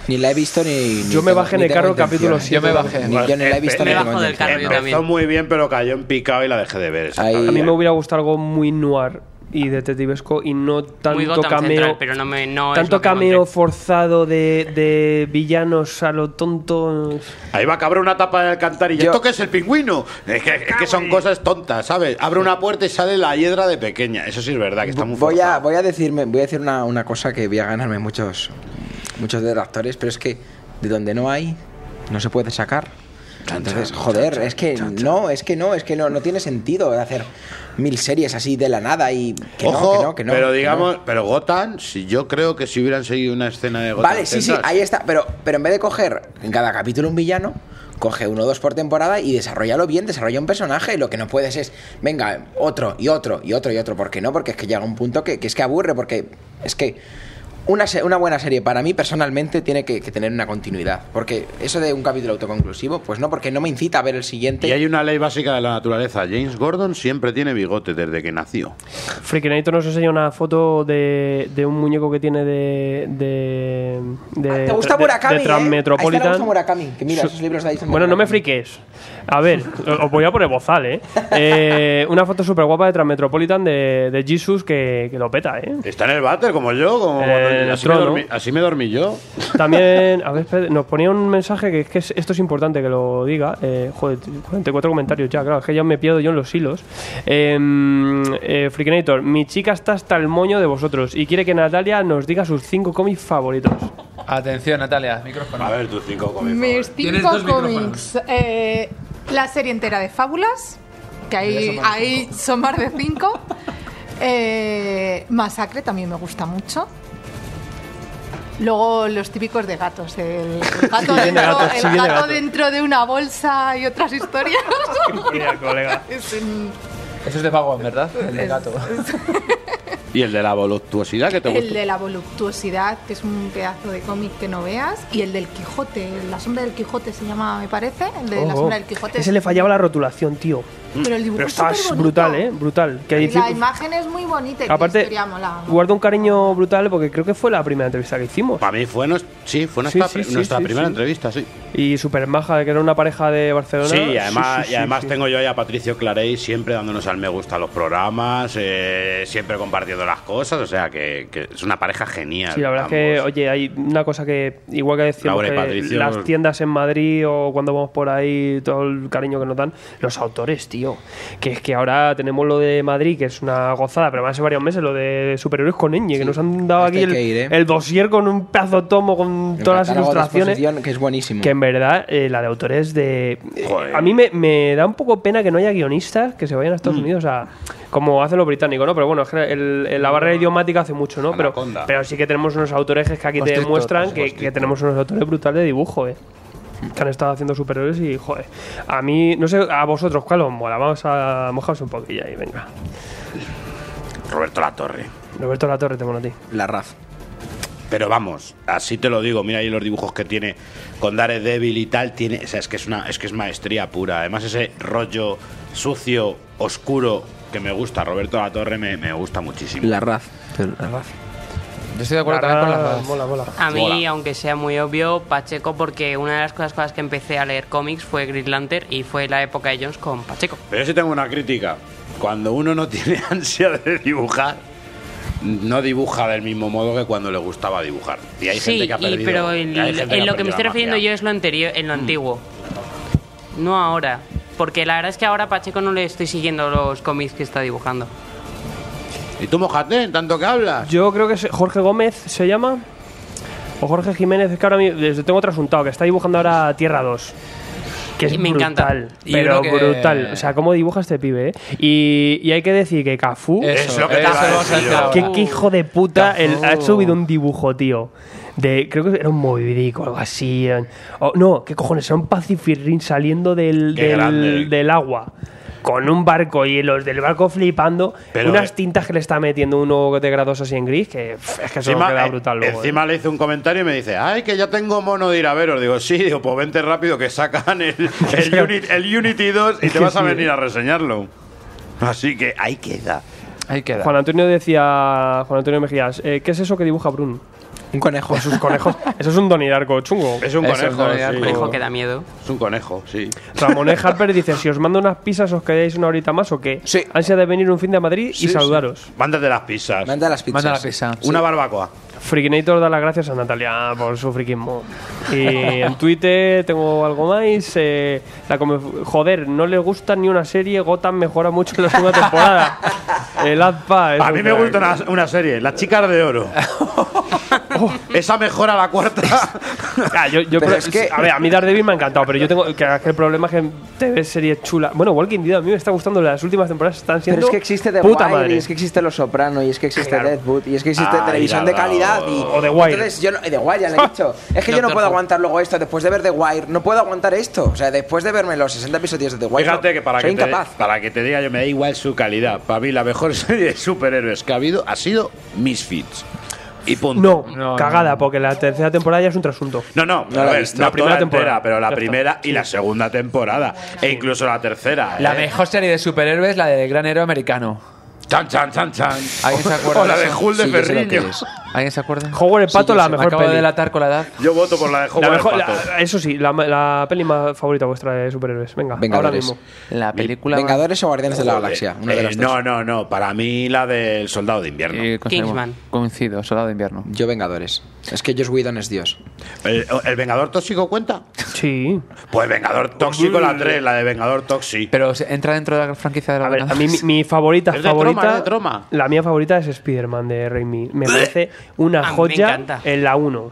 [SPEAKER 6] Ni la he visto ni. ni
[SPEAKER 1] Yo me
[SPEAKER 6] tengo-
[SPEAKER 1] bajé en
[SPEAKER 6] ni
[SPEAKER 1] el
[SPEAKER 6] tengo
[SPEAKER 1] carro
[SPEAKER 6] intención,
[SPEAKER 1] capítulo
[SPEAKER 6] eh.
[SPEAKER 5] Yo me bajé.
[SPEAKER 6] Ni- yo ni la he visto
[SPEAKER 7] Me
[SPEAKER 6] ni
[SPEAKER 7] bajo
[SPEAKER 6] tengo
[SPEAKER 7] del
[SPEAKER 6] intención.
[SPEAKER 7] carro yo también.
[SPEAKER 4] Empezó muy bien, pero cayó en picado y la dejé de ver.
[SPEAKER 6] Ahí-
[SPEAKER 1] A mí me hubiera gustado algo muy noir y detectivesco y no
[SPEAKER 7] Muy
[SPEAKER 1] tanto
[SPEAKER 7] Gotham
[SPEAKER 1] cameo.
[SPEAKER 7] Central, pero no me- no es
[SPEAKER 1] tanto
[SPEAKER 7] lo que
[SPEAKER 1] cameo
[SPEAKER 7] encontré.
[SPEAKER 1] forzado de, de villanos a lo tonto.
[SPEAKER 4] Ahí va que abre una tapa de alcantarilla.
[SPEAKER 6] Yo-
[SPEAKER 4] ¿Esto qué es el pingüino? Es que, es que son cosas tontas, ¿sabes? Abre una puerta y sale la hiedra de pequeña. Eso sí es verdad, que está muy
[SPEAKER 6] Voy a,
[SPEAKER 4] forzado.
[SPEAKER 6] voy a decirme, voy a decir una, una cosa que voy a ganarme muchos muchos detractores, pero es que de donde no hay, no se puede sacar. Entonces, joder, es que no, es que no, es que no, no tiene sentido hacer mil series así de la nada y que no,
[SPEAKER 4] Ojo,
[SPEAKER 6] que no, que no,
[SPEAKER 4] pero
[SPEAKER 6] que
[SPEAKER 4] digamos,
[SPEAKER 6] no.
[SPEAKER 4] pero Gotham, si yo creo que si hubieran seguido una escena de Gotham.
[SPEAKER 6] Vale, sí, sí,
[SPEAKER 4] Central-
[SPEAKER 6] ahí está. Pero, pero en vez de coger en cada capítulo un villano, coge uno o dos por temporada y desarrollalo bien, desarrolla un personaje. Y lo que no puedes es, venga, otro y otro y otro y otro. ¿Por qué no? Porque es que llega un punto que, que es que aburre, porque es que. Una, se- una buena serie para mí personalmente tiene que, que tener una continuidad. Porque eso de un capítulo autoconclusivo, pues no, porque no me incita a ver el siguiente.
[SPEAKER 4] Y hay una ley básica de la naturaleza. James Gordon siempre tiene bigote desde que nació.
[SPEAKER 1] Freakinator nos enseña una foto de, de un muñeco que tiene de. de, de
[SPEAKER 6] Ah, ¿Te gusta
[SPEAKER 1] de-
[SPEAKER 6] Murakami?
[SPEAKER 1] de
[SPEAKER 6] eh?
[SPEAKER 1] Transmetropolitan.
[SPEAKER 6] A esta le gusta Murakami, que mira, esos libros de ahí son de
[SPEAKER 1] Bueno, no me
[SPEAKER 6] Murakami.
[SPEAKER 1] friques. A ver, os voy a poner bozal, ¿eh? Eh, una foto súper guapa de Transmetropolitan de, de Jesus que, que lo peta, ¿eh?
[SPEAKER 4] Está en el váter, como yo, como
[SPEAKER 1] Eh,
[SPEAKER 4] cuando- así, me
[SPEAKER 1] trono.
[SPEAKER 4] dormí, así me dormí yo.
[SPEAKER 1] También, a ver, espérate, nos ponía un mensaje que es que es- esto es importante que lo diga. Eh, joder, 44 comentarios ya, claro, es que ya me pierdo yo en los hilos. Eh, eh, Freakinator, mi chica está hasta el moño de vosotros y quiere que Natalia nos diga sus 5 cómics favoritos.
[SPEAKER 5] Atención, Natalia, micrófono.
[SPEAKER 4] A ver, tus cinco cómics.
[SPEAKER 9] Mis
[SPEAKER 5] Tienes
[SPEAKER 9] cinco
[SPEAKER 5] dos micrófonos.
[SPEAKER 9] cómics. Eh, la serie entera de Fábulas, que ahí, ahí son más de cinco. Eh, Masacre también me gusta mucho. Luego los típicos de gatos. El gato,
[SPEAKER 1] Sí, viene
[SPEAKER 9] dentro,
[SPEAKER 1] gato,
[SPEAKER 9] el
[SPEAKER 1] sí, viene
[SPEAKER 9] gato
[SPEAKER 1] gato.
[SPEAKER 9] dentro de una bolsa y otras historias.
[SPEAKER 1] Mira, colega.
[SPEAKER 9] Es un-
[SPEAKER 5] Eso es de Pago, ¿verdad? El de gato.
[SPEAKER 4] Y el de la voluptuosidad que te
[SPEAKER 9] El
[SPEAKER 4] gusta.
[SPEAKER 9] de la voluptuosidad, que es un pedazo de cómic que no veas, y el del Quijote, la sombra del Quijote se llama, me parece, el de la
[SPEAKER 1] Oh, oh.
[SPEAKER 9] sombra del Quijote.
[SPEAKER 1] Ese le fallaba la rotulación, tío.
[SPEAKER 9] Pero el dibujo
[SPEAKER 1] Pero
[SPEAKER 9] es
[SPEAKER 1] está
[SPEAKER 9] superbonito.
[SPEAKER 1] brutal, ¿eh? Brutal. Que
[SPEAKER 9] Y
[SPEAKER 1] dice-
[SPEAKER 9] La imagen es muy bonita y la
[SPEAKER 1] Aparte,
[SPEAKER 9] historia mola.
[SPEAKER 1] guardo un cariño brutal porque creo que fue la primera entrevista que hicimos.
[SPEAKER 4] Para mí fue, nos- sí, fue nuestra,
[SPEAKER 1] Sí, sí, sí,
[SPEAKER 4] nuestra
[SPEAKER 1] sí,
[SPEAKER 4] primera
[SPEAKER 1] sí.
[SPEAKER 4] entrevista, sí.
[SPEAKER 1] Y super maja, que era una pareja de Barcelona.
[SPEAKER 4] Sí, y además,
[SPEAKER 1] sí,
[SPEAKER 4] y además
[SPEAKER 1] sí.
[SPEAKER 4] tengo yo ahí a Patricio Clarey siempre dándonos al me gusta a los programas, eh, siempre compartiendo las cosas, o sea que, que es una pareja genial.
[SPEAKER 1] Sí, la verdad es que,
[SPEAKER 4] ambos.
[SPEAKER 1] oye, hay una cosa que, igual que decíamos,
[SPEAKER 4] Laura y
[SPEAKER 1] que
[SPEAKER 4] Patricio.
[SPEAKER 1] las tiendas en Madrid o cuando vamos por ahí, todo el cariño que nos dan, los autores, tío. Que es que ahora tenemos lo de Madrid, que es una gozada, pero hace varios meses, lo de superhéroes con Ñ, que nos han dado aquí
[SPEAKER 6] Este hay
[SPEAKER 1] el,
[SPEAKER 6] que ir, ¿eh?
[SPEAKER 1] el dossier con un pedazo de tomo, con
[SPEAKER 6] El
[SPEAKER 1] todas las
[SPEAKER 6] catálogo de
[SPEAKER 1] ilustraciones.
[SPEAKER 6] exposición, que es buenísimo.
[SPEAKER 1] Que en verdad eh, la de autores de... eh,
[SPEAKER 4] Joder.
[SPEAKER 1] a mí me, me da un poco pena que no haya guionistas que se vayan a
[SPEAKER 4] Mm.
[SPEAKER 1] Estados Unidos a... Como hacen los británicos, ¿no? Pero bueno, es que el- el- la barrera idiomática hace mucho, ¿no? Pero,
[SPEAKER 4] Anaconda.
[SPEAKER 1] pero sí que tenemos unos autores que aquí te
[SPEAKER 5] Constrictor,
[SPEAKER 1] demuestran que,
[SPEAKER 4] constrictor.
[SPEAKER 1] que tenemos unos autores brutales de dibujo, ¿eh? Que han estado haciendo superiores y, joder, a mí, no sé, a vosotros, ¿cuál os mola? Vamos a mojaros un poquillo ahí, venga.
[SPEAKER 4] Roberto La Torre.
[SPEAKER 1] Roberto La Torre, te mola a ti.
[SPEAKER 6] La RAF.
[SPEAKER 4] Pero vamos, así te lo digo, mira ahí los dibujos que tiene con Daredevil y tal, tiene, o sea, es que es una es que es maestría pura. Además ese rollo sucio, oscuro que me gusta, Roberto La Torre me, me gusta muchísimo.
[SPEAKER 6] La RAF. La RAF.
[SPEAKER 5] Yo estoy de acuerdo
[SPEAKER 1] Ahora,
[SPEAKER 5] también con las dos.
[SPEAKER 1] Ah, mola, mola.
[SPEAKER 7] A mí,
[SPEAKER 4] Mola.
[SPEAKER 7] aunque sea muy obvio, Pacheco, porque una de las cosas, cosas que empecé a leer cómics fue Green Lantern y fue la época de Jones con Pacheco.
[SPEAKER 4] Pero yo sí tengo una crítica. Cuando uno no tiene ansia de dibujar, no dibuja del mismo modo que cuando le gustaba dibujar. Y hay
[SPEAKER 7] sí,
[SPEAKER 4] gente que ha
[SPEAKER 7] y-
[SPEAKER 4] perdido.
[SPEAKER 7] pero
[SPEAKER 4] hay
[SPEAKER 7] el-
[SPEAKER 4] gente
[SPEAKER 7] en
[SPEAKER 4] ha
[SPEAKER 7] lo que
[SPEAKER 4] perdido
[SPEAKER 7] me estoy
[SPEAKER 4] la
[SPEAKER 7] refiriendo
[SPEAKER 4] magia. Mm.
[SPEAKER 7] yo es lo anterior, en lo antiguo. No ahora. Porque la verdad es que ahora a Pacheco no le estoy siguiendo los cómics que está dibujando.
[SPEAKER 4] Y tú mojate, en tanto que hablas.
[SPEAKER 1] Yo creo que es Jorge Gómez se llama. O Jorge Jiménez, es que ahora mi- les tengo trasuntado, que está dibujando ahora Tierra 2. Que es
[SPEAKER 7] Y me encanta.
[SPEAKER 1] brutal,
[SPEAKER 5] Y
[SPEAKER 1] pero
[SPEAKER 5] uno que-
[SPEAKER 1] brutal. O sea, cómo dibuja este pibe, ¿eh? Y, y hay que decir que Cafú...
[SPEAKER 5] Eso,
[SPEAKER 4] Es lo que te
[SPEAKER 5] eso
[SPEAKER 4] iba a
[SPEAKER 5] vamos a
[SPEAKER 4] decir
[SPEAKER 5] hacer
[SPEAKER 4] yo.
[SPEAKER 5] ahora.
[SPEAKER 1] Qué, qué hijo de puta.
[SPEAKER 5] Cafú.
[SPEAKER 1] el- ha subido un dibujo, tío. De, creo que era un movidico o algo así. eh. O- no, qué cojones, era un pacifirrin saliendo del,
[SPEAKER 4] Qué grande.
[SPEAKER 1] del, del agua. Con un barco y los del barco flipando.
[SPEAKER 4] Pero,
[SPEAKER 1] unas
[SPEAKER 4] eh,
[SPEAKER 1] tintas que le está metiendo uno de grados así en gris. Que pff, es que eso
[SPEAKER 4] Encima,
[SPEAKER 1] queda
[SPEAKER 4] eh,
[SPEAKER 1] brutal luego. eh.
[SPEAKER 4] encima le hice un comentario y me dice, ay, que ya tengo mono de ir a veros. Digo, sí, digo, pues vente rápido que sacan el, el, Unit- el Unity 2 y te
[SPEAKER 1] que
[SPEAKER 4] vas a
[SPEAKER 1] sí,
[SPEAKER 4] venir a reseñarlo. Así que ahí queda.
[SPEAKER 5] Ahí queda.
[SPEAKER 1] Juan Antonio decía. Juan Antonio Mejías, eh, ¿qué es eso que dibuja Brun?
[SPEAKER 6] Un conejo.
[SPEAKER 1] Con sus conejos. eso es un Don Darko chungo.
[SPEAKER 4] Es un
[SPEAKER 5] Eso es
[SPEAKER 4] conejo.
[SPEAKER 5] verdad,
[SPEAKER 4] sí.
[SPEAKER 7] Conejo que da miedo.
[SPEAKER 4] Es un conejo, sí.
[SPEAKER 1] Ramón Harper dice: Si os mando unas pizzas, ¿os quedáis una horita más o qué?
[SPEAKER 6] Sí.
[SPEAKER 1] Ansia de venir un fin de Madrid
[SPEAKER 4] Sí,
[SPEAKER 1] y
[SPEAKER 4] sí.
[SPEAKER 1] saludaros.
[SPEAKER 4] Mándate las pizzas.
[SPEAKER 6] Manda las pizzas.
[SPEAKER 5] Manda la pizza.
[SPEAKER 4] Una barbacoa.
[SPEAKER 1] Frikinator da las gracias a Natalia por su friquismo. Y en Twitter tengo algo más. eh, la come- joder, no le gusta ni una serie. Gotham mejora mucho en la segunda temporada. El AdPa. es
[SPEAKER 4] A
[SPEAKER 1] un
[SPEAKER 4] mí me
[SPEAKER 1] crack.
[SPEAKER 4] gusta una, una serie, Las chicas de oro. Oh, esa mejora la cuarta.
[SPEAKER 1] Ah, yo- yo
[SPEAKER 6] Pero
[SPEAKER 1] pro-
[SPEAKER 6] es que-
[SPEAKER 1] A ver, a mí Daredevil me ha encantado, pero yo tengo que, que el problema es que te ves series chulas. Bueno, Walking Dead a mí me está gustando. Las últimas temporadas están siendo
[SPEAKER 6] Pero es que existe The
[SPEAKER 1] puta
[SPEAKER 6] Wire,
[SPEAKER 1] madre.
[SPEAKER 6] y es que existe Los Soprano, y es que existe
[SPEAKER 1] Claro.
[SPEAKER 6] Deadwood, y es que existe
[SPEAKER 4] Ay,
[SPEAKER 6] televisión de
[SPEAKER 4] la bravo.
[SPEAKER 6] calidad. Y,
[SPEAKER 1] O The Wire.
[SPEAKER 6] Entonces, yo no, The Wire, ya lo he dicho. Es que yo no
[SPEAKER 7] Doctor
[SPEAKER 6] puedo
[SPEAKER 7] Who.
[SPEAKER 6] aguantar luego esto. Después de ver The Wire, no puedo aguantar esto. O sea, después de verme los 60 episodios de The Wire,
[SPEAKER 4] Fíjate
[SPEAKER 6] no,
[SPEAKER 4] que para
[SPEAKER 6] soy
[SPEAKER 4] que, te,
[SPEAKER 6] incapaz.
[SPEAKER 4] para que te diga yo me da igual su calidad. Para mí la mejor serie de superhéroes que ha habido ha sido Misfits. Y punto.
[SPEAKER 1] No,
[SPEAKER 5] No,
[SPEAKER 1] cagada,
[SPEAKER 5] no.
[SPEAKER 1] porque la tercera temporada ya es un trasunto.
[SPEAKER 4] No, no,
[SPEAKER 6] No
[SPEAKER 4] a
[SPEAKER 6] la he
[SPEAKER 4] ver,
[SPEAKER 6] visto.
[SPEAKER 4] no
[SPEAKER 1] La primera
[SPEAKER 4] toda
[SPEAKER 1] temporada.
[SPEAKER 4] entera, pero
[SPEAKER 1] Ya
[SPEAKER 4] la
[SPEAKER 1] está.
[SPEAKER 4] primera y la segunda temporada. E incluso la tercera.
[SPEAKER 5] La
[SPEAKER 4] ¿eh?
[SPEAKER 5] mejor serie de superhéroes, la de Gran Héroe Americano.
[SPEAKER 4] Chan, chan, chan, chan.
[SPEAKER 5] ¿Alguien se acuerda
[SPEAKER 4] o la
[SPEAKER 5] de
[SPEAKER 4] de
[SPEAKER 5] eso?
[SPEAKER 4] Hulk de
[SPEAKER 6] Sí, yo sé lo que
[SPEAKER 4] Ferriño.
[SPEAKER 6] es.
[SPEAKER 5] ¿Alguien se acuerda?
[SPEAKER 1] Howard el Pato,
[SPEAKER 5] yo
[SPEAKER 1] la
[SPEAKER 5] sé, me
[SPEAKER 1] mejor
[SPEAKER 5] acabo
[SPEAKER 1] peli.
[SPEAKER 5] de delatar con la edad.
[SPEAKER 4] Yo voto por la de Howard
[SPEAKER 1] La
[SPEAKER 4] el
[SPEAKER 1] mejor-
[SPEAKER 4] Pato.
[SPEAKER 1] la- eso sí, la, la peli más favorita vuestra de superhéroes. Venga, ahora
[SPEAKER 6] Vengadores.
[SPEAKER 1] mismo.
[SPEAKER 5] La película.
[SPEAKER 6] ¿Vengadores o Guardianes de la
[SPEAKER 4] Joder.
[SPEAKER 6] Galaxia? Uno de
[SPEAKER 4] Eh,
[SPEAKER 6] los dos.
[SPEAKER 4] no, no, no. Para mí la del Soldado de Invierno.
[SPEAKER 5] Eh, conseguimos.
[SPEAKER 7] Kingsman.
[SPEAKER 5] Coincido, Soldado de Invierno.
[SPEAKER 6] Yo Vengadores. Es que Josh Whedon es Dios.
[SPEAKER 4] ¿El, Eh, oh, el Vengador Tóxico cuenta?
[SPEAKER 1] Sí.
[SPEAKER 4] Pues Vengador Tóxico, la 3, la de Vengador Tóxico.
[SPEAKER 5] Pero se- entra dentro de la franquicia de la
[SPEAKER 1] A ver, a mí mi,
[SPEAKER 5] Vengadores.
[SPEAKER 1] mi favorita
[SPEAKER 4] Es de
[SPEAKER 1] favorita
[SPEAKER 4] Troma, es de Troma.
[SPEAKER 1] la mía favorita es Spider-Man de Raimi. Me parece una
[SPEAKER 7] A mí me
[SPEAKER 1] joya
[SPEAKER 7] encanta.
[SPEAKER 1] en la 1.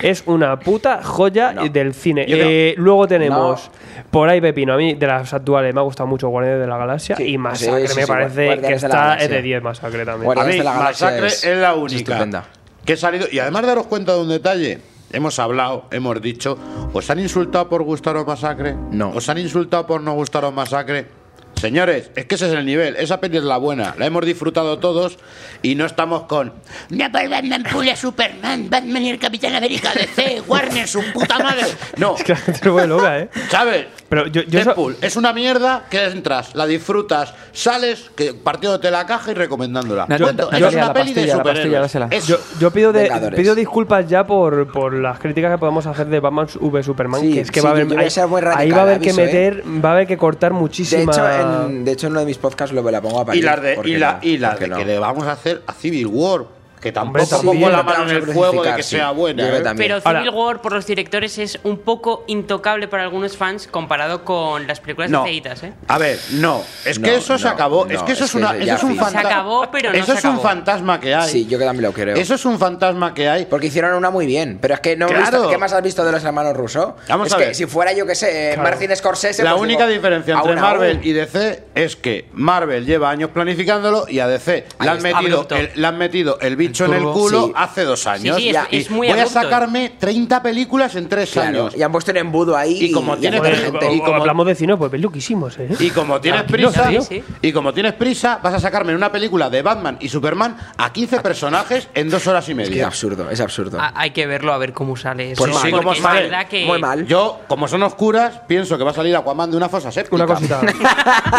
[SPEAKER 1] Es una puta joya del cine.
[SPEAKER 4] Yo
[SPEAKER 1] Eh, luego tenemos por ahí Pepino, a mí de las actuales me ha gustado mucho Guardianes de la Galaxia
[SPEAKER 6] Sí,
[SPEAKER 1] y Masacre
[SPEAKER 6] sí, sí,
[SPEAKER 1] me
[SPEAKER 6] sí,
[SPEAKER 1] parece
[SPEAKER 6] Guardianes
[SPEAKER 1] que
[SPEAKER 6] de
[SPEAKER 1] está
[SPEAKER 6] la
[SPEAKER 1] es
[SPEAKER 6] Galaxia.
[SPEAKER 1] de 10 Masacre también.
[SPEAKER 6] Guardi-
[SPEAKER 4] A mí,
[SPEAKER 6] Guardianes de la Galaxia
[SPEAKER 4] Masacre es,
[SPEAKER 6] es-
[SPEAKER 4] la
[SPEAKER 6] es
[SPEAKER 4] única
[SPEAKER 6] estupenda.
[SPEAKER 4] que ha salido. Y además daros cuenta de un detalle. Hemos hablado, hemos dicho, ¿os han insultado por gustaros Masacre?
[SPEAKER 6] No.
[SPEAKER 4] ¿Os han insultado por no gustaros Masacre? Señores, es que ese es el nivel. Esa peli es la buena. La hemos disfrutado todos y no estamos con. Me va Batman, Pula, Superman, Batman y el Capitán América, DC, Warner, su puta madre. No,
[SPEAKER 1] Es que la gente se vuelve loca, ¿eh?
[SPEAKER 4] ¿sabes?
[SPEAKER 1] Pero yo- yo so-
[SPEAKER 4] Deadpool es una mierda que entras, la disfrutas, sales, que partiéndote la caja y recomendándola.
[SPEAKER 5] Nat-
[SPEAKER 4] Punto.
[SPEAKER 5] Natalia,
[SPEAKER 4] es una
[SPEAKER 5] la
[SPEAKER 4] peli de
[SPEAKER 5] pastilla, la pastilla,
[SPEAKER 4] superhéroes.
[SPEAKER 5] dásela.
[SPEAKER 4] Es-
[SPEAKER 1] Yo, yo pido, de-
[SPEAKER 6] Vengadores.
[SPEAKER 1] pido disculpas ya por, por las críticas que podemos hacer de Batman v Superman.
[SPEAKER 6] Sí,
[SPEAKER 1] que es que
[SPEAKER 6] sí,
[SPEAKER 1] va a haber,
[SPEAKER 6] yo voy a ser muy
[SPEAKER 1] ahí- ahí
[SPEAKER 6] radical,
[SPEAKER 1] va a haber que
[SPEAKER 6] aviso, ¿eh?
[SPEAKER 1] meter, va a haber que cortar
[SPEAKER 6] De
[SPEAKER 1] muchísima.
[SPEAKER 6] hecho, en, de hecho, en uno de mis podcasts lo la pongo a parir.
[SPEAKER 4] y las de,
[SPEAKER 6] ¿por qué
[SPEAKER 4] y la,
[SPEAKER 6] no?
[SPEAKER 4] y las
[SPEAKER 6] ¿Por qué
[SPEAKER 4] de
[SPEAKER 6] no?
[SPEAKER 4] que le vamos a hacer a Civil War, que
[SPEAKER 1] Hombre,
[SPEAKER 4] tampoco
[SPEAKER 1] tampoco
[SPEAKER 4] pongo
[SPEAKER 1] bien,
[SPEAKER 4] la
[SPEAKER 6] no
[SPEAKER 4] mano en
[SPEAKER 6] vamos a
[SPEAKER 4] el fuego de
[SPEAKER 6] crucificar,
[SPEAKER 4] que
[SPEAKER 6] sí.
[SPEAKER 4] sea buena.
[SPEAKER 6] Yo creo
[SPEAKER 4] ¿eh?
[SPEAKER 6] también.
[SPEAKER 7] Pero
[SPEAKER 1] Ahora-
[SPEAKER 7] Civil War por los directores es un poco intocable para algunos fans comparado con las películas de ceitas, ¿eh?
[SPEAKER 4] A ver, no. Es que
[SPEAKER 6] No,
[SPEAKER 4] eso se
[SPEAKER 6] no,
[SPEAKER 4] acabó. es
[SPEAKER 6] no,
[SPEAKER 4] que eso es,
[SPEAKER 6] es que
[SPEAKER 4] una,
[SPEAKER 6] ya
[SPEAKER 4] eso es un
[SPEAKER 6] fin. Se
[SPEAKER 4] fantasma.
[SPEAKER 7] acabó, pero no
[SPEAKER 4] eso
[SPEAKER 7] se
[SPEAKER 4] es un
[SPEAKER 7] acabó.
[SPEAKER 4] fantasma que hay.
[SPEAKER 6] Sí, yo que también lo creo.
[SPEAKER 4] Eso es un fantasma que hay.
[SPEAKER 6] Porque hicieron una muy bien, pero es que no he
[SPEAKER 4] Claro.
[SPEAKER 6] visto- ¿Qué más has visto de los hermanos rusos?
[SPEAKER 4] Vamos
[SPEAKER 6] es
[SPEAKER 4] a
[SPEAKER 6] que
[SPEAKER 4] ver.
[SPEAKER 6] si fuera yo que sé, eh, Martin Scorsese.
[SPEAKER 4] La
[SPEAKER 6] pues
[SPEAKER 4] única
[SPEAKER 6] digo,
[SPEAKER 4] diferencia
[SPEAKER 6] aún,
[SPEAKER 4] entre
[SPEAKER 6] aún.
[SPEAKER 4] Marvel y DC es que Marvel lleva años planificándolo y a DC le han,
[SPEAKER 7] está.
[SPEAKER 4] metido
[SPEAKER 7] Abrupto.
[SPEAKER 4] el, le han metido el bicho en el
[SPEAKER 5] turbo.
[SPEAKER 4] culo
[SPEAKER 6] Sí.
[SPEAKER 4] hace dos años.
[SPEAKER 7] sí, es-
[SPEAKER 4] Ya.
[SPEAKER 7] es
[SPEAKER 4] Y
[SPEAKER 7] muy
[SPEAKER 4] Voy
[SPEAKER 7] abrupto.
[SPEAKER 4] a sacarme 30 películas en tres
[SPEAKER 6] Claro,
[SPEAKER 4] años.
[SPEAKER 6] y han puesto un embudo ahí.
[SPEAKER 4] Y como tiene
[SPEAKER 6] mucha
[SPEAKER 1] Joder,
[SPEAKER 4] que-
[SPEAKER 6] gente.
[SPEAKER 1] o-
[SPEAKER 4] y
[SPEAKER 1] o
[SPEAKER 4] como-
[SPEAKER 1] hablamos de cine, pues ves lo que hicimos, ¿eh?
[SPEAKER 4] Y como tienes
[SPEAKER 1] Tranquilo,
[SPEAKER 4] prisa,
[SPEAKER 1] tío.
[SPEAKER 7] Sí, sí.
[SPEAKER 4] y como tienes prisa, vas a sacarme en una película de Batman y Superman a 15 personajes en dos horas y
[SPEAKER 6] Es que es
[SPEAKER 4] media.
[SPEAKER 6] absurdo, es absurdo.
[SPEAKER 7] A- hay que verlo a ver cómo sale eso.
[SPEAKER 4] Pues Ah, sí,
[SPEAKER 7] porque
[SPEAKER 4] cómo
[SPEAKER 7] es
[SPEAKER 4] sale.
[SPEAKER 7] verdad que
[SPEAKER 6] Muy mal.
[SPEAKER 4] Yo, como son oscuras, pienso que va a salir Aquaman de una fosa séptica.
[SPEAKER 1] Una cosita.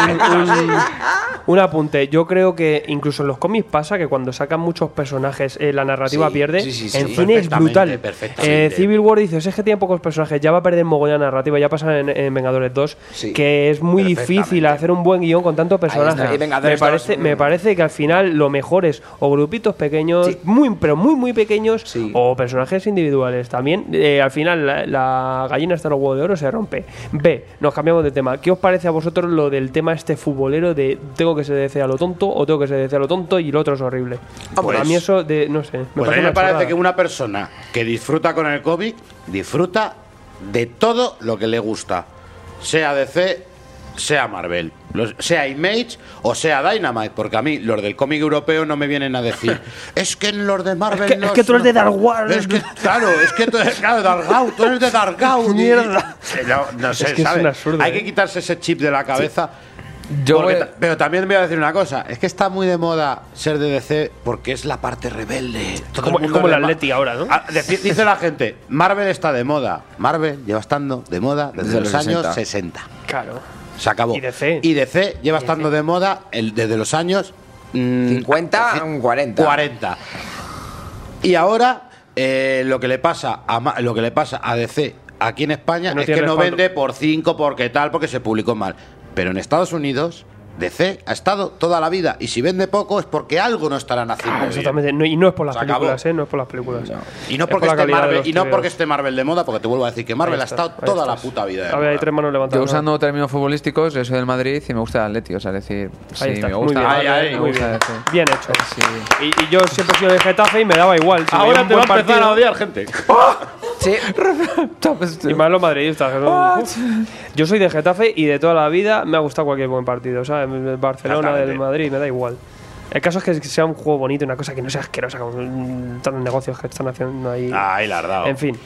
[SPEAKER 1] un, un- un apunte. Yo creo que incluso en los cómics pasa que cuando sacan muchos personajes eh, la narrativa
[SPEAKER 6] Sí,
[SPEAKER 1] pierde.
[SPEAKER 6] sí, sí, sí,
[SPEAKER 1] en cine es
[SPEAKER 4] perfectamente,
[SPEAKER 1] brutal.
[SPEAKER 4] perfectamente.
[SPEAKER 1] Eh, Civil War dices, es que tiene pocos personajes, ya va a perder mogollón de narrativa, ya pasa en, en Vengadores 2,
[SPEAKER 6] Sí,
[SPEAKER 1] que es muy difícil hacer un buen guión con tantos
[SPEAKER 6] está,
[SPEAKER 1] personajes.
[SPEAKER 6] y
[SPEAKER 1] Me
[SPEAKER 6] Vengadores
[SPEAKER 1] parece,
[SPEAKER 6] 2,
[SPEAKER 1] me
[SPEAKER 6] mm.
[SPEAKER 1] parece que al final lo mejor es o grupitos pequeños,
[SPEAKER 6] Sí.
[SPEAKER 1] muy pero muy muy pequeños,
[SPEAKER 6] Sí.
[SPEAKER 1] o personajes individuales. También eh, al final la, la gallina hasta los huevos de oro se rompe. B, nos cambiamos de tema. ¿Qué os parece a vosotros lo del tema este futbolero de tengo que se DC a lo tonto o tengo que se DC a lo tonto y lo otro es horrible?
[SPEAKER 4] Pues-
[SPEAKER 1] a mí eso de, no sé, me
[SPEAKER 4] Pues a
[SPEAKER 1] parece,
[SPEAKER 4] mí me
[SPEAKER 1] una
[SPEAKER 4] parece
[SPEAKER 1] chorrada.
[SPEAKER 4] que una persona que disfruta con el cómic disfruta de todo lo que le gusta, sea DC, sea Marvel, los- sea Image o sea Dynamite, porque a mí los del cómic europeo no me vienen a decir, es que en los de Marvel.
[SPEAKER 1] Es que-
[SPEAKER 4] no
[SPEAKER 1] es que tú eres de Dark World".
[SPEAKER 4] Es que, claro, es que tú eres claro, Dargau, tú eres de Dargau.
[SPEAKER 1] Mierda.
[SPEAKER 4] No, no sé,
[SPEAKER 1] Es que es
[SPEAKER 4] ¿sabes?
[SPEAKER 1] un absurdo,
[SPEAKER 4] Hay
[SPEAKER 1] ¿eh?
[SPEAKER 4] que quitarse ese chip de la cabeza.
[SPEAKER 5] Yo
[SPEAKER 4] Porque
[SPEAKER 5] voy-
[SPEAKER 4] ta- pero también voy a decir una cosa, es que está muy de moda ser de DC porque es la parte rebelde. Todo
[SPEAKER 1] como-
[SPEAKER 4] el mundo
[SPEAKER 1] como el
[SPEAKER 4] le ma-
[SPEAKER 1] Atleti ahora, ¿no?
[SPEAKER 4] Ah, deci- Dice la gente, Marvel está de moda. Marvel lleva estando de moda desde,
[SPEAKER 6] Desde
[SPEAKER 4] los,
[SPEAKER 6] los
[SPEAKER 4] años
[SPEAKER 6] 60.
[SPEAKER 4] 60.
[SPEAKER 1] Claro.
[SPEAKER 4] Se acabó.
[SPEAKER 1] Y DC.
[SPEAKER 4] Y DC lleva estando de moda el- desde los años mm,
[SPEAKER 6] 50,
[SPEAKER 4] a-
[SPEAKER 6] 40.
[SPEAKER 4] 40. Y ahora eh, lo que le pasa a Ma- lo que le pasa a DC aquí en España
[SPEAKER 1] Que no
[SPEAKER 4] es que
[SPEAKER 1] tiene
[SPEAKER 4] no
[SPEAKER 1] respaldo.
[SPEAKER 4] vende por 5 porque tal, porque se publicó mal. Pero en Estados Unidos DC ha estado toda la vida y si vende poco es porque algo no estarán haciendo. bien.
[SPEAKER 1] Exactamente. No- y no es por las
[SPEAKER 4] Se acabó.
[SPEAKER 1] películas, ¿eh? No es por las películas.
[SPEAKER 4] Y no
[SPEAKER 1] Es por la
[SPEAKER 4] porque esté
[SPEAKER 1] calidad de
[SPEAKER 4] Marvel,
[SPEAKER 1] los
[SPEAKER 4] y no
[SPEAKER 1] TVOs.
[SPEAKER 4] porque esté Marvel de moda, porque te vuelvo a decir que Marvel ha
[SPEAKER 1] Ahí estás,
[SPEAKER 4] estado
[SPEAKER 1] ahí
[SPEAKER 4] toda la
[SPEAKER 1] estás.
[SPEAKER 4] puta vida. de
[SPEAKER 1] A ver, hay
[SPEAKER 4] moda.
[SPEAKER 1] tres manos levantadas.
[SPEAKER 5] Yo usando términos futbolísticos, yo soy del Madrid y me gusta el Atleti, o sea, es decir, sí,
[SPEAKER 1] Ahí está,
[SPEAKER 5] me
[SPEAKER 1] muy
[SPEAKER 5] gusta
[SPEAKER 1] bien.
[SPEAKER 4] Ahí, ahí,
[SPEAKER 5] me
[SPEAKER 1] muy
[SPEAKER 5] gusta
[SPEAKER 1] bien.
[SPEAKER 5] DC.
[SPEAKER 1] Bien hecho.
[SPEAKER 5] Sí.
[SPEAKER 1] Y, y yo siempre he sido de Getafe y me daba igual. Si veía un buen partido-
[SPEAKER 4] odiar gente.
[SPEAKER 6] Sí,
[SPEAKER 1] Y más los madridistas. que son- Uf. Yo soy de Getafe y de toda la vida me ha gustado cualquier buen partido. ¿sabes? El Barcelona,
[SPEAKER 4] Exactamente.
[SPEAKER 1] del Madrid, me da igual. El caso es que sea un juego bonito, una cosa que no sea asquerosa con tantos negocios que están haciendo ahí.
[SPEAKER 5] Ah,
[SPEAKER 4] Ay, la has dado.
[SPEAKER 1] En fin,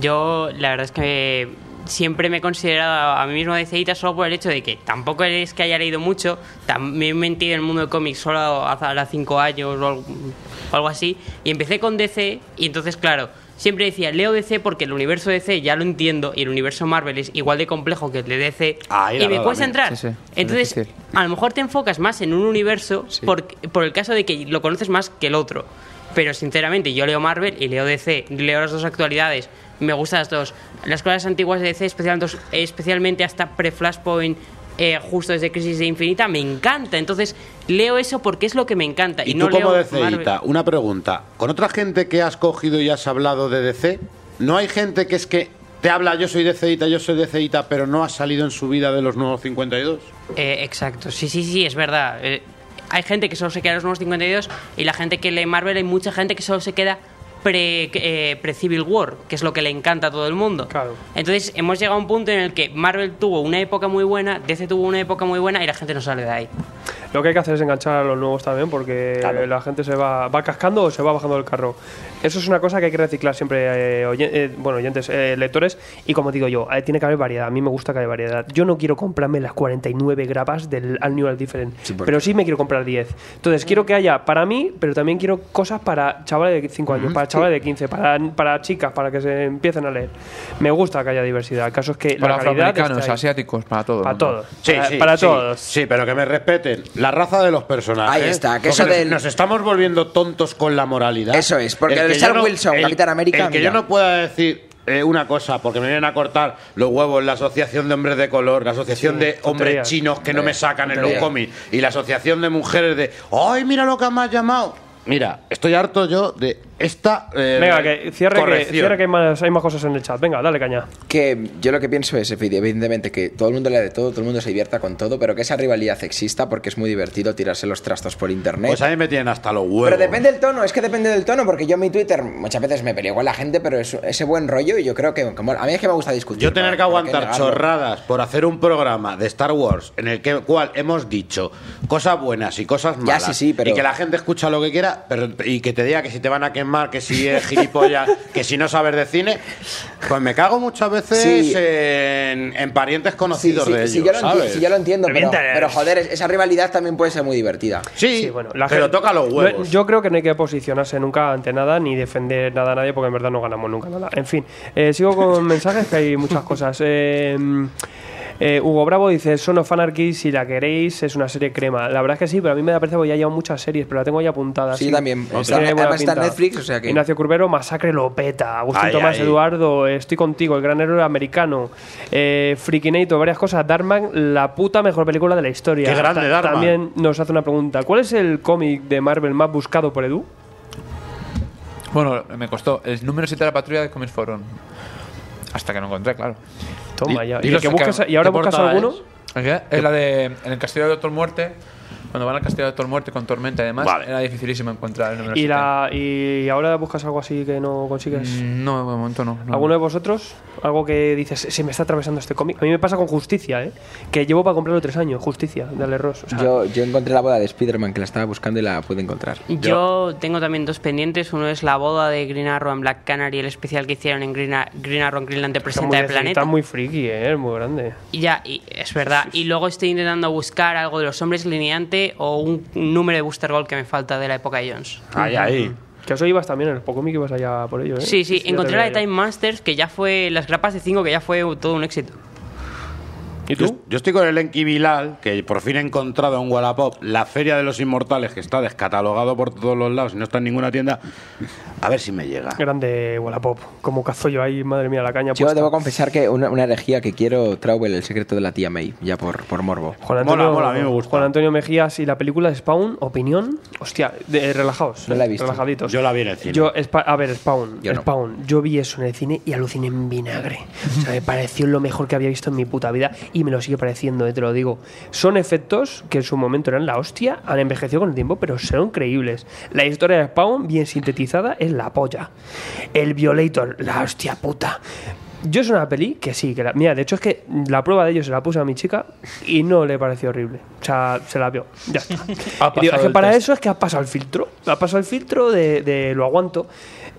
[SPEAKER 7] Yo, la verdad es que siempre me he considerado a mí mismo de ceíta solo por el hecho de que tampoco es que haya leído mucho, también me he metido en el mundo de cómics solo hace ahora cinco años o algo, o algo así, y empecé con DC, y entonces, claro, siempre decía, leo DC porque el universo DC ya lo entiendo, y el universo Marvel es igual de complejo que el de DC,
[SPEAKER 4] Ahí la
[SPEAKER 7] y me
[SPEAKER 4] daba,
[SPEAKER 7] cuesta
[SPEAKER 4] mira.
[SPEAKER 7] entrar.
[SPEAKER 5] Sí, sí, es
[SPEAKER 7] entonces,
[SPEAKER 5] difícil.
[SPEAKER 7] a lo mejor te enfocas más en un universo
[SPEAKER 5] Sí.
[SPEAKER 7] por, por el caso de que lo conoces más que el otro. Pero sinceramente, yo leo Marvel y leo DC, leo las dos actualidades, me gustan las dos. Las cosas antiguas de DC, especialmente, especialmente hasta pre-Flashpoint, eh, justo desde Crisis de Infinita, me encanta. Entonces, leo eso porque es lo que me encanta. Y,
[SPEAKER 4] Y
[SPEAKER 7] no
[SPEAKER 4] tú como
[SPEAKER 7] leo
[SPEAKER 4] DCita,
[SPEAKER 7] Marvel.
[SPEAKER 4] una pregunta. Con otra gente que has cogido y has hablado de DC, ¿no hay gente que es que te habla yo soy DCita, yo soy DCita, pero no ha salido en su vida de los nuevos 52?
[SPEAKER 7] Eh, exacto, sí, sí, sí, es verdad. Eh, hay gente que solo se queda en los nuevos 52 y la gente que lee Marvel, hay mucha gente que solo se queda pre- eh, pre-Civil War, que es lo que le encanta a todo el mundo.
[SPEAKER 1] Claro.
[SPEAKER 7] Entonces hemos llegado a un punto en el que Marvel tuvo una época muy buena, DC tuvo una época muy buena y la gente no sale de ahí.
[SPEAKER 1] Lo que hay que hacer es enganchar a los nuevos también porque
[SPEAKER 4] Claro.
[SPEAKER 1] la gente se va, va cascando o se va bajando del carro. Eso es una cosa que hay que reciclar siempre, eh, oyen- eh, bueno, oyentes, eh, lectores. Y como digo yo, eh, tiene que haber variedad. A mí me gusta que haya variedad. Yo no quiero comprarme las 49 grapas del Al New Al Different,
[SPEAKER 6] porque-
[SPEAKER 1] pero sí me quiero comprar 10. Entonces, quiero que haya para mí, pero también quiero cosas para chavales de 5 años, para chavales de 15, para, para chicas, para que se empiecen a leer. Me gusta que haya diversidad. El caso es que
[SPEAKER 5] Para
[SPEAKER 1] la calidad
[SPEAKER 5] afroamericanos,
[SPEAKER 1] está ahí.
[SPEAKER 5] asiáticos, para todos.
[SPEAKER 1] Para
[SPEAKER 5] ¿no?
[SPEAKER 1] todos.
[SPEAKER 4] Sí,
[SPEAKER 1] para
[SPEAKER 4] sí,
[SPEAKER 1] para
[SPEAKER 4] sí,
[SPEAKER 1] todos.
[SPEAKER 4] Sí, pero que me respeten la raza de los personajes.
[SPEAKER 6] Ahí está,
[SPEAKER 4] Porque
[SPEAKER 6] que eso
[SPEAKER 4] nos-
[SPEAKER 6] del-
[SPEAKER 4] Nos estamos volviendo tontos con la moralidad.
[SPEAKER 6] Eso es, porque el
[SPEAKER 4] que
[SPEAKER 6] Sam
[SPEAKER 4] yo
[SPEAKER 6] Wilson, Capitán América,
[SPEAKER 4] El que
[SPEAKER 6] mira.
[SPEAKER 4] yo no pueda decir eh, una cosa, porque me vienen a cortar los huevos la Asociación de Hombres de Color, la Asociación
[SPEAKER 1] Sí,
[SPEAKER 4] de Hombres
[SPEAKER 1] tonterías.
[SPEAKER 4] Chinos que no me sacan en los
[SPEAKER 6] tonterías.
[SPEAKER 4] cómics, y la Asociación de Mujeres de, ¡ay, mira lo que me has llamado! Mira, estoy harto yo de esta. eh,
[SPEAKER 1] Venga, que cierre, que,
[SPEAKER 4] corrección.
[SPEAKER 1] cierre que hay más, hay más cosas en el chat. Venga, dale caña.
[SPEAKER 6] Que yo lo que pienso es, evidentemente, que todo el mundo le de todo, todo el mundo se divierta con todo, pero que esa rivalidad exista porque es muy divertido tirarse los trastos por internet.
[SPEAKER 4] Pues a mí me tienen hasta los huevos.
[SPEAKER 6] pero depende del tono, es que depende del tono, porque yo en mi Twitter muchas veces me peleo con la gente, pero es ese buen rollo y yo creo que como- a mí es que me gusta discutir.
[SPEAKER 4] Yo tener
[SPEAKER 6] ¿no?
[SPEAKER 4] que
[SPEAKER 6] ¿Por qué
[SPEAKER 4] aguantar
[SPEAKER 6] negarlo?
[SPEAKER 4] chorradas por hacer un programa de Star Wars en el que, cual hemos dicho cosas buenas y cosas malas.
[SPEAKER 6] sí, sí, pero-
[SPEAKER 4] Y que la gente escucha lo que quiera pero- y que te diga que si te van a quemar, que si es gilipollas, que si no sabes de cine. Pues me cago muchas veces
[SPEAKER 6] Sí.
[SPEAKER 4] en, en parientes
[SPEAKER 6] Sí,
[SPEAKER 4] conocidos
[SPEAKER 6] sí,
[SPEAKER 4] de
[SPEAKER 6] sí,
[SPEAKER 4] ellos,
[SPEAKER 6] yo lo entiendo,
[SPEAKER 4] ¿sabes?
[SPEAKER 6] sí, yo lo entiendo, pero,
[SPEAKER 1] Reviéntales.
[SPEAKER 6] pero joder, es- esa rivalidad también puede ser muy divertida.
[SPEAKER 4] Sí,
[SPEAKER 1] Sí, bueno, la
[SPEAKER 4] pero
[SPEAKER 1] gente-
[SPEAKER 4] toca los
[SPEAKER 1] no-
[SPEAKER 4] huevos.
[SPEAKER 1] Yo creo que no hay que posicionarse nunca ante nada ni defender nada a nadie porque en verdad no ganamos nunca nada. En fin, eh, sigo con mensajes que hay muchas cosas. Eh, eh, Hugo Bravo dice: Son of Anarchy, si la queréis, es una serie crema. La verdad es que sí, pero a mí me da pereza porque ya llevo muchas series, pero la tengo ya apuntada.
[SPEAKER 6] Sí, también. Está-
[SPEAKER 1] Tiene buena
[SPEAKER 6] además está en
[SPEAKER 1] pinta.
[SPEAKER 6] Netflix, o sea que-
[SPEAKER 1] Ignacio Curbero, Masacre lo peta. Agustín
[SPEAKER 4] Ay,
[SPEAKER 1] Tomás,
[SPEAKER 4] ay.
[SPEAKER 1] Eduardo, estoy contigo. El gran héroe americano. Eh, Frikinator, varias cosas. Darkman, la puta mejor película de la historia.
[SPEAKER 4] Qué grande, Darkman.
[SPEAKER 1] Ah, También nos hace una pregunta. ¿Cuál es el cómic de Marvel más buscado por Edu?
[SPEAKER 5] Bueno, me costó. El número 7 de la patrulla de Comics Forum. Hasta que lo encontré, claro.
[SPEAKER 1] Toma
[SPEAKER 5] Y-
[SPEAKER 1] ya.
[SPEAKER 5] y
[SPEAKER 1] ¿Y,
[SPEAKER 5] los
[SPEAKER 1] que buscas-
[SPEAKER 5] sacaron.
[SPEAKER 1] ¿y ahora
[SPEAKER 4] ¿Qué
[SPEAKER 1] buscas
[SPEAKER 4] portada
[SPEAKER 1] alguno?
[SPEAKER 5] ¿Qué? Es la de. En el castillo de Doctor Muerte. Cuando van al castillo de Doctor Muerte con Tormenta y demás,
[SPEAKER 4] Vale.
[SPEAKER 5] era dificilísimo encontrar el número
[SPEAKER 1] ¿Y,
[SPEAKER 5] 7.
[SPEAKER 1] la, ¿Y ahora buscas algo así que no consigues?
[SPEAKER 5] No, de momento Mm, no. no.
[SPEAKER 1] ¿Alguno de vosotros? Algo que dices, se me está atravesando este cómic. A mí me pasa con Justicia, ¿eh? Que llevo para comprarlo tres años. Justicia, de Ross. O sea,
[SPEAKER 6] Yo, yo encontré la boda de Spider-Man que la estaba buscando y la pude encontrar.
[SPEAKER 7] Yo tengo también dos pendientes. Uno es la boda de Green Arrow en Black Canary, el especial que hicieron en Green, Ar- Green Arrow en Greenland de
[SPEAKER 1] está,
[SPEAKER 7] Presenta
[SPEAKER 1] muy,
[SPEAKER 7] de Planeta.
[SPEAKER 1] está muy friki, ¿eh? Es muy grande.
[SPEAKER 7] Y ya, y es verdad. Y luego estoy intentando buscar algo de los hombres lineante o un número de Booster Gold que me falta de la época de Jones.
[SPEAKER 1] ¿Eh?
[SPEAKER 4] Ahí, ahí.
[SPEAKER 1] Que eso ibas también en el Pocomic, ibas allá por ello, ¿eh?
[SPEAKER 7] Sí, sí,
[SPEAKER 1] ya te
[SPEAKER 7] encontré la de
[SPEAKER 1] veía
[SPEAKER 7] Time
[SPEAKER 1] yo.
[SPEAKER 7] Masters, que ya fue las grapas de 5, que ya fue todo un éxito.
[SPEAKER 1] ¿Y
[SPEAKER 4] Yo,
[SPEAKER 1] tú?
[SPEAKER 4] yo estoy con el Enki Bilal, que por fin he encontrado en Wallapop la Feria de los Inmortales, que está descatalogado por todos los lados y no está en ninguna tienda. A ver si me llega.
[SPEAKER 1] Grande Wallapop. Como cazo yo ahí, madre mía, la caña.
[SPEAKER 6] Yo
[SPEAKER 1] puesta.
[SPEAKER 6] debo confesar que una, una herejía que quiero, Trowell, el secreto de la tía May, ya por, por morbo.
[SPEAKER 1] Juan
[SPEAKER 4] Mola,
[SPEAKER 1] Antonio,
[SPEAKER 4] mola, a mí me gusta.
[SPEAKER 1] Juan Antonio Mejías y la película de Spawn, opinión. Hostia, de- eh, relajaos.
[SPEAKER 6] No la he visto.
[SPEAKER 1] Relajaditos.
[SPEAKER 4] Yo la vi en el cine.
[SPEAKER 1] Yo, Spa- a ver, Spawn.
[SPEAKER 6] Yo no.
[SPEAKER 1] Spawn. Yo vi eso en el cine y aluciné en vinagre. O sea, me pareció lo mejor que había visto en mi puta vida y me lo sigue pareciendo, eh, te lo digo. Son efectos que en su momento eran la hostia, han envejecido con el tiempo, pero son creíbles. La historia de Spawn, bien sintetizada, es la polla. El Violator, la hostia puta. Yo es una peli que sí, que la, mira, de hecho es que la prueba de ello se la puse a mi chica y no le pareció horrible. O sea, se la vio. Ya está. Y digo, es
[SPEAKER 5] pasado
[SPEAKER 1] que
[SPEAKER 5] el
[SPEAKER 1] para
[SPEAKER 5] test.
[SPEAKER 1] eso es que ha pasado el filtro. Ha pasado el filtro de, de lo aguanto.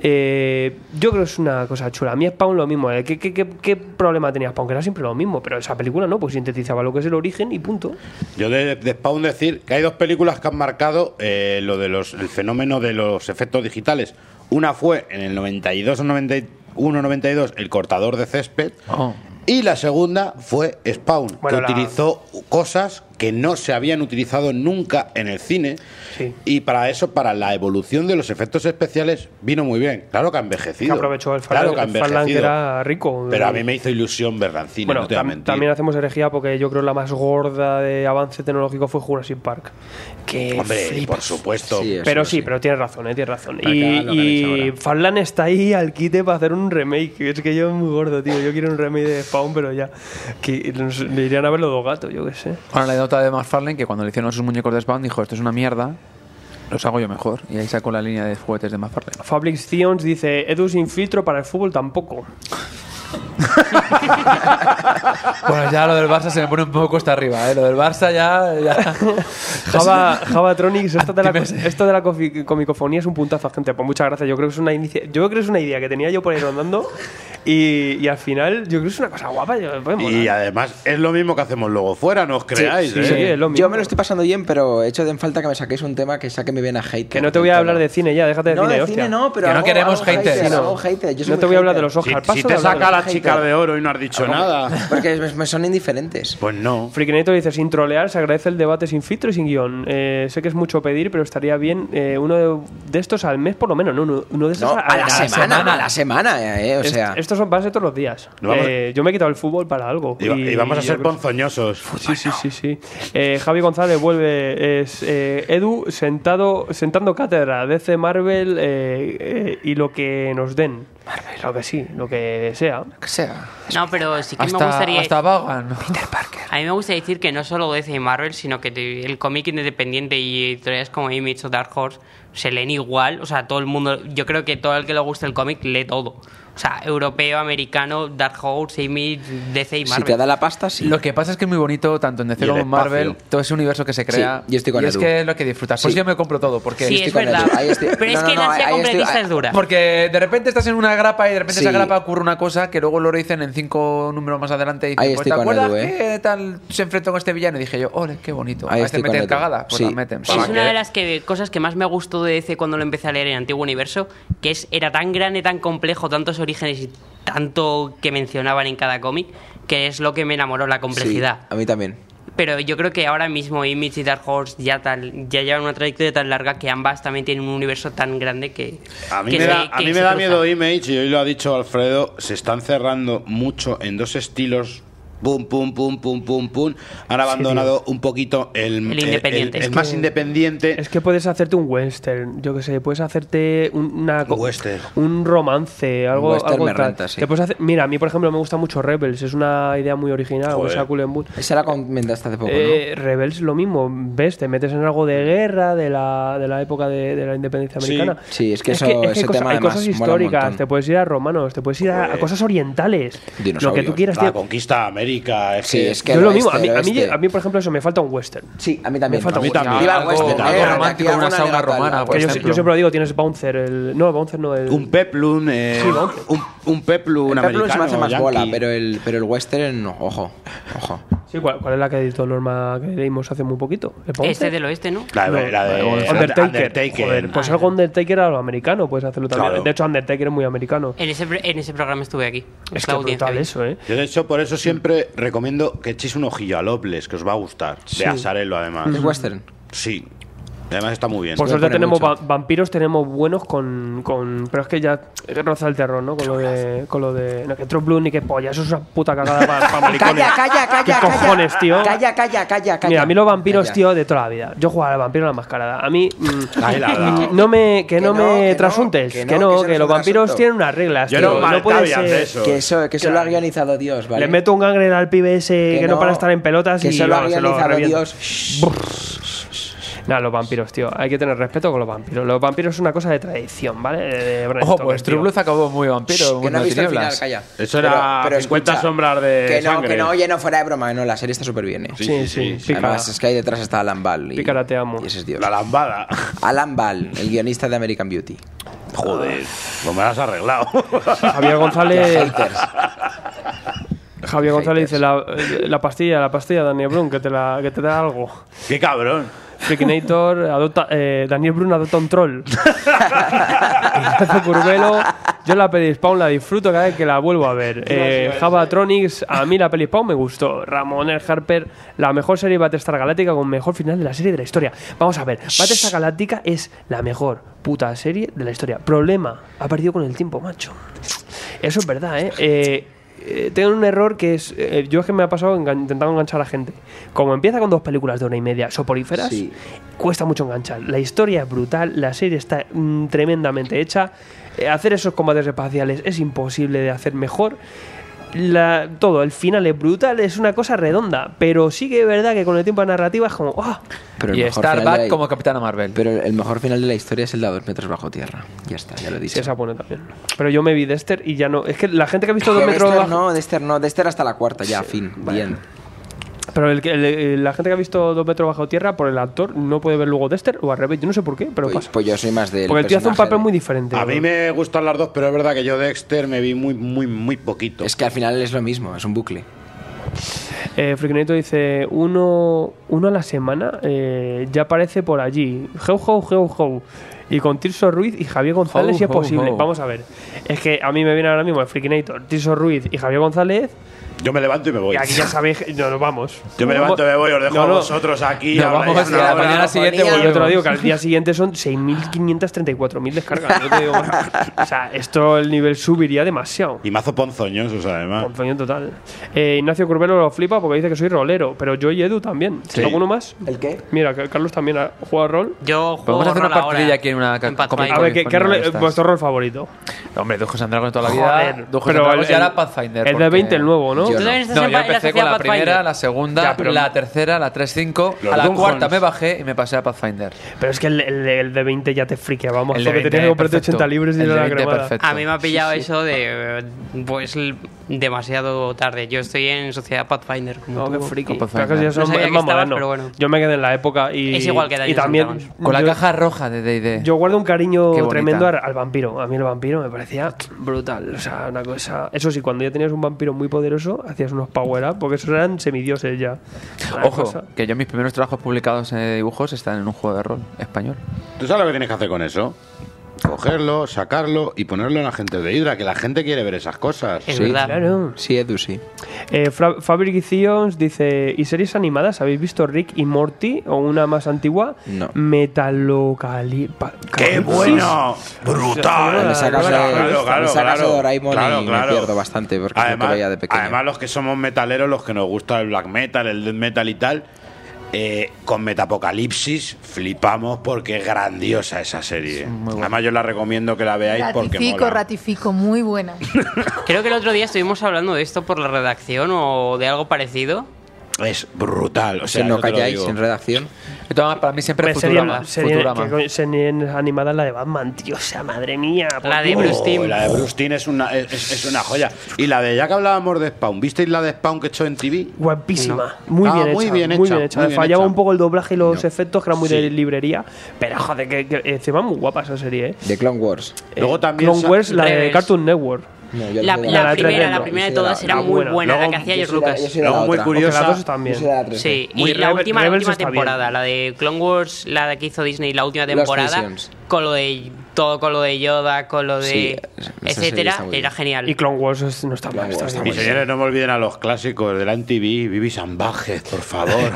[SPEAKER 1] Eh, yo creo que es una cosa chula. A mí Spawn lo mismo. eh. ¿Qué, qué, qué- qué problema tenía Spawn? Que era siempre lo mismo, pero esa película no, pues sintetizaba lo que es el origen y punto.
[SPEAKER 4] Yo de, de Spawn decir que hay dos películas que han marcado eh, lo de los, el fenómeno de los efectos digitales. Una fue en el 92 o 91 92, El cortador de césped.
[SPEAKER 5] Oh.
[SPEAKER 4] Y la segunda fue Spawn,
[SPEAKER 1] Bueno, la-
[SPEAKER 4] que utilizó cosas que no se habían utilizado nunca en el cine.
[SPEAKER 1] Sí.
[SPEAKER 4] Y para eso, para la evolución de los efectos especiales, vino muy bien. Claro que ha envejecido.
[SPEAKER 1] Que aprovechó el
[SPEAKER 4] Claro
[SPEAKER 1] Farland-
[SPEAKER 4] que ha
[SPEAKER 1] el Farland,
[SPEAKER 4] envejecido.
[SPEAKER 1] que era rico.
[SPEAKER 4] Pero a mí me hizo ilusión verla en cine,
[SPEAKER 1] bueno,
[SPEAKER 4] no te voy a
[SPEAKER 1] tam-
[SPEAKER 4] mentir.
[SPEAKER 1] también hacemos herejía porque yo creo la más gorda de avance tecnológico fue Jurassic Park. Que
[SPEAKER 4] Hombre,
[SPEAKER 1] flipas.
[SPEAKER 4] por supuesto.
[SPEAKER 6] Sí, eso
[SPEAKER 1] Pero sí,
[SPEAKER 6] sí.
[SPEAKER 1] pero tienes razón, eh, tienes razón.
[SPEAKER 4] Para
[SPEAKER 1] y
[SPEAKER 4] que hagan lo que han hecho
[SPEAKER 1] y
[SPEAKER 4] ahora.
[SPEAKER 1] Farland está ahí al quite para hacer un remake. Es que yo es muy gordo, tío. Yo quiero un remake de Spawn, pero ya. Que nos- le irían a ver los dos gatos, yo qué sé.
[SPEAKER 5] Ahora la anécdota de McFarlane que cuando le hicieron sus muñecos de Spawn dijo, esto es una mierda, los hago yo mejor. Y ahí sacó la línea de juguetes de McFarlane.
[SPEAKER 1] Fabric Tions dice: Edu sin filtro para el fútbol tampoco.
[SPEAKER 5] Bueno, ya lo del Barça se me pone un poco cuesta arriba, ¿eh? Lo del Barça ya... ya.
[SPEAKER 1] Java, Javatronics, esto de, la,
[SPEAKER 5] Antimeses.
[SPEAKER 1] esto de la cofi- comicofonía es un puntazo, gente. Pues muchas gracias. Yo creo que es una, inicia- yo creo que es una idea que tenía yo por ahí rondando. Y, y al final, yo creo que es una cosa guapa. Yo, puede molar.
[SPEAKER 4] Y además es lo mismo que hacemos luego fuera, no os creáis.
[SPEAKER 1] sí,
[SPEAKER 4] ¿eh?
[SPEAKER 1] sí, es lo mismo.
[SPEAKER 6] Yo me lo estoy pasando bien, pero he hecho de en falta que me saquéis un tema que saque mi vena hate.
[SPEAKER 1] Que no te voy a hablar de cine ya, déjate de
[SPEAKER 6] No,
[SPEAKER 1] cine,
[SPEAKER 6] de
[SPEAKER 1] hostia.
[SPEAKER 6] cine no, pero
[SPEAKER 5] Que no
[SPEAKER 6] hago-
[SPEAKER 5] queremos
[SPEAKER 6] hago
[SPEAKER 5] haters,
[SPEAKER 6] haters,
[SPEAKER 5] sí, no.
[SPEAKER 6] hago haters, yo soy
[SPEAKER 1] No te
[SPEAKER 6] muy
[SPEAKER 1] voy a hablar de
[SPEAKER 6] hater.
[SPEAKER 1] los
[SPEAKER 4] Si,
[SPEAKER 1] Oscar.
[SPEAKER 4] si
[SPEAKER 1] Paso de
[SPEAKER 4] te
[SPEAKER 1] hablar de
[SPEAKER 4] saca
[SPEAKER 1] los-
[SPEAKER 4] la chica de oro y no has
[SPEAKER 1] Ah,
[SPEAKER 4] dicho nada,
[SPEAKER 6] Porque me- me son indiferentes.
[SPEAKER 4] pues no.
[SPEAKER 1] Frikineto dice, sin trolear, se agradece el debate sin filtro y sin guión. Eh, sé que es mucho pedir, pero estaría bien eh, uno de, de estos al mes por lo menos, ¿no? Uno, uno de estos
[SPEAKER 6] No, a la semana,
[SPEAKER 5] semana.
[SPEAKER 6] a la semana, eh, o
[SPEAKER 1] Est-
[SPEAKER 6] sea.
[SPEAKER 1] estos son, van a ser todos los días.
[SPEAKER 4] No, vamos-
[SPEAKER 1] Eh, yo me he quitado el fútbol para algo.
[SPEAKER 4] Y, va- y vamos a
[SPEAKER 1] yo
[SPEAKER 4] ser
[SPEAKER 1] creo-
[SPEAKER 4] ponzoñosos.
[SPEAKER 1] Sí, sí, sí, sí. Eh, Javi González vuelve. Es, eh, Edu sentado, sentando cátedra. DC Marvel eh, eh, y lo que nos den. Marvel. Lo que sí, lo que sea.
[SPEAKER 5] Que sea.
[SPEAKER 7] No, pero sí que me
[SPEAKER 5] Hasta,
[SPEAKER 7] gustaría.
[SPEAKER 5] hasta Vaughan.
[SPEAKER 7] A mí me gusta decir que no solo DC y Marvel, sino que te- el cómic independiente y editoriales como Image o Dark Horse se leen igual. O sea, todo el mundo, yo creo que todo el que le gusta el cómic lee todo. O sea, europeo, americano, Dark Horse, Image, DC y
[SPEAKER 6] Si
[SPEAKER 7] Marvel.
[SPEAKER 6] te da la pasta, sí.
[SPEAKER 5] Lo que pasa es que es muy bonito, tanto
[SPEAKER 4] Y
[SPEAKER 5] en DC
[SPEAKER 4] el
[SPEAKER 5] como en Marvel,
[SPEAKER 4] espacio.
[SPEAKER 5] todo ese universo que se crea.
[SPEAKER 6] yo estoy con
[SPEAKER 5] y es
[SPEAKER 6] Edu.
[SPEAKER 5] que es lo que disfrutas. Por
[SPEAKER 6] Sí.
[SPEAKER 5] eso yo me compro todo, porque,
[SPEAKER 7] sí,
[SPEAKER 6] estoy
[SPEAKER 7] es
[SPEAKER 6] con él,
[SPEAKER 7] verdad.
[SPEAKER 6] ahí estoy-
[SPEAKER 7] Pero es
[SPEAKER 6] no, no,
[SPEAKER 7] que
[SPEAKER 6] no,
[SPEAKER 7] la ansia
[SPEAKER 6] ahí estoy-
[SPEAKER 7] completista
[SPEAKER 6] ahí-
[SPEAKER 7] es dura.
[SPEAKER 5] porque de repente estás en una grapa y de repente
[SPEAKER 6] Sí.
[SPEAKER 5] esa grapa ocurre una cosa que luego lo dicen en cinco números más adelante y dicen,
[SPEAKER 6] Ahí
[SPEAKER 5] pues,
[SPEAKER 6] estoy
[SPEAKER 5] ¿te
[SPEAKER 6] con
[SPEAKER 5] acuerdas
[SPEAKER 6] Edu, eh?
[SPEAKER 5] que tal se enfrentó con este villano? Y dije yo, ole, qué bonito.
[SPEAKER 6] Ahí
[SPEAKER 5] A
[SPEAKER 6] estoy
[SPEAKER 5] veces
[SPEAKER 6] con
[SPEAKER 5] meten
[SPEAKER 6] Edu.
[SPEAKER 5] cagada, pues
[SPEAKER 6] Sí.
[SPEAKER 5] la meten.
[SPEAKER 7] Sí, es
[SPEAKER 4] Para
[SPEAKER 7] una
[SPEAKER 4] que-
[SPEAKER 7] de las que, cosas que más me gustó de DC cuando lo empecé a leer en Antiguo Universo, que es, era tan grande, tan complejo, tantos orígenes y tanto que mencionaban en cada cómic, que es lo que me enamoró la
[SPEAKER 6] Sí,
[SPEAKER 7] complejidad.
[SPEAKER 6] a mí también.
[SPEAKER 7] Pero yo creo que ahora mismo Image y Dark Horse ya, tal, ya llevan una trayectoria tan larga que ambas también tienen un universo tan grande que.
[SPEAKER 4] A mí
[SPEAKER 7] que
[SPEAKER 4] me
[SPEAKER 7] se-
[SPEAKER 4] da, a
[SPEAKER 7] que
[SPEAKER 4] mí
[SPEAKER 7] se
[SPEAKER 4] me da
[SPEAKER 7] cruzan.
[SPEAKER 4] miedo Image, y hoy lo ha dicho Alfredo, se están cerrando mucho en dos estilos. Pum, pum, pum, pum, pum, pum. Han abandonado un poquito el,
[SPEAKER 7] El independiente.
[SPEAKER 4] el- el
[SPEAKER 7] Es
[SPEAKER 4] más
[SPEAKER 7] que-
[SPEAKER 4] independiente.
[SPEAKER 1] Es que puedes hacerte un western, yo que sé, puedes hacerte un, una, co-
[SPEAKER 4] Western.
[SPEAKER 1] un romance, algo,
[SPEAKER 6] western
[SPEAKER 1] algo
[SPEAKER 6] me
[SPEAKER 1] tal.
[SPEAKER 6] renta, sí.
[SPEAKER 1] Te puedes hacer- mira, a mí por ejemplo me gusta mucho Rebels, es una idea muy original, algo que
[SPEAKER 4] Joder.
[SPEAKER 1] sea cool en boot.
[SPEAKER 6] Esa la comentaste hace poco,
[SPEAKER 1] Eh, Rebels lo mismo, ves, te metes en algo de guerra, de la, de la época de, de la independencia
[SPEAKER 4] Sí.
[SPEAKER 1] americana.
[SPEAKER 6] Mm. Sí, es que eso-
[SPEAKER 1] hay
[SPEAKER 6] ese tema
[SPEAKER 1] hay
[SPEAKER 6] además
[SPEAKER 1] cosas
[SPEAKER 6] mola un
[SPEAKER 1] históricas,
[SPEAKER 6] montón.
[SPEAKER 1] te puedes ir a romanos, te puedes ir a, a cosas orientales, lo que
[SPEAKER 6] Dinosaurios.
[SPEAKER 1] tú quieras.
[SPEAKER 4] La
[SPEAKER 1] tío.
[SPEAKER 4] conquista de América. Es
[SPEAKER 6] Sí,
[SPEAKER 4] que-
[SPEAKER 6] es que
[SPEAKER 1] Yo lo
[SPEAKER 6] el
[SPEAKER 1] mismo, a mí,
[SPEAKER 6] oeste,
[SPEAKER 1] a,
[SPEAKER 6] el
[SPEAKER 1] mí,
[SPEAKER 6] oeste.
[SPEAKER 1] a mí, por ejemplo eso me falta un western.
[SPEAKER 6] Sí, a mí también.
[SPEAKER 1] Me falta
[SPEAKER 6] A mí
[SPEAKER 1] un-
[SPEAKER 6] también.
[SPEAKER 4] Viva
[SPEAKER 5] algo,
[SPEAKER 6] Western,
[SPEAKER 5] algo
[SPEAKER 6] eh,
[SPEAKER 5] romántico,
[SPEAKER 6] aquí pues
[SPEAKER 5] una
[SPEAKER 6] hago
[SPEAKER 5] sauna
[SPEAKER 6] una legal.
[SPEAKER 5] romana, por
[SPEAKER 1] Que yo, se-
[SPEAKER 5] ejemplo.
[SPEAKER 1] yo siempre lo digo, tienes Bouncer, el, no, Bouncer no, el...
[SPEAKER 4] un peplum, eh,
[SPEAKER 1] Sí, vamos.
[SPEAKER 4] un, un peplum
[SPEAKER 6] El Peplum se me
[SPEAKER 4] americano,
[SPEAKER 6] hace más
[SPEAKER 4] yankee.
[SPEAKER 6] bola, pero el, pero el western, no, ojo, ojo.
[SPEAKER 1] Sí, ¿cuál, cuál es la que editó Norma que leímos hace muy poquito? ¿El Bouncer?
[SPEAKER 7] Este del oeste, ¿no?
[SPEAKER 4] La de,
[SPEAKER 1] No,
[SPEAKER 4] la de
[SPEAKER 1] Undertaker.
[SPEAKER 4] Undertaker.
[SPEAKER 1] Joder, pues algo Undertaker a lo americano, puedes hacerlo también.
[SPEAKER 4] Claro.
[SPEAKER 1] De hecho, Undertaker es muy americano.
[SPEAKER 7] En ese, pro- en ese programa estuve aquí.
[SPEAKER 1] Es
[SPEAKER 7] Eh, la
[SPEAKER 1] que
[SPEAKER 7] audiencia
[SPEAKER 1] brutal
[SPEAKER 7] vi.
[SPEAKER 1] eso, ¿eh?
[SPEAKER 4] Ah. Yo, de hecho, por eso siempre recomiendo que echéis un ojillo a Loples, que os va a gustar. De Asarelo, además.
[SPEAKER 6] Es western.
[SPEAKER 4] Sí. Además está muy bien. Pues
[SPEAKER 1] Por
[SPEAKER 6] Voy a
[SPEAKER 1] suerte
[SPEAKER 6] poner
[SPEAKER 1] tenemos
[SPEAKER 6] mucho.
[SPEAKER 1] va- vampiros, tenemos buenos con, con- Pero es que ya roza el terror, ¿no? Con lo de... Con lo de no, que True Blue ni que polla, eso es una puta cagada para, para maricones.
[SPEAKER 6] Calla, calla, calla,
[SPEAKER 1] ¿Qué
[SPEAKER 6] calla.
[SPEAKER 1] cojones, tío?
[SPEAKER 6] Calla, calla, calla, calla.
[SPEAKER 1] Mira, a mí los vampiros,
[SPEAKER 6] Calla.
[SPEAKER 1] tío, de toda la vida. Yo jugaba al vampiro en la mascarada. A mí... mm,
[SPEAKER 4] Ahí la ha dado.
[SPEAKER 1] No me, que,
[SPEAKER 6] Que
[SPEAKER 1] no,
[SPEAKER 6] no, que
[SPEAKER 1] me
[SPEAKER 6] no,
[SPEAKER 1] trasuntes,
[SPEAKER 6] que
[SPEAKER 1] que
[SPEAKER 6] no,
[SPEAKER 1] no,
[SPEAKER 6] que
[SPEAKER 1] que,
[SPEAKER 6] eso no es
[SPEAKER 1] los
[SPEAKER 6] un
[SPEAKER 1] vampiros
[SPEAKER 6] trasunto.
[SPEAKER 1] tienen unas reglas.
[SPEAKER 4] Yo
[SPEAKER 1] tío,
[SPEAKER 4] no,
[SPEAKER 1] no puede ser-
[SPEAKER 4] de eso.
[SPEAKER 6] Que eso, que eso lo ha guionizado Dios, ¿vale?
[SPEAKER 1] Le meto un gangre al pibe ese que, no, para estar en pelotas
[SPEAKER 6] que
[SPEAKER 1] y
[SPEAKER 6] eso lo ha
[SPEAKER 1] vamos, se lo
[SPEAKER 6] guionizado
[SPEAKER 1] reviento.
[SPEAKER 6] Dios.
[SPEAKER 1] Nah, los vampiros, tío. Hay que tener respeto con los vampiros. Los vampiros es una cosa de tradición, ¿vale? De- de Bram
[SPEAKER 5] Ojo,
[SPEAKER 1] Stoker,
[SPEAKER 5] pues True
[SPEAKER 1] tío.
[SPEAKER 5] Blues acabó muy vampiro,
[SPEAKER 6] Que no
[SPEAKER 5] muy
[SPEAKER 6] he visto el final,
[SPEAKER 5] tinieblas.
[SPEAKER 6] calla.
[SPEAKER 4] Eso era 50 sombras de
[SPEAKER 6] Que no,
[SPEAKER 4] sangre.
[SPEAKER 6] que no, oye, no, fuera de broma, no, la serie está súper bien, eh.
[SPEAKER 1] Sí, sí, pícara.
[SPEAKER 6] Además, es que ahí detrás está Alan Ball. Y,
[SPEAKER 1] Pícara, te amo.
[SPEAKER 6] y ese es Dios.
[SPEAKER 4] La lambada.
[SPEAKER 6] Alan Ball, el guionista de American Beauty.
[SPEAKER 4] Joder, no me la has arreglado.
[SPEAKER 1] Javier González.
[SPEAKER 6] Haters.
[SPEAKER 1] Javier González dice: la, la pastilla, la pastilla, Daniel Brun, que te, la, que te da algo.
[SPEAKER 4] Qué cabrón.
[SPEAKER 1] Freakinator adopta. eh, Daniel Brun adopta un troll. Ignacio Curvelo. Yo la Pelispawn la disfruto cada vez que la vuelvo a ver. Eh, Javatronics, a mí la Pelispawn me gustó. Ramón el Harper, la mejor serie Battlestar Galáctica con mejor final de la serie de la historia. Vamos a ver, Battlestar Galáctica es la mejor puta serie de la historia. Problema, ha perdido con el tiempo, macho. Eso es verdad, ¿eh? Eh, eh, tengo un error que es. eh, yo es que me ha pasado engan- intentando enganchar a gente. Como empieza con dos películas de una y media soporíferas,
[SPEAKER 6] Sí.
[SPEAKER 1] cuesta mucho enganchar. La historia es brutal, la serie está mm, tremendamente hecha. eh, hacer esos combates espaciales es imposible de hacer mejor. la- todo, el final es brutal, es una cosa redonda, pero sí que es verdad que con el tiempo de narrativa es como, ¡ah!
[SPEAKER 6] Pero el
[SPEAKER 5] y
[SPEAKER 6] mejor final de
[SPEAKER 5] Starbuck
[SPEAKER 6] la-
[SPEAKER 5] como Capitana Marvel.
[SPEAKER 6] Pero el mejor final de la historia es el de a dos metros bajo tierra. Ya está, ya lo he dicho.
[SPEAKER 1] Esa pone también. Pero yo me vi Dexter y ya no. Es que la gente que ha visto
[SPEAKER 6] De
[SPEAKER 1] dos metros
[SPEAKER 6] Dexter
[SPEAKER 1] bajo.
[SPEAKER 6] no, Dexter no, Dexter hasta la cuarta ya, fin, bien.
[SPEAKER 1] Pero el que- el- el- la gente que ha visto dos metros bajo tierra por el actor no puede ver luego Dexter o al revés. Yo no sé por qué, pero
[SPEAKER 6] Pues,
[SPEAKER 1] pasa.
[SPEAKER 6] pues yo soy más del
[SPEAKER 1] Porque el tío hace un
[SPEAKER 6] personaje
[SPEAKER 1] papel
[SPEAKER 6] de-
[SPEAKER 1] muy diferente.
[SPEAKER 4] A mí me gustan las dos, pero es verdad que yo Dexter me vi muy, muy, muy poquito.
[SPEAKER 6] Es que al final es lo mismo, es un bucle.
[SPEAKER 1] Eh, Frikinito dice: uno, uno a la semana eh, ya aparece por allí. Heu, heu, heu, heu. Y con Tirso Ruiz y Javier González,
[SPEAKER 5] Jou,
[SPEAKER 1] si es
[SPEAKER 5] jou,
[SPEAKER 1] posible.
[SPEAKER 5] jou.
[SPEAKER 1] Vamos a ver. Es que a mí me viene ahora mismo el Frikinator, Tirso Ruiz y Javier González.
[SPEAKER 4] Yo me levanto y me voy.
[SPEAKER 1] Y aquí ya sabéis, no, nos vamos.
[SPEAKER 4] Pues. Yo me
[SPEAKER 1] Nos
[SPEAKER 4] levanto y
[SPEAKER 1] vamos.
[SPEAKER 4] me voy, os dejo
[SPEAKER 1] No,
[SPEAKER 4] a
[SPEAKER 1] no.
[SPEAKER 4] vosotros aquí.
[SPEAKER 5] Nos
[SPEAKER 4] habláis
[SPEAKER 5] vamos,
[SPEAKER 4] una
[SPEAKER 5] y a la
[SPEAKER 4] hora.
[SPEAKER 5] mañana siguiente
[SPEAKER 1] Pues yo te lo
[SPEAKER 5] volvemos.
[SPEAKER 1] digo que al día siguiente son 6.534.000 descargas. no te digo más. O sea, esto el nivel subiría demasiado.
[SPEAKER 4] Y mazo ponzoñosos, además.
[SPEAKER 1] Confusión total. Eh, Ignacio Curbelo lo flipa porque dice que soy rolero, pero yo y Edu también.
[SPEAKER 4] Sí.
[SPEAKER 1] ¿Alguno más?
[SPEAKER 6] ¿El qué?
[SPEAKER 1] Mira, que Carlos también ha jugado rol.
[SPEAKER 7] Yo juego
[SPEAKER 5] Podemos hacer una
[SPEAKER 7] rol ahora,
[SPEAKER 5] partidilla aquí en una ca-
[SPEAKER 7] Pathfinder.
[SPEAKER 5] Comic
[SPEAKER 1] A ver, ¿qué, qué rol-
[SPEAKER 5] estas.
[SPEAKER 1] vuestro rol favorito?
[SPEAKER 5] Hombre, Dujos and Dragons toda la
[SPEAKER 1] Joder,
[SPEAKER 5] vida. Dujos and
[SPEAKER 1] pero
[SPEAKER 5] Dragons
[SPEAKER 1] el-
[SPEAKER 5] y ahora
[SPEAKER 1] el-
[SPEAKER 5] Pathfinder.
[SPEAKER 1] El de
[SPEAKER 5] porque-
[SPEAKER 1] 20, el nuevo, ¿no?
[SPEAKER 6] Yo
[SPEAKER 7] Tú
[SPEAKER 6] no.
[SPEAKER 7] también estás
[SPEAKER 5] No,
[SPEAKER 7] en
[SPEAKER 5] yo
[SPEAKER 7] pa- en
[SPEAKER 5] empecé
[SPEAKER 7] sociedad
[SPEAKER 5] con la
[SPEAKER 7] Pathfinder.
[SPEAKER 5] primera, la segunda,
[SPEAKER 1] Ya, pero-
[SPEAKER 5] la tercera, la 3-5,
[SPEAKER 4] Los
[SPEAKER 5] a la
[SPEAKER 4] Dungeons.
[SPEAKER 5] cuarta me bajé y me pasé a Pathfinder.
[SPEAKER 1] Pero es que el, el- el de 20 ya te friquea, vamos.
[SPEAKER 5] El de
[SPEAKER 1] porque
[SPEAKER 5] 20
[SPEAKER 1] tenías que comprarte
[SPEAKER 5] perfecto.
[SPEAKER 1] 80 libros y
[SPEAKER 5] El
[SPEAKER 1] no
[SPEAKER 5] de
[SPEAKER 1] la
[SPEAKER 5] 20
[SPEAKER 1] cremada.
[SPEAKER 5] perfecto.
[SPEAKER 7] A mí me ha pillado eso de. eh, Pues l- demasiado tarde. Yo estoy en Sociedad Pathfinder. Como
[SPEAKER 1] No,
[SPEAKER 6] Oh,
[SPEAKER 7] tú.
[SPEAKER 1] qué friki.
[SPEAKER 5] Con
[SPEAKER 1] Claro que ya
[SPEAKER 5] Pathfinder.
[SPEAKER 1] son
[SPEAKER 7] No sabía
[SPEAKER 1] es
[SPEAKER 7] que
[SPEAKER 1] más
[SPEAKER 7] estabas,
[SPEAKER 1] moderno.
[SPEAKER 7] pero bueno.
[SPEAKER 1] Yo me quedé en la época y.
[SPEAKER 7] Es igual que
[SPEAKER 1] Y
[SPEAKER 7] Dungeons and
[SPEAKER 1] también.
[SPEAKER 7] Dragons.
[SPEAKER 5] Con la
[SPEAKER 1] yo-
[SPEAKER 5] caja roja de D&D.
[SPEAKER 1] Yo guardo un cariño
[SPEAKER 5] Qué bonita.
[SPEAKER 1] tremendo al, al vampiro. A mí el vampiro me parecía brutal. O sea, una cosa. Eso sí, cuando ya tenías un vampiro muy poderoso, hacías unos power up, porque esos eran semidioses ya. Una
[SPEAKER 5] Ojo,
[SPEAKER 1] cosa.
[SPEAKER 5] que yo mis primeros trabajos publicados en dibujos están en un juego de rol español.
[SPEAKER 4] ¿Tú sabes lo que tienes que hacer con eso? Cogerlo, sacarlo y ponerlo en la gente de Hydra, que la gente quiere ver esas cosas.
[SPEAKER 7] Es
[SPEAKER 6] Sí,
[SPEAKER 7] verdad.
[SPEAKER 1] Claro.
[SPEAKER 6] Sí, Edu, sí.
[SPEAKER 1] Eh, Fra- Fabric Zions dice: ¿Y series animadas? ¿Habéis visto Rick y Morty o una más antigua?
[SPEAKER 6] No.
[SPEAKER 1] Metalocali. pa-
[SPEAKER 4] ¡Qué
[SPEAKER 1] Cali-
[SPEAKER 4] bueno! ¡Brutal!
[SPEAKER 1] Me sacas
[SPEAKER 4] Claro,
[SPEAKER 1] de-
[SPEAKER 4] claro,
[SPEAKER 6] me sacas de Doraemon
[SPEAKER 4] claro,
[SPEAKER 6] y me
[SPEAKER 4] claro.
[SPEAKER 6] pierdo bastante, porque es lo que veía de pequeño.
[SPEAKER 4] Además, los que somos metaleros, los que nos gusta el black metal, el death metal y tal, eh, con Metapocalipsis flipamos porque es grandiosa esa serie. Además, yo la recomiendo que la veáis porque
[SPEAKER 9] Ratifico,
[SPEAKER 4] mola.
[SPEAKER 9] ratifico, muy buena.
[SPEAKER 7] Creo que el otro día estuvimos hablando de esto por la redacción o de algo parecido.
[SPEAKER 4] Es brutal. O
[SPEAKER 6] Si
[SPEAKER 4] sea,
[SPEAKER 6] no
[SPEAKER 4] yo te lo
[SPEAKER 6] calláis
[SPEAKER 4] digo.
[SPEAKER 6] en redacción.
[SPEAKER 5] De todas maneras, para mí siempre
[SPEAKER 1] Pues
[SPEAKER 5] es
[SPEAKER 1] serie,
[SPEAKER 5] Futurama.
[SPEAKER 1] serie-
[SPEAKER 5] Futurama.
[SPEAKER 1] ¿qué coño? serie animada la de Batman, tío, o sea, madre mía. por
[SPEAKER 7] La de
[SPEAKER 1] Dios.
[SPEAKER 7] Bruce Timm.
[SPEAKER 4] Oh, La de Bruce Timm es una, es, es- es una joya. Y la de, ya que hablábamos de Spawn, ¿visteis la de Spawn que echó en TV?
[SPEAKER 1] Guapísima,
[SPEAKER 4] No.
[SPEAKER 1] muy,
[SPEAKER 4] Ah,
[SPEAKER 1] bien
[SPEAKER 4] muy
[SPEAKER 1] hecha,
[SPEAKER 4] bien
[SPEAKER 1] muy
[SPEAKER 4] hecha,
[SPEAKER 1] bien hecha.
[SPEAKER 4] muy
[SPEAKER 1] Me
[SPEAKER 4] bien
[SPEAKER 1] Fallaba
[SPEAKER 4] hecha.
[SPEAKER 1] un poco el doblaje y los efectos, que eran muy de
[SPEAKER 4] Sí.
[SPEAKER 1] librería. Pero joder, que, que encima muy guapa esa serie, ¿eh?
[SPEAKER 6] De Clone Wars.
[SPEAKER 1] Eh,
[SPEAKER 4] Luego también
[SPEAKER 1] Clone
[SPEAKER 4] sa-
[SPEAKER 1] Wars, la de
[SPEAKER 7] Rebels.
[SPEAKER 1] Cartoon Network.
[SPEAKER 6] No, yo
[SPEAKER 7] La,
[SPEAKER 6] soy de
[SPEAKER 7] la
[SPEAKER 1] la de
[SPEAKER 7] primera, la
[SPEAKER 1] Nintendo.
[SPEAKER 7] primera de
[SPEAKER 6] Yo soy
[SPEAKER 7] todas
[SPEAKER 6] la-
[SPEAKER 7] era
[SPEAKER 1] la
[SPEAKER 7] muy
[SPEAKER 1] buena.
[SPEAKER 7] buena, la
[SPEAKER 4] Luego,
[SPEAKER 7] que hacía
[SPEAKER 6] yo
[SPEAKER 7] George
[SPEAKER 6] soy la- yo
[SPEAKER 7] Lucas.
[SPEAKER 6] soy la
[SPEAKER 4] Luego, muy
[SPEAKER 6] otra.
[SPEAKER 1] Porque
[SPEAKER 4] curiosa.
[SPEAKER 1] las dos
[SPEAKER 6] Yo
[SPEAKER 1] también.
[SPEAKER 6] soy la 3D.
[SPEAKER 7] Sí,
[SPEAKER 1] Muy
[SPEAKER 7] y la
[SPEAKER 1] Rebe-
[SPEAKER 7] última, la
[SPEAKER 1] Rebels
[SPEAKER 7] última
[SPEAKER 1] está bien.
[SPEAKER 7] temporada, la de Clone Wars, la que hizo Disney, la última temporada,
[SPEAKER 6] Missions.
[SPEAKER 7] con lo de todo, con lo de Yoda, con lo de
[SPEAKER 6] Sí, esa serie está
[SPEAKER 7] etcétera,
[SPEAKER 6] muy
[SPEAKER 7] era
[SPEAKER 6] bien.
[SPEAKER 7] genial.
[SPEAKER 1] Y Clone Wars es- no está mal.
[SPEAKER 6] Clone
[SPEAKER 1] está
[SPEAKER 6] Wars,
[SPEAKER 1] bien.
[SPEAKER 4] Y señores, no me olviden a los clásicos del MTV, Vivi Sambajes, por favor.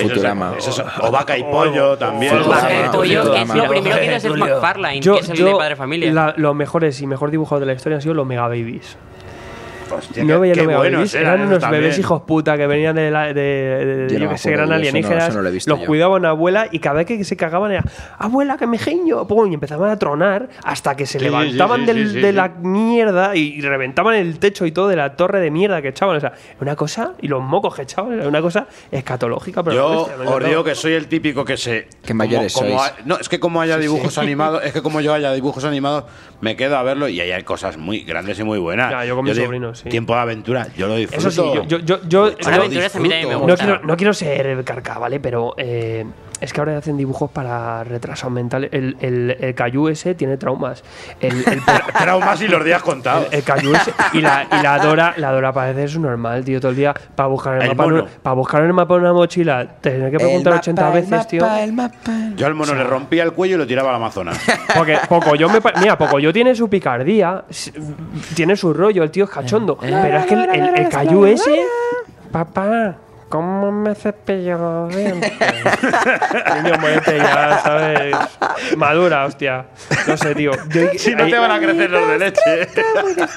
[SPEAKER 6] Futurama.
[SPEAKER 4] Eso es- o Vaca y Pollo también.
[SPEAKER 7] El
[SPEAKER 6] Futurama.
[SPEAKER 7] Vaca y Pollo, que es
[SPEAKER 6] Futurama.
[SPEAKER 7] lo primero que hizo es McFarlane,
[SPEAKER 1] Yo-
[SPEAKER 7] que es el
[SPEAKER 1] yo,
[SPEAKER 7] de Padre Familia.
[SPEAKER 1] la- los mejores y mejor dibujados de la historia han sido los Mega Babies.
[SPEAKER 4] Pues, Hostia,
[SPEAKER 1] no
[SPEAKER 4] qué-
[SPEAKER 1] veía
[SPEAKER 4] qué
[SPEAKER 1] los Mega
[SPEAKER 4] buenos
[SPEAKER 1] Babies.
[SPEAKER 4] eran
[SPEAKER 1] Eran
[SPEAKER 4] esos
[SPEAKER 1] unos
[SPEAKER 4] también.
[SPEAKER 1] bebés hijos puta que venían de, la- de- de-
[SPEAKER 6] Yo
[SPEAKER 1] yo
[SPEAKER 6] no me
[SPEAKER 1] que sé,
[SPEAKER 6] acuerdo
[SPEAKER 1] eran
[SPEAKER 6] de eso, no- eso
[SPEAKER 1] alienígenas.
[SPEAKER 6] no lo he visto
[SPEAKER 1] los
[SPEAKER 6] yo.
[SPEAKER 1] cuidaba una abuela y cada vez que se cagaban era abuela que me genio pum, y empezaban a tronar hasta que se
[SPEAKER 4] Sí, sí,
[SPEAKER 1] levantaban
[SPEAKER 4] sí,
[SPEAKER 1] del-
[SPEAKER 4] sí, sí,
[SPEAKER 1] de
[SPEAKER 4] sí.
[SPEAKER 1] la mierda y reventaban el techo y todo de la torre de mierda que echaban. O sea, una cosa y los mocos que echaban era una cosa escatológica. Pero
[SPEAKER 4] Yo
[SPEAKER 1] hostia, me
[SPEAKER 4] os digo
[SPEAKER 1] encantaba.
[SPEAKER 4] que soy el típico que se.
[SPEAKER 6] Qué mayores
[SPEAKER 4] como
[SPEAKER 6] sois.
[SPEAKER 4] ha- no, es que como haya dibujos animados, es que como yo haya dibujos animados, me quedo a verlo y ahí hay cosas muy grandes y muy buenas.
[SPEAKER 1] Ya, yo con mis
[SPEAKER 4] digo,
[SPEAKER 1] sobrinos, sí.
[SPEAKER 4] Tiempo de aventura, yo lo disfruto.
[SPEAKER 1] Eso sí, yo- yo- yo- yo-
[SPEAKER 4] Lo
[SPEAKER 1] yo-
[SPEAKER 7] aventuras a mí también me
[SPEAKER 4] disfruto.
[SPEAKER 1] No
[SPEAKER 7] gusta.
[SPEAKER 1] quiero, no quiero ser carca, ¿vale? Pero eh, es que ahora hacen dibujos para retrasos mentales. El, el, el Caillou ese tiene traumas. El, el,
[SPEAKER 4] Tra- Traumas y los días contados.
[SPEAKER 1] el Caillou ese- y la, y la Dora, la Dora parece su normal, tío, todo el día para buscar el,
[SPEAKER 4] El
[SPEAKER 1] mapa, en
[SPEAKER 4] mono.
[SPEAKER 1] un- para buscar el mapa en una mochila, tener que preguntar 80 veces, tío.
[SPEAKER 6] El mapa, el mapa.
[SPEAKER 4] Yo al mono le rompía el cuello y lo tiraba al Amazonas.
[SPEAKER 1] Porque Pocoyo me pa- mira, Pocoyo tiene su picardía, s- tiene su rollo, el tío es cachondo. Pero es que el, el, el Caillou ese. Papá, ¿Cómo me cepillo los dientes? Niño, muévete ya, ¿sabes? Madura, hostia. No sé, tío. Yo-
[SPEAKER 4] Si no
[SPEAKER 1] hay-
[SPEAKER 4] te van a crecer los este. de leche.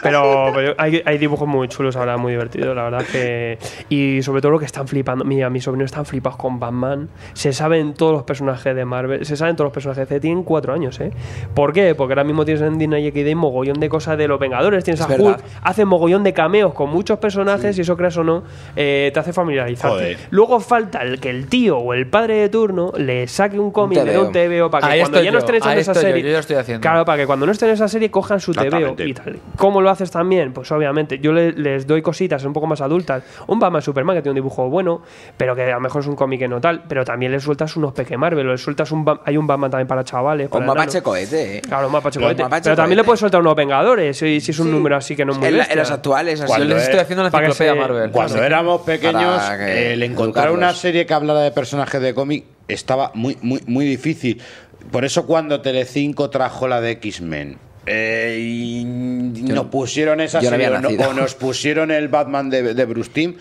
[SPEAKER 1] Pero, pero hay, hay dibujos muy chulos ahora, muy divertidos, la verdad que... Y sobre todo lo que están flipando... Mira, mis sobrinos están flipados con Batman. Se saben todos los personajes de Marvel, se saben todos los personajes. de- Tienen cuatro años, ¿eh? ¿Por qué? Porque ahora mismo tienes en Disney XD mogollón de cosas de los Vengadores, tienes
[SPEAKER 6] Es
[SPEAKER 1] a Hulk,
[SPEAKER 6] verdad.
[SPEAKER 1] hacen mogollón de cameos con muchos personajes y eso creas o no, eh, te hace familiarizarte.
[SPEAKER 4] Joder.
[SPEAKER 1] Luego falta el que el tío o el padre de turno le saque un cómic,
[SPEAKER 6] Un
[SPEAKER 1] le dé un
[SPEAKER 6] TVO.
[SPEAKER 1] TVO para que
[SPEAKER 5] Ahí
[SPEAKER 1] cuando
[SPEAKER 5] estoy
[SPEAKER 1] ya
[SPEAKER 5] yo,
[SPEAKER 1] no estén echando
[SPEAKER 5] ahí
[SPEAKER 1] esa
[SPEAKER 5] estoy yo,
[SPEAKER 1] serie...
[SPEAKER 5] yo ya estoy haciendo.
[SPEAKER 1] Claro, para que cuando no estén en esa serie cojan su TVO
[SPEAKER 4] Exactamente.
[SPEAKER 1] y tal. ¿Cómo lo haces también? Pues obviamente, yo le- les doy cositas un poco más adultas. Un Batman Superman que tiene un dibujo bueno, pero que a lo mejor es un cómic que no tal, pero también le sueltas unos peque Marvel, o le sueltas un Ba- hay un Batman también para chavales.
[SPEAKER 6] O
[SPEAKER 1] para
[SPEAKER 6] mapache
[SPEAKER 1] enanos.
[SPEAKER 6] cohete, ¿eh?
[SPEAKER 1] Claro, un mapache
[SPEAKER 6] Los
[SPEAKER 1] cohete.
[SPEAKER 6] mapache
[SPEAKER 1] Pero también le
[SPEAKER 6] cohete.
[SPEAKER 1] puedes soltar unos Vengadores, si, si es un
[SPEAKER 6] Sí.
[SPEAKER 1] número así que no es muy
[SPEAKER 6] En, la- en
[SPEAKER 1] bestia.
[SPEAKER 6] los actuales,
[SPEAKER 5] Yo
[SPEAKER 6] así.
[SPEAKER 4] Cuando
[SPEAKER 5] les estoy
[SPEAKER 4] es-
[SPEAKER 5] haciendo la
[SPEAKER 1] para que
[SPEAKER 5] enciclopedia
[SPEAKER 1] se-
[SPEAKER 5] Marvel.
[SPEAKER 4] Cuando éramos pequeños,
[SPEAKER 6] Para que
[SPEAKER 4] el encontrar una
[SPEAKER 6] educarlos.
[SPEAKER 4] serie que hablara de personajes de cómic estaba muy, muy, muy difícil. Por eso cuando Telecinco trajo la de X-Men. eh, y nos pusieron esa
[SPEAKER 6] yo no
[SPEAKER 4] serie
[SPEAKER 6] había
[SPEAKER 4] o no-
[SPEAKER 6] nacido.
[SPEAKER 4] o nos pusieron el Batman de, de Bruce Timm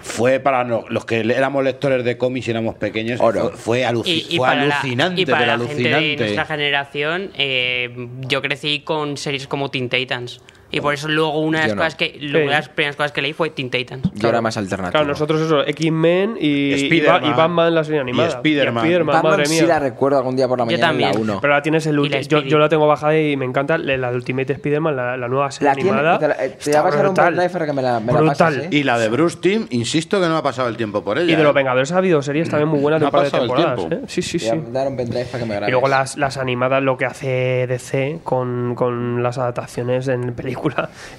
[SPEAKER 4] fue para no- los que éramos lectores de cómics y éramos pequeños
[SPEAKER 6] Oro.
[SPEAKER 4] fue, fue aluci-
[SPEAKER 7] Y, y
[SPEAKER 4] fue
[SPEAKER 7] para la-
[SPEAKER 4] alucinante
[SPEAKER 7] y para
[SPEAKER 4] pero
[SPEAKER 7] la gente de
[SPEAKER 4] alucinante.
[SPEAKER 7] nuestra generación, eh, yo crecí con series como Teen Titans. Y por eso luego una de las,
[SPEAKER 6] Yo no.
[SPEAKER 7] cosas que, una de
[SPEAKER 1] Sí.
[SPEAKER 7] las primeras cosas que leí fue Teen Titans.
[SPEAKER 6] Yo era más alternativo.
[SPEAKER 1] Claro, nosotros eso, X-Men y, y, Ba-
[SPEAKER 4] Spiderman.
[SPEAKER 1] y Batman la serie animada.
[SPEAKER 4] Y Spiderman.
[SPEAKER 6] Batman
[SPEAKER 1] madre mía.
[SPEAKER 6] sí la recuerdo algún día por la
[SPEAKER 7] Yo
[SPEAKER 6] mañana en la
[SPEAKER 7] también.
[SPEAKER 6] 1.
[SPEAKER 1] Pero ahora tienes el
[SPEAKER 7] Y la
[SPEAKER 1] ulti- yo,
[SPEAKER 7] Speedy.
[SPEAKER 1] yo la tengo bajada y me encanta la, la de Ultimate Spider-Man, la, la nueva serie
[SPEAKER 6] La tiene-
[SPEAKER 1] animada.
[SPEAKER 6] te la- eh, te
[SPEAKER 1] Está
[SPEAKER 6] voy a pasar un
[SPEAKER 1] brutal.
[SPEAKER 6] pendrive para que me la- me la
[SPEAKER 1] brutal.
[SPEAKER 6] pases, ¿eh?
[SPEAKER 4] y la de Bruce Timm insisto que no ha pasado el tiempo por ella
[SPEAKER 1] Y de los
[SPEAKER 4] ¿eh?
[SPEAKER 1] Vengadores ha habido series también muy buenas de
[SPEAKER 4] No
[SPEAKER 1] un par de
[SPEAKER 4] ha pasado el
[SPEAKER 1] temporadas.
[SPEAKER 4] tiempo.
[SPEAKER 1] ¿eh? Sí, sí,
[SPEAKER 6] Voy a
[SPEAKER 1] sí.
[SPEAKER 6] dar un pendrive para que me grabes.
[SPEAKER 1] Y luego las, las animadas, lo que hace DC con, con las adaptaciones en película.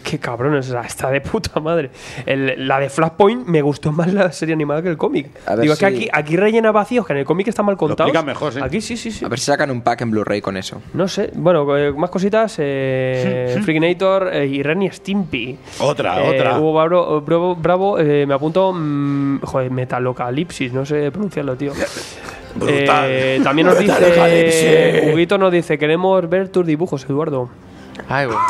[SPEAKER 1] Qué cabrones, o sea, está de puta madre. El- la de Flashpoint me gustó más la serie animada que el cómic.
[SPEAKER 6] A ver
[SPEAKER 1] Digo, es que
[SPEAKER 6] si-
[SPEAKER 1] aquí, aquí rellena vacíos, que en el cómic está mal contado.
[SPEAKER 4] explica mejor, sí.
[SPEAKER 1] Aquí sí, sí, sí.
[SPEAKER 6] A ver si sacan un pack en Blu-ray con eso.
[SPEAKER 1] No sé, bueno, eh, más cositas. Eh, Freakinator eh, y Renny Stimpy.
[SPEAKER 4] Otra,
[SPEAKER 1] Eh,
[SPEAKER 4] otra.
[SPEAKER 1] Hugo Bravo, Bravo, Bravo, eh, me apunto. mm, joder, Metalocalipsis, no sé pronunciarlo, tío.
[SPEAKER 4] Brutal.
[SPEAKER 1] Eh, también nos dice.
[SPEAKER 4] Metalocalipsis.
[SPEAKER 1] Huguito nos dice: Queremos ver tus dibujos, Eduardo.
[SPEAKER 5] Ay, bueno.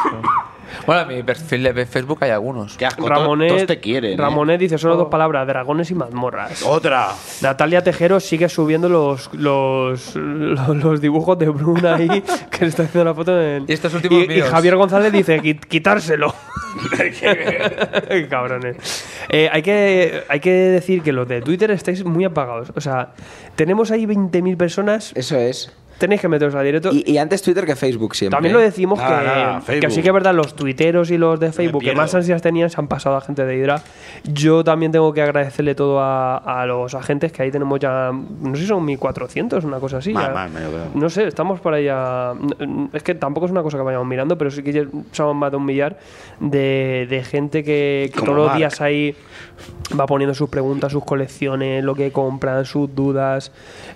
[SPEAKER 5] Bueno, en mi perfil de Facebook hay algunos.
[SPEAKER 4] Qué asco, to- todos
[SPEAKER 1] Ramonet,
[SPEAKER 4] te quieren, ¿eh?
[SPEAKER 1] Ramonet dice: Solo dos palabras, dragones y mazmorras.
[SPEAKER 4] Otra.
[SPEAKER 1] Natalia Tejero sigue subiendo los, los, los, los dibujos de Bruna ahí, que le está haciendo la foto en...
[SPEAKER 5] Y estos últimos
[SPEAKER 1] y, y
[SPEAKER 5] míos.
[SPEAKER 1] Javier González dice, "Qui- quitárselo. Qué Cabrones. Eh, hay, que, hay que decir que los de Twitter estáis muy apagados. O sea, tenemos ahí 20.000 personas,
[SPEAKER 6] Eso es.
[SPEAKER 1] tenéis que meteros al directo.
[SPEAKER 6] Y, y antes Twitter que Facebook siempre.
[SPEAKER 1] También lo decimos
[SPEAKER 4] Nada,
[SPEAKER 1] que,
[SPEAKER 4] nada,
[SPEAKER 1] que
[SPEAKER 4] Facebook.
[SPEAKER 1] sí que es verdad, los tuiteros y los de Facebook que
[SPEAKER 4] pierdo.
[SPEAKER 1] más ansias tenían se han pasado a gente de Hydra. Yo también tengo que agradecerle todo a, a los agentes que ahí tenemos ya, no sé si son 1400, una cosa así.
[SPEAKER 4] Más,
[SPEAKER 1] ya.
[SPEAKER 4] más, yo creo.
[SPEAKER 1] No sé, estamos para allá. mm, Es que tampoco es una cosa que vayamos mirando, pero sí que ya somos más de un millar de, de gente que, que
[SPEAKER 4] Como
[SPEAKER 1] todos los
[SPEAKER 4] Mark.
[SPEAKER 1] días ahí va poniendo sus preguntas, sus colecciones, lo que compran, sus dudas.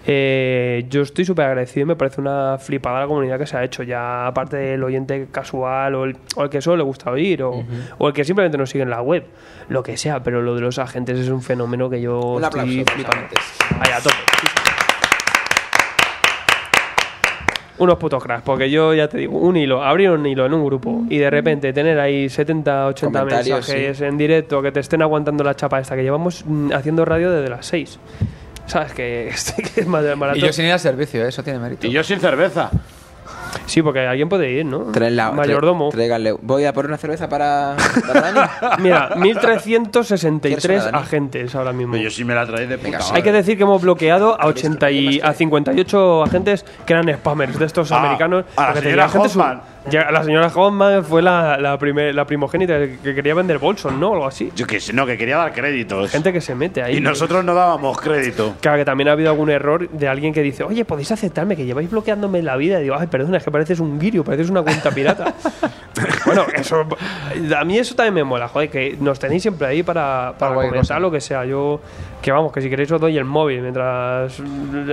[SPEAKER 1] Eh, yo estoy súper agradecido y me parece una flipada la comunidad que se ha hecho ya, aparte del oyente casual o el, o el que solo le gusta oír o, o el que simplemente nos sigue en la web, lo que sea, pero lo de los agentes es un fenómeno que yo
[SPEAKER 6] Un aplauso
[SPEAKER 1] estoy
[SPEAKER 6] para los
[SPEAKER 1] flipando.
[SPEAKER 6] agentes.
[SPEAKER 1] Ahí, a tope. Unos putos cracks, porque yo ya te digo, un hilo, abrir un hilo en un grupo y de repente tener ahí 70, 80
[SPEAKER 6] Comentarios,
[SPEAKER 1] mensajes en directo, que te estén aguantando la chapa esta, que llevamos mm, haciendo radio desde las 6. ¿Sabes que, este que es más de
[SPEAKER 5] Y
[SPEAKER 1] maratón?
[SPEAKER 5] yo sin ir al servicio, ¿eh? eso tiene mérito.
[SPEAKER 4] Y yo sin cerveza.
[SPEAKER 1] Sí, porque alguien puede ir, ¿no?
[SPEAKER 6] Traen la- tra-
[SPEAKER 1] Mayordomo. Ah,
[SPEAKER 6] tráiganle- Voy a poner una cerveza para. para Dani.
[SPEAKER 1] Mira,
[SPEAKER 6] ¿Quieres
[SPEAKER 1] 1363
[SPEAKER 6] una, Dani?
[SPEAKER 1] agentes ahora mismo.
[SPEAKER 4] Yo sí me la traéis de puta
[SPEAKER 6] Venga,
[SPEAKER 4] madre.
[SPEAKER 1] Hay que decir que hemos bloqueado a 80 y a 58 agentes que eran spammers de estos
[SPEAKER 4] Ah,
[SPEAKER 1] americanos.
[SPEAKER 4] a la
[SPEAKER 1] porque
[SPEAKER 4] señora
[SPEAKER 1] tenía gente su-
[SPEAKER 4] Hoffman.
[SPEAKER 1] Ya, la señora Hoffman fue la, la, primer- la primogénita que quería vender Bolson, ¿no? Algo así.
[SPEAKER 4] Yo que sé, no, que quería dar créditos.
[SPEAKER 1] Gente que se mete ahí.
[SPEAKER 4] y nosotros no dábamos crédito.
[SPEAKER 1] Claro, que también ha habido algún error de alguien que dice, oye, podéis aceptarme, que lleváis bloqueándome la vida. Y digo, ay, perdona, es que pareces un guirio, pareces una cuenta pirata. bueno, eso. A mí eso también me mola, joder, que nos tenéis siempre ahí para, para
[SPEAKER 5] cualquier
[SPEAKER 1] comentar
[SPEAKER 5] cosa.
[SPEAKER 1] lo que sea. Yo, que vamos, que si queréis os doy el móvil mientras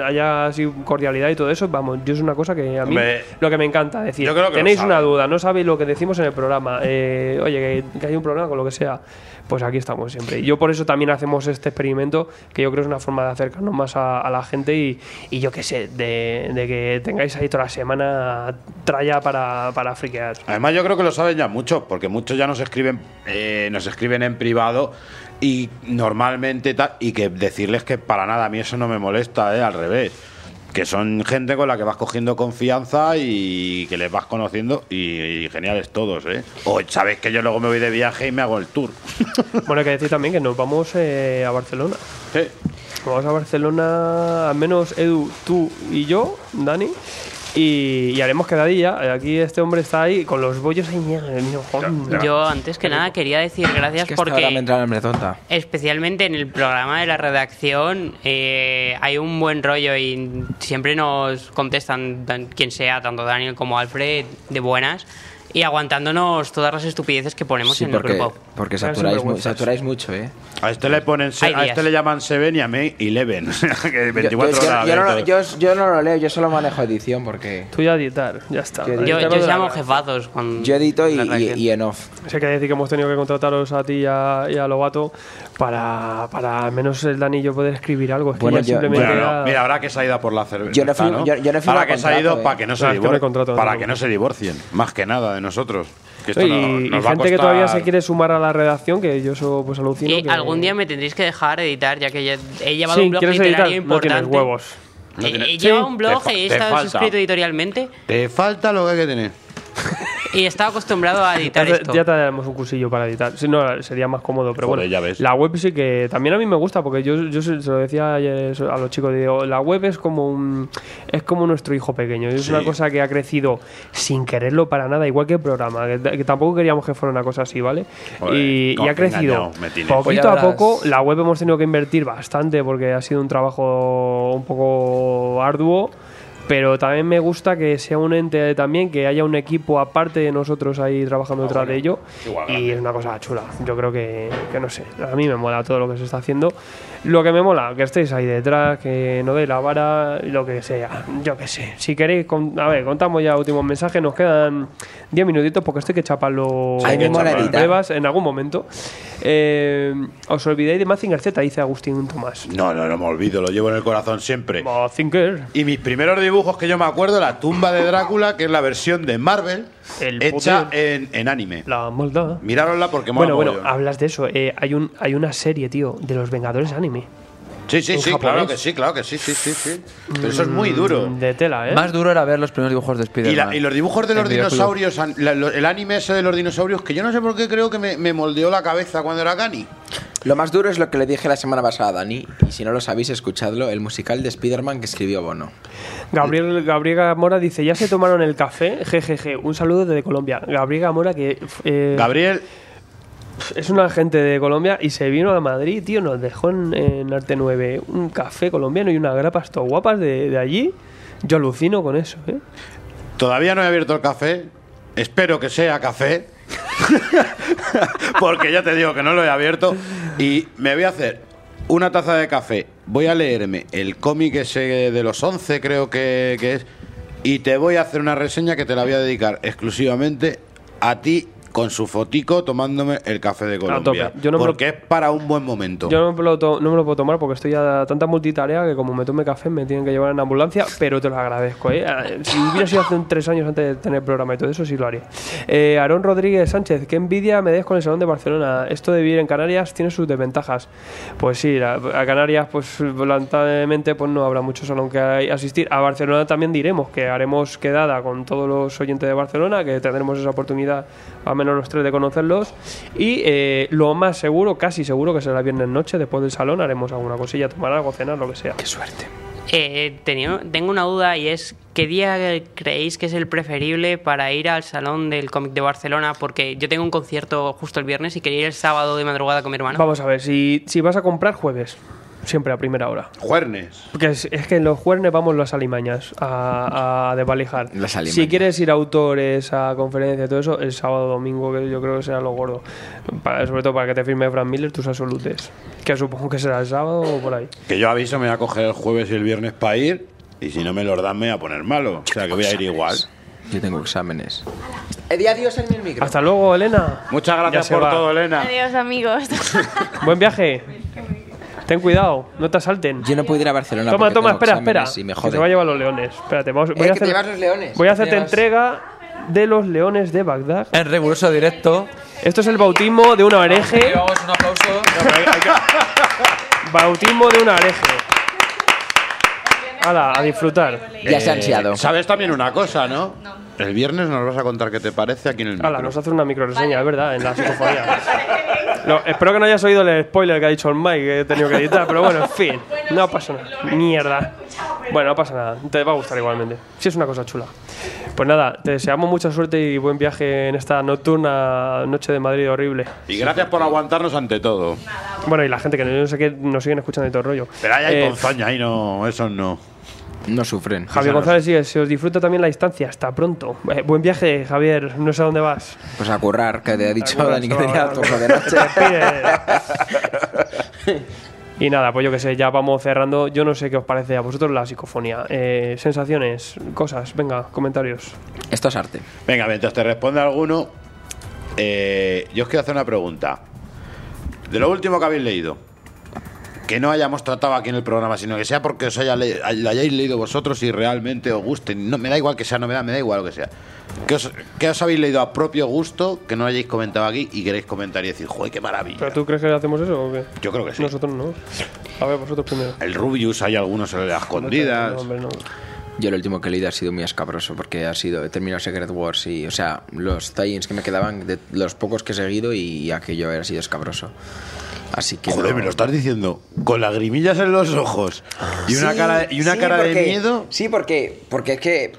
[SPEAKER 1] haya así cordialidad y todo eso. Vamos, yo es una cosa que a mí
[SPEAKER 4] Hombre,
[SPEAKER 1] lo que me encanta decir.
[SPEAKER 4] yo creo que lo
[SPEAKER 1] tenéis una
[SPEAKER 4] saben.
[SPEAKER 1] duda, no sabéis lo que decimos en el programa. eh, oye, que, que hay un problema con lo que sea. Pues aquí estamos siempre. Y yo por eso también hacemos este experimento, que yo creo es una forma de acercarnos más a, a la gente y, y yo qué sé, de, de que tengáis ahí toda la semana tralla para, para friquear.
[SPEAKER 4] Además, yo creo que lo saben ya muchos, porque mu- muchos ya nos escriben, eh, nos escriben en privado y normalmente ta- y que decirles que para nada a mí eso no me molesta, eh, al revés. Que son gente con la que vas cogiendo confianza y que les vas conociendo y, y geniales todos, ¿eh? O sabéis que yo luego me voy de viaje y me hago el tour.
[SPEAKER 1] Bueno, hay que decir también que nos vamos eh, a Barcelona.
[SPEAKER 4] Sí.
[SPEAKER 1] Vamos a Barcelona, al menos Edu, tú y yo, Dani. Y, y haremos quedadilla. Eh, Aquí este hombre está ahí con los bollos ahí. mira, mira, joder.
[SPEAKER 7] Yo antes que nada quería decir gracias
[SPEAKER 6] Es que esta hora me
[SPEAKER 7] porque
[SPEAKER 6] entra la hambre tonta.
[SPEAKER 7] especialmente en el programa de la redacción eh, hay un buen rollo y siempre nos contestan tan- quien sea, tanto Daniel como Alfred, de buenas y aguantándonos todas las estupideces que ponemos
[SPEAKER 6] Sí,
[SPEAKER 7] en el
[SPEAKER 6] porque,
[SPEAKER 7] grupo.
[SPEAKER 6] porque
[SPEAKER 1] Claro,
[SPEAKER 6] saturáis, mu-
[SPEAKER 1] sinvergüenzas.
[SPEAKER 6] saturáis mucho, ¿eh?
[SPEAKER 4] A este le ponen se-
[SPEAKER 7] Hay
[SPEAKER 4] a este
[SPEAKER 7] días.
[SPEAKER 4] le llaman Seven y a mí Eleven. O sea, que
[SPEAKER 6] Yo,
[SPEAKER 4] 24
[SPEAKER 6] yo- yo
[SPEAKER 4] horas
[SPEAKER 6] no, lo-
[SPEAKER 4] abiertos.
[SPEAKER 6] yo, yo no lo leo, yo solo manejo edición porque...
[SPEAKER 1] Tú ya editar, ya está.
[SPEAKER 6] Yo-
[SPEAKER 7] Yo,
[SPEAKER 1] Editar
[SPEAKER 7] yo
[SPEAKER 1] no
[SPEAKER 7] os
[SPEAKER 1] da
[SPEAKER 7] llamo
[SPEAKER 1] nada.
[SPEAKER 7] jefazos. Con
[SPEAKER 6] Yo edito y,
[SPEAKER 7] la
[SPEAKER 6] y,
[SPEAKER 7] redacción.
[SPEAKER 6] y en off.
[SPEAKER 1] O sea, que decir que hemos tenido que contrataros a ti y a, y a Lobato para, para al menos el Dani y yo poder escribir algo. Es que
[SPEAKER 6] Bueno,
[SPEAKER 1] ya
[SPEAKER 6] yo-
[SPEAKER 1] simplemente
[SPEAKER 4] Bueno,
[SPEAKER 1] era-
[SPEAKER 4] no, Mira, ahora que se ha ido a por la cerveza.
[SPEAKER 6] Yo no fui- yo- yo no fui
[SPEAKER 4] ahora
[SPEAKER 6] a
[SPEAKER 4] que se ha
[SPEAKER 6] contrato,
[SPEAKER 4] ido
[SPEAKER 6] eh.
[SPEAKER 4] para que no se
[SPEAKER 1] Claro, Ah, es que no hay
[SPEAKER 4] divor-
[SPEAKER 1] contrato,
[SPEAKER 4] para
[SPEAKER 1] no.
[SPEAKER 4] que no se divorcien, más que nada de nosotros. Que esto
[SPEAKER 1] y,
[SPEAKER 4] no-
[SPEAKER 1] y
[SPEAKER 4] nos va a
[SPEAKER 1] gente que todavía se
[SPEAKER 4] costar-
[SPEAKER 1] quiere sumar a la redacción, que yo eso pues alucino.
[SPEAKER 7] Y
[SPEAKER 1] que-
[SPEAKER 7] algún día me tendréis que dejar editar, ya que ya he llevado
[SPEAKER 1] Sí,
[SPEAKER 7] un blog
[SPEAKER 1] ¿quieres
[SPEAKER 7] literario
[SPEAKER 1] editar? No
[SPEAKER 7] importante. Eh,
[SPEAKER 1] tienes huevos.
[SPEAKER 4] No
[SPEAKER 7] He-
[SPEAKER 4] tiene-
[SPEAKER 7] he llevado
[SPEAKER 4] Sí,
[SPEAKER 7] un
[SPEAKER 4] te
[SPEAKER 7] blog,
[SPEAKER 4] fa-
[SPEAKER 7] he
[SPEAKER 4] te
[SPEAKER 7] estado
[SPEAKER 4] falta.
[SPEAKER 7] suscrito editorialmente
[SPEAKER 4] Te falta lo que hay que tener.
[SPEAKER 7] y he estado acostumbrado a editar
[SPEAKER 1] Ya te-
[SPEAKER 7] esto.
[SPEAKER 1] Ya te daremos un cursillo para editar. Si no, sería más cómodo, pero
[SPEAKER 4] Joder,
[SPEAKER 1] bueno.
[SPEAKER 4] ya ves.
[SPEAKER 1] La web sí que también a mí me gusta, porque yo, yo se se lo decía ayer a los chicos, digo, la web es como un, es como nuestro hijo pequeño. Es
[SPEAKER 4] Sí.
[SPEAKER 1] una cosa que ha crecido sin quererlo para nada, igual que el programa, que, t- que tampoco queríamos que fuera una cosa así, ¿vale?
[SPEAKER 4] Joder,
[SPEAKER 1] y, y
[SPEAKER 4] cómo
[SPEAKER 1] ha crecido.
[SPEAKER 4] engañado me tienes.
[SPEAKER 1] Poquito
[SPEAKER 5] Pues ya
[SPEAKER 1] a
[SPEAKER 5] verás.
[SPEAKER 1] poco, la web hemos tenido que invertir bastante porque ha sido un trabajo un poco arduo. Pero también me gusta que sea un ente también, que haya un equipo aparte de nosotros ahí trabajando detrás de ello. Y es una cosa chula. Yo creo que, que no sé. A mí me mola todo lo que se está haciendo. Lo que me mola, que estéis ahí detrás, que no deis la vara, lo que sea. Yo qué sé. Si queréis, con- a ver, contamos ya últimos mensajes. Nos quedan 10 minutitos porque estoy que chaparlo.
[SPEAKER 6] Hay que mola editar.
[SPEAKER 1] Bebas en algún momento. Eh, os olvidéis de Mazinger Z, dice Agustín Tomás.
[SPEAKER 4] No, no, no me olvido, lo llevo en el corazón siempre.
[SPEAKER 1] Mazinger.
[SPEAKER 4] Y mis primeros dibujos que yo me acuerdo, la tumba de Drácula, que es la versión de Marvel
[SPEAKER 1] El
[SPEAKER 4] hecha
[SPEAKER 1] poder.
[SPEAKER 4] en, en anime.
[SPEAKER 1] La maldad.
[SPEAKER 4] Mirárosla porque mola
[SPEAKER 1] Bueno, bueno,
[SPEAKER 4] mogollón.
[SPEAKER 1] hablas de eso. Eh, hay, un, hay una serie, tío, de los Vengadores anime.
[SPEAKER 4] Sí, sí,
[SPEAKER 1] en
[SPEAKER 4] sí,
[SPEAKER 1] japonés. Mm,
[SPEAKER 4] claro que sí, claro que sí, sí, sí, sí. Pero eso es muy duro.
[SPEAKER 1] De tela, ¿eh?
[SPEAKER 5] Más duro era ver los primeros dibujos de
[SPEAKER 4] Y, la-
[SPEAKER 5] Spider-Man.
[SPEAKER 4] y los dibujos de
[SPEAKER 5] En
[SPEAKER 4] los
[SPEAKER 5] videoclub.
[SPEAKER 4] dinosaurios, an- la- lo- el anime ese de los dinosaurios, que yo no sé por qué creo que me, me moldeó la cabeza cuando era Cani.
[SPEAKER 6] Lo más duro es lo que le dije la semana pasada a Dani, y si no lo sabéis, escuchadlo, el musical de Spider-Man que escribió Bono.
[SPEAKER 1] Gabriel, Gabriela Mora dice, ya se tomaron el café, jejeje, un saludo desde Colombia. Gabriela Mora, que eh,
[SPEAKER 4] Gabriel,
[SPEAKER 1] es una agente de Colombia y se vino a Madrid, tío, nos dejó en, en Arte 9 un café colombiano y unas grapas todo guapas de, de allí. Yo alucino con eso, ¿eh?
[SPEAKER 4] todavía no he abierto el café. Espero que sea café. Porque ya te digo que no lo he abierto. Y me voy a hacer una taza de café. Voy a leerme el cómic ese de los 11, creo que, que es. Y te voy a hacer una reseña que te la voy a dedicar exclusivamente a ti con su fotico tomándome el café de Colombia.
[SPEAKER 1] tope. Yo no me lo-
[SPEAKER 4] porque es para un buen momento.
[SPEAKER 1] Yo no me, lo to- no me lo puedo tomar porque estoy a tanta multitarea que como me tome café me tienen que llevar en ambulancia, pero te lo agradezco. ¿eh? Eh, Si hubiera sido hace un tres años antes de tener programa y todo eso, sí lo haría. Eh, Aarón Rodríguez Sánchez, qué envidia me des con el Salón de Barcelona. Esto de vivir en Canarias tiene sus desventajas. Pues sí, a, a Canarias, pues lamentablemente, pues no habrá mucho salón que hay- asistir. A Barcelona también diremos que haremos quedada con todos los oyentes de Barcelona, que tendremos esa oportunidad, al menos los tres, de conocerlos. Y eh, lo más seguro, casi seguro, que será viernes noche, después del salón, haremos alguna cosilla, tomar algo, cenar, lo que sea.
[SPEAKER 7] Eh, tenía- tengo una duda y es ¿qué día creéis que es el preferible para ir al Salón del Cómic de Barcelona? Porque yo tengo un concierto justo el viernes y quería ir el sábado de madrugada con mi hermano.
[SPEAKER 1] Vamos a ver, si, si vas a comprar jueves, siempre a primera hora.
[SPEAKER 4] Juernes.
[SPEAKER 1] Porque es, es que en los jueves vamos las alimañas a, a desvalijar.
[SPEAKER 6] Las alimañas.
[SPEAKER 1] Si quieres ir a autores, a conferencias y todo eso, el sábado domingo, que yo creo que será lo gordo. Para- sobre todo para que te firme Frank Miller tus absolutes. Que supongo que será el sábado o por ahí.
[SPEAKER 4] Que yo aviso, me voy a coger el jueves y el viernes para ir. Y si no me los dan, me voy a poner malo. O sea que voy a ir
[SPEAKER 1] Pues
[SPEAKER 4] igual.
[SPEAKER 6] Yo tengo exámenes. Edi, Eh, adiós en el micro.
[SPEAKER 1] Hasta luego, Elena.
[SPEAKER 4] Muchas gracias
[SPEAKER 1] Ya se
[SPEAKER 4] por
[SPEAKER 1] va.
[SPEAKER 4] todo, Elena.
[SPEAKER 8] Adiós, amigos.
[SPEAKER 1] Buen viaje. Ten cuidado, no te asalten.
[SPEAKER 6] Yo no puedo ir a Barcelona.
[SPEAKER 1] Toma,
[SPEAKER 6] porque
[SPEAKER 1] toma,
[SPEAKER 6] tengo
[SPEAKER 1] espera, espera.
[SPEAKER 6] exámenes Y me
[SPEAKER 1] que
[SPEAKER 6] jode.
[SPEAKER 1] se va a llevar los leones. Espérate, vamos, voy
[SPEAKER 6] Eh,
[SPEAKER 1] a
[SPEAKER 6] que te
[SPEAKER 1] hacer-
[SPEAKER 6] llevas los leones.
[SPEAKER 1] Voy a
[SPEAKER 6] Que te
[SPEAKER 1] hacerte
[SPEAKER 6] llevas-
[SPEAKER 1] entrega de los Leones de Bagdad.
[SPEAKER 5] En riguroso directo.
[SPEAKER 1] Esto es el bautismo de una
[SPEAKER 5] Ahí
[SPEAKER 6] Eh,
[SPEAKER 1] hereje.
[SPEAKER 5] vamos, un aplauso.
[SPEAKER 1] Bautismo de una hereje. Hala, a disfrutar.
[SPEAKER 6] Ya se ha ansiado.
[SPEAKER 4] Eh, Sabes también una cosa, ¿no? El viernes nos vas a contar qué te parece aquí en el micro.
[SPEAKER 1] Hala, nos hace una microreseña, es verdad, en la psicofonía. Lo- espero que no hayas oído el spoiler que ha dicho el Mike, que he tenido que editar, pero bueno, en fin, no pasa nada. Mierda. Bueno, no pasa nada, te va a gustar igualmente. Sí, es una cosa chula. Pues nada, te deseamos mucha suerte y buen viaje en esta nocturna noche de Madrid horrible.
[SPEAKER 4] Y gracias por aguantarnos ante todo.
[SPEAKER 1] Bueno, y la gente que no sé qué nos siguen escuchando de todo el rollo.
[SPEAKER 4] Pero ahí hay
[SPEAKER 1] Eh,
[SPEAKER 4] ponzoña, ahí no, eso no.
[SPEAKER 6] No sufren.
[SPEAKER 1] Javier González sigue, se os disfruta también la distancia. Hasta pronto. Eh, buen viaje, Javier. No sé a dónde vas.
[SPEAKER 6] Pues a currar, que te ha dicho
[SPEAKER 1] Algunas
[SPEAKER 6] Dani que
[SPEAKER 1] son-
[SPEAKER 6] tenía turno de noche.
[SPEAKER 1] Despide. Y nada, pues yo que sé, ya vamos cerrando. Yo no sé qué os parece a vosotros la psicofonía. Eh, sensaciones, cosas, venga, comentarios.
[SPEAKER 6] Esto es arte.
[SPEAKER 4] Venga, mientras te responde alguno, eh, yo os quiero hacer una pregunta. De lo último que habéis leído, que no hayamos tratado aquí en el programa, sino que sea porque os haya le- la hayáis leído vosotros y realmente os guste. No, me da igual que sea novedad, me da igual lo que sea. ¿Qué os, qué os habéis leído a propio gusto que no hayáis comentado aquí y queréis comentar y decir, joder, qué maravilla?
[SPEAKER 1] ¿Pero tú crees que hacemos eso o qué?
[SPEAKER 4] Yo creo que sí.
[SPEAKER 1] Nosotros no. A ver, vosotros primero.
[SPEAKER 4] El Rubius, hay algunos a las escondidas.
[SPEAKER 1] No, hombre, no.
[SPEAKER 6] Yo lo último que he leído ha sido muy escabroso porque ha sido, he terminado Secret Wars y, o sea, los tie que me quedaban, de los pocos que he seguido y aquello era sido escabroso. Así que...
[SPEAKER 4] Joder,
[SPEAKER 6] no-
[SPEAKER 4] me lo estás diciendo con lagrimillas en los ojos y una
[SPEAKER 6] Sí,
[SPEAKER 4] cara, y una
[SPEAKER 6] sí,
[SPEAKER 4] cara de
[SPEAKER 6] porque-
[SPEAKER 4] miedo.
[SPEAKER 6] Sí, porque, porque es que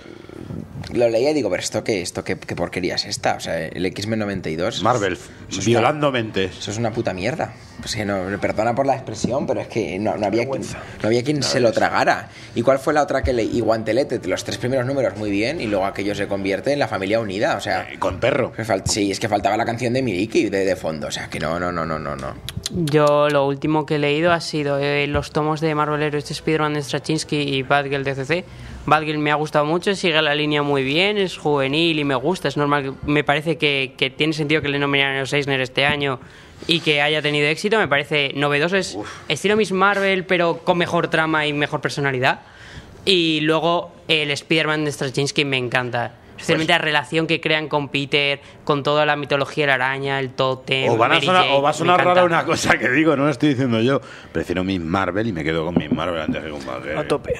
[SPEAKER 6] lo leía y digo, pero esto qué, esto qué, qué porquería es esta. O sea, el X-Men 92.
[SPEAKER 4] Marvel,
[SPEAKER 6] eso es
[SPEAKER 4] violando
[SPEAKER 6] una-
[SPEAKER 4] mentes.
[SPEAKER 6] eso es una puta mierda. Pues que no, perdona por la expresión, pero es que no, no había, quien, no había quien se lo tragara. ¿Y cuál fue la otra que leí? Y Guantelete, los tres primeros números muy bien, y luego aquello se convierte en la familia unida. O sea,
[SPEAKER 4] Eh, Con perro.
[SPEAKER 6] que fal- sí, es que faltaba la canción de Miriki de, de fondo. O sea, que no, no, no, no, no. no.
[SPEAKER 7] Yo lo último que he leído ha sido eh, los tomos de Marvel Heroes Spider-Man Straczynski y Bad Girl de CC. Bad Girl me ha gustado mucho, sigue la línea muy bien, es juvenil y me gusta. Es normal, que- me parece que, que tiene sentido que le nominaran a Eisner este año y que haya tenido éxito. Me parece novedoso, es estilo Miss Marvel, pero con mejor trama y mejor personalidad. Y luego el Spider-Man de Straczynski me encanta. Especialmente
[SPEAKER 4] Pues
[SPEAKER 7] la relación que crean con Peter, con toda la mitología de la araña, el tótem.
[SPEAKER 4] O, van a
[SPEAKER 7] Eh, Mary
[SPEAKER 4] sonar,
[SPEAKER 7] Jane,
[SPEAKER 4] o va a
[SPEAKER 7] me
[SPEAKER 4] sonar
[SPEAKER 7] encanta.
[SPEAKER 4] rara una cosa que digo, no lo estoy diciendo yo. Prefiero Miss Marvel y me quedo con Miss Marvel antes que con Bad Girl.
[SPEAKER 1] A tope.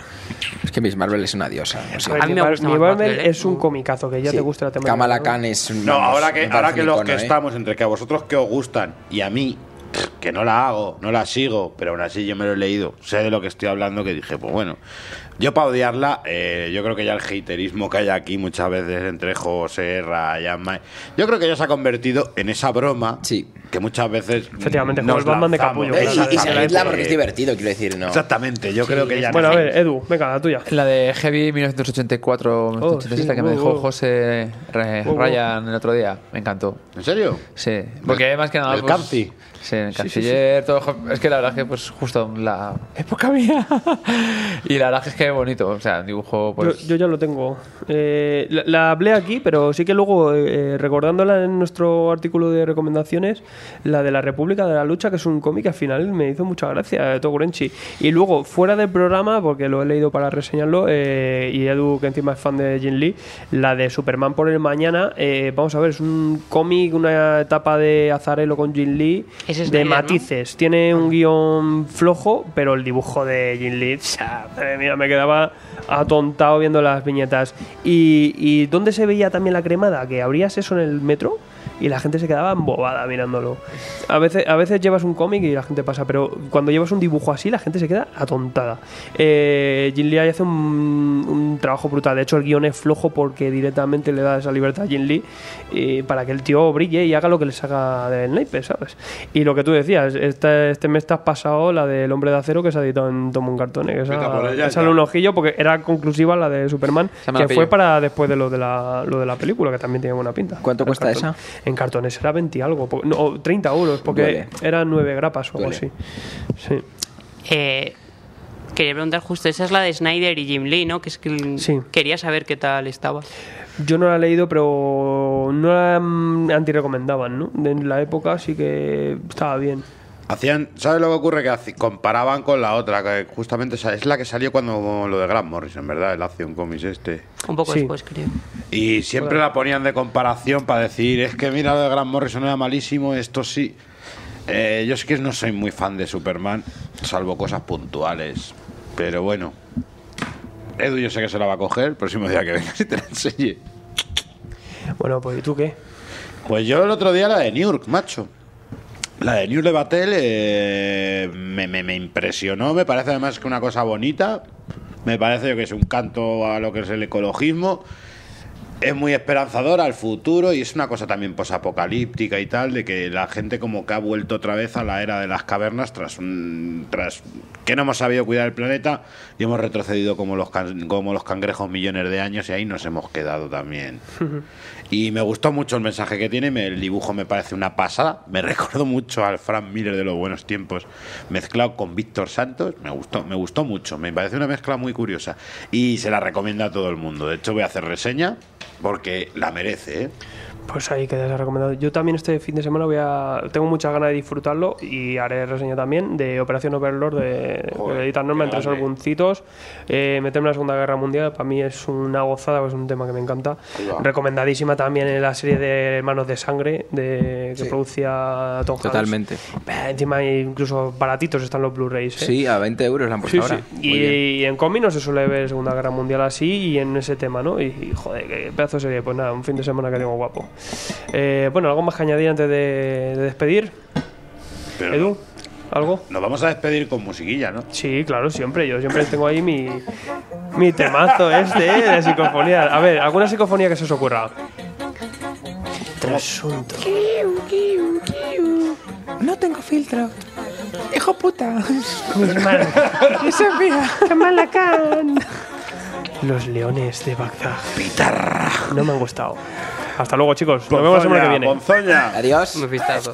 [SPEAKER 6] Es que Miss Marvel es una diosa. o sea.
[SPEAKER 7] A mí me
[SPEAKER 1] Mar-
[SPEAKER 7] gusta
[SPEAKER 1] mi
[SPEAKER 7] más
[SPEAKER 1] Marvel
[SPEAKER 7] Marvel, ¿eh?
[SPEAKER 1] es un comicazo que ya
[SPEAKER 6] Sí,
[SPEAKER 1] te gusta la temática.
[SPEAKER 6] Kamala
[SPEAKER 1] ¿no?
[SPEAKER 6] Khan es un-
[SPEAKER 4] No,
[SPEAKER 6] vamos,
[SPEAKER 4] ahora que,
[SPEAKER 6] me
[SPEAKER 4] ahora
[SPEAKER 6] parece
[SPEAKER 4] que
[SPEAKER 6] un
[SPEAKER 4] los
[SPEAKER 6] icono,
[SPEAKER 4] que
[SPEAKER 6] ¿eh?
[SPEAKER 4] estamos, entre que a vosotros que os gustan y a mí, que no la hago, no la sigo, pero aún así yo me lo he leído, sé de lo que estoy hablando, que dije, pues bueno, yo para odiarla, eh, yo creo que ya el haterismo que hay aquí muchas veces entre José, Ryan, Mike, yo creo que ya se ha convertido en esa broma
[SPEAKER 6] Sí.
[SPEAKER 4] que muchas veces.
[SPEAKER 1] Efectivamente,
[SPEAKER 4] mm,
[SPEAKER 1] como el Batman de
[SPEAKER 4] lanzamos.
[SPEAKER 1] Capullo,
[SPEAKER 6] Eh, y- Y,
[SPEAKER 1] Exactamente.
[SPEAKER 6] seguidla porque es divertido, quiero decir, no.
[SPEAKER 4] Exactamente, yo creo que ya.
[SPEAKER 1] Bueno, a ver, Edu, venga, la tuya.
[SPEAKER 5] La de Heavy 1984 1987
[SPEAKER 1] Oh, sí,
[SPEAKER 5] que me
[SPEAKER 1] wow,
[SPEAKER 5] dijo
[SPEAKER 1] wow.
[SPEAKER 5] José Re-
[SPEAKER 1] Wow, wow.
[SPEAKER 5] Ryan el otro día. Me encantó.
[SPEAKER 4] ¿En serio?
[SPEAKER 5] Sí, porque más que nada.
[SPEAKER 4] el
[SPEAKER 5] pues,
[SPEAKER 4] Campi.
[SPEAKER 5] Sí, el canciller, todo. jo- Es que la verdad es que, pues, justo la época mía. y la verdad es que es bonito. O sea, un dibujo,
[SPEAKER 1] Yo,
[SPEAKER 5] pues.
[SPEAKER 1] yo ya lo tengo. Eh, la, la hablé aquí, pero sí que luego, eh, eh, recordándola en nuestro artículo de recomendaciones, la de la República de la Lucha, que es un cómic que al final me hizo mucha gracia, eh, Togurenchi. Y luego, fuera del programa, porque lo he leído para reseñarlo, eh, y Edu, que encima es fan de Jin Lee, la de Superman por el Mañana, eh, vamos a ver, es un cómic, una etapa de Azarelo con Jin Lee,
[SPEAKER 7] Ese es
[SPEAKER 1] de
[SPEAKER 7] Snyder, ¿no?
[SPEAKER 1] matices matices. Tiene un guión flojo, pero el dibujo de Jin Lee, o sea, madre mía, me quedaba atontado viendo las viñetas. Y, y dónde se veía también la cremada? Que abrías eso en el metro y la gente se quedaba embobada mirándolo. A veces, a veces llevas un cómic y la gente pasa, pero cuando llevas un dibujo así, la gente se queda atontada. Eh, Jin Lee ahí hace un, un trabajo brutal. De hecho, el guión es flojo porque directamente le da esa libertad a Jin Lee eh, para que el tío brille y haga lo que le haga del naipe, ¿sabes? Y lo que tú decías, este, este mes te has pasado la del hombre de acero que se ha editado en Tom Cartone, que
[SPEAKER 4] Vete a por ella,
[SPEAKER 1] esa, esa le un ojillo porque era conclusiva la de Superman,
[SPEAKER 5] Esa me la
[SPEAKER 1] que fue
[SPEAKER 5] pillo.
[SPEAKER 1] para después de lo de la, lo de la película, que también tiene buena pinta.
[SPEAKER 6] ¿Cuánto
[SPEAKER 1] En
[SPEAKER 6] cuesta
[SPEAKER 1] cartón. En cartones era 20 y algo, po- no, o 30 euros, porque
[SPEAKER 6] Duele.
[SPEAKER 1] eran 9 grapas o algo
[SPEAKER 6] Duele.
[SPEAKER 1] así. Sí.
[SPEAKER 7] Eh, quería preguntar justo, esa es la de Snyder y Jim Lee, ¿no? Que es que
[SPEAKER 1] Sí.
[SPEAKER 7] quería saber qué tal estaba.
[SPEAKER 1] Yo no la he leído, pero no la mm, antirecomendaban, ¿no? En la época sí que estaba bien.
[SPEAKER 4] Hacían, ¿Sabes lo que ocurre? Que haci- comparaban con la otra, que justamente esa- es la que salió cuando lo de Grant Morrison, ¿verdad? El Action Comics este.
[SPEAKER 7] Un poco
[SPEAKER 1] Sí.
[SPEAKER 7] después, creo.
[SPEAKER 4] Y siempre la ponían de comparación para decir, es que mira, lo de Grant Morrison era malísimo, esto sí. Eh, yo es que no soy muy fan de Superman, salvo cosas puntuales. Pero bueno. Edu yo sé que se la va a coger el próximo día que venga y te la enseñe.
[SPEAKER 1] Bueno, pues ¿y tú qué?
[SPEAKER 4] Pues yo el otro día la de New York, macho. La de New de Batel eh, me, me- me impresionó, me parece además que una cosa bonita, me parece que es un canto a lo que es el ecologismo, es muy esperanzadora al futuro y es una cosa también posapocalíptica y tal, de que la gente como que ha vuelto otra vez a la era de las cavernas tras, un, tras que no hemos sabido cuidar el planeta y hemos retrocedido como los, can- como los cangrejos millones de años y ahí nos hemos quedado también. Y me gustó mucho el mensaje que tiene, me- el dibujo me parece una pasada, me recordó mucho al Frank Miller de los buenos tiempos, mezclado con Víctor Santos, me gustó, me gustó mucho, me parece una mezcla muy curiosa y se la recomiendo a todo el mundo. De hecho voy a hacer reseña porque la merece, ¿eh?
[SPEAKER 1] Pues ahí quedas recomendado. Yo también este fin de semana voy a. Tengo muchas ganas de disfrutarlo y haré reseña también de Operación Overlord de,
[SPEAKER 4] Joder,
[SPEAKER 1] de Editan Norma
[SPEAKER 4] qué
[SPEAKER 1] entre
[SPEAKER 4] grande.
[SPEAKER 1] sorbunzitos. Eh, meterme en la Segunda Guerra Mundial para mí es una gozada, pues es un tema que me encanta. Recomendadísima también en la serie de Hermanos de Sangre de, que producía Tom Hanks.
[SPEAKER 10] Totalmente.
[SPEAKER 1] Eh, encima, incluso baratitos están los Blu-rays. ¿eh?
[SPEAKER 10] Sí, a 20 euros la han puesto
[SPEAKER 1] Sí,
[SPEAKER 10] ahora.
[SPEAKER 1] sí.
[SPEAKER 10] Muy
[SPEAKER 1] Y,
[SPEAKER 10] bien.
[SPEAKER 1] y en cómic no se suele ver Segunda Guerra Mundial así y en ese tema, ¿no? Y, y, joder, qué pedazo de serie. Pues nada, un fin de semana que tengo guapo. Eh, bueno, ¿algo más que añadir antes de, de despedir?
[SPEAKER 4] Pero
[SPEAKER 1] ¿Edu? ¿Algo?
[SPEAKER 4] Nos vamos a despedir con musiquilla, ¿no?
[SPEAKER 1] Sí, claro, siempre. Yo siempre tengo ahí mi, mi temazo este eh, de psicofonía. A ver, ¿alguna psicofonía que se os ocurra? Trasunto.
[SPEAKER 10] No tengo filtro. Hijo puta.
[SPEAKER 1] Esa es mía. Kamalakán. Los leones de Bagdad. No me han gustado. Hasta luego, chicos. Nos vemos la semana que viene.
[SPEAKER 4] Ponzoña.
[SPEAKER 6] Adiós.
[SPEAKER 7] Un vistazo.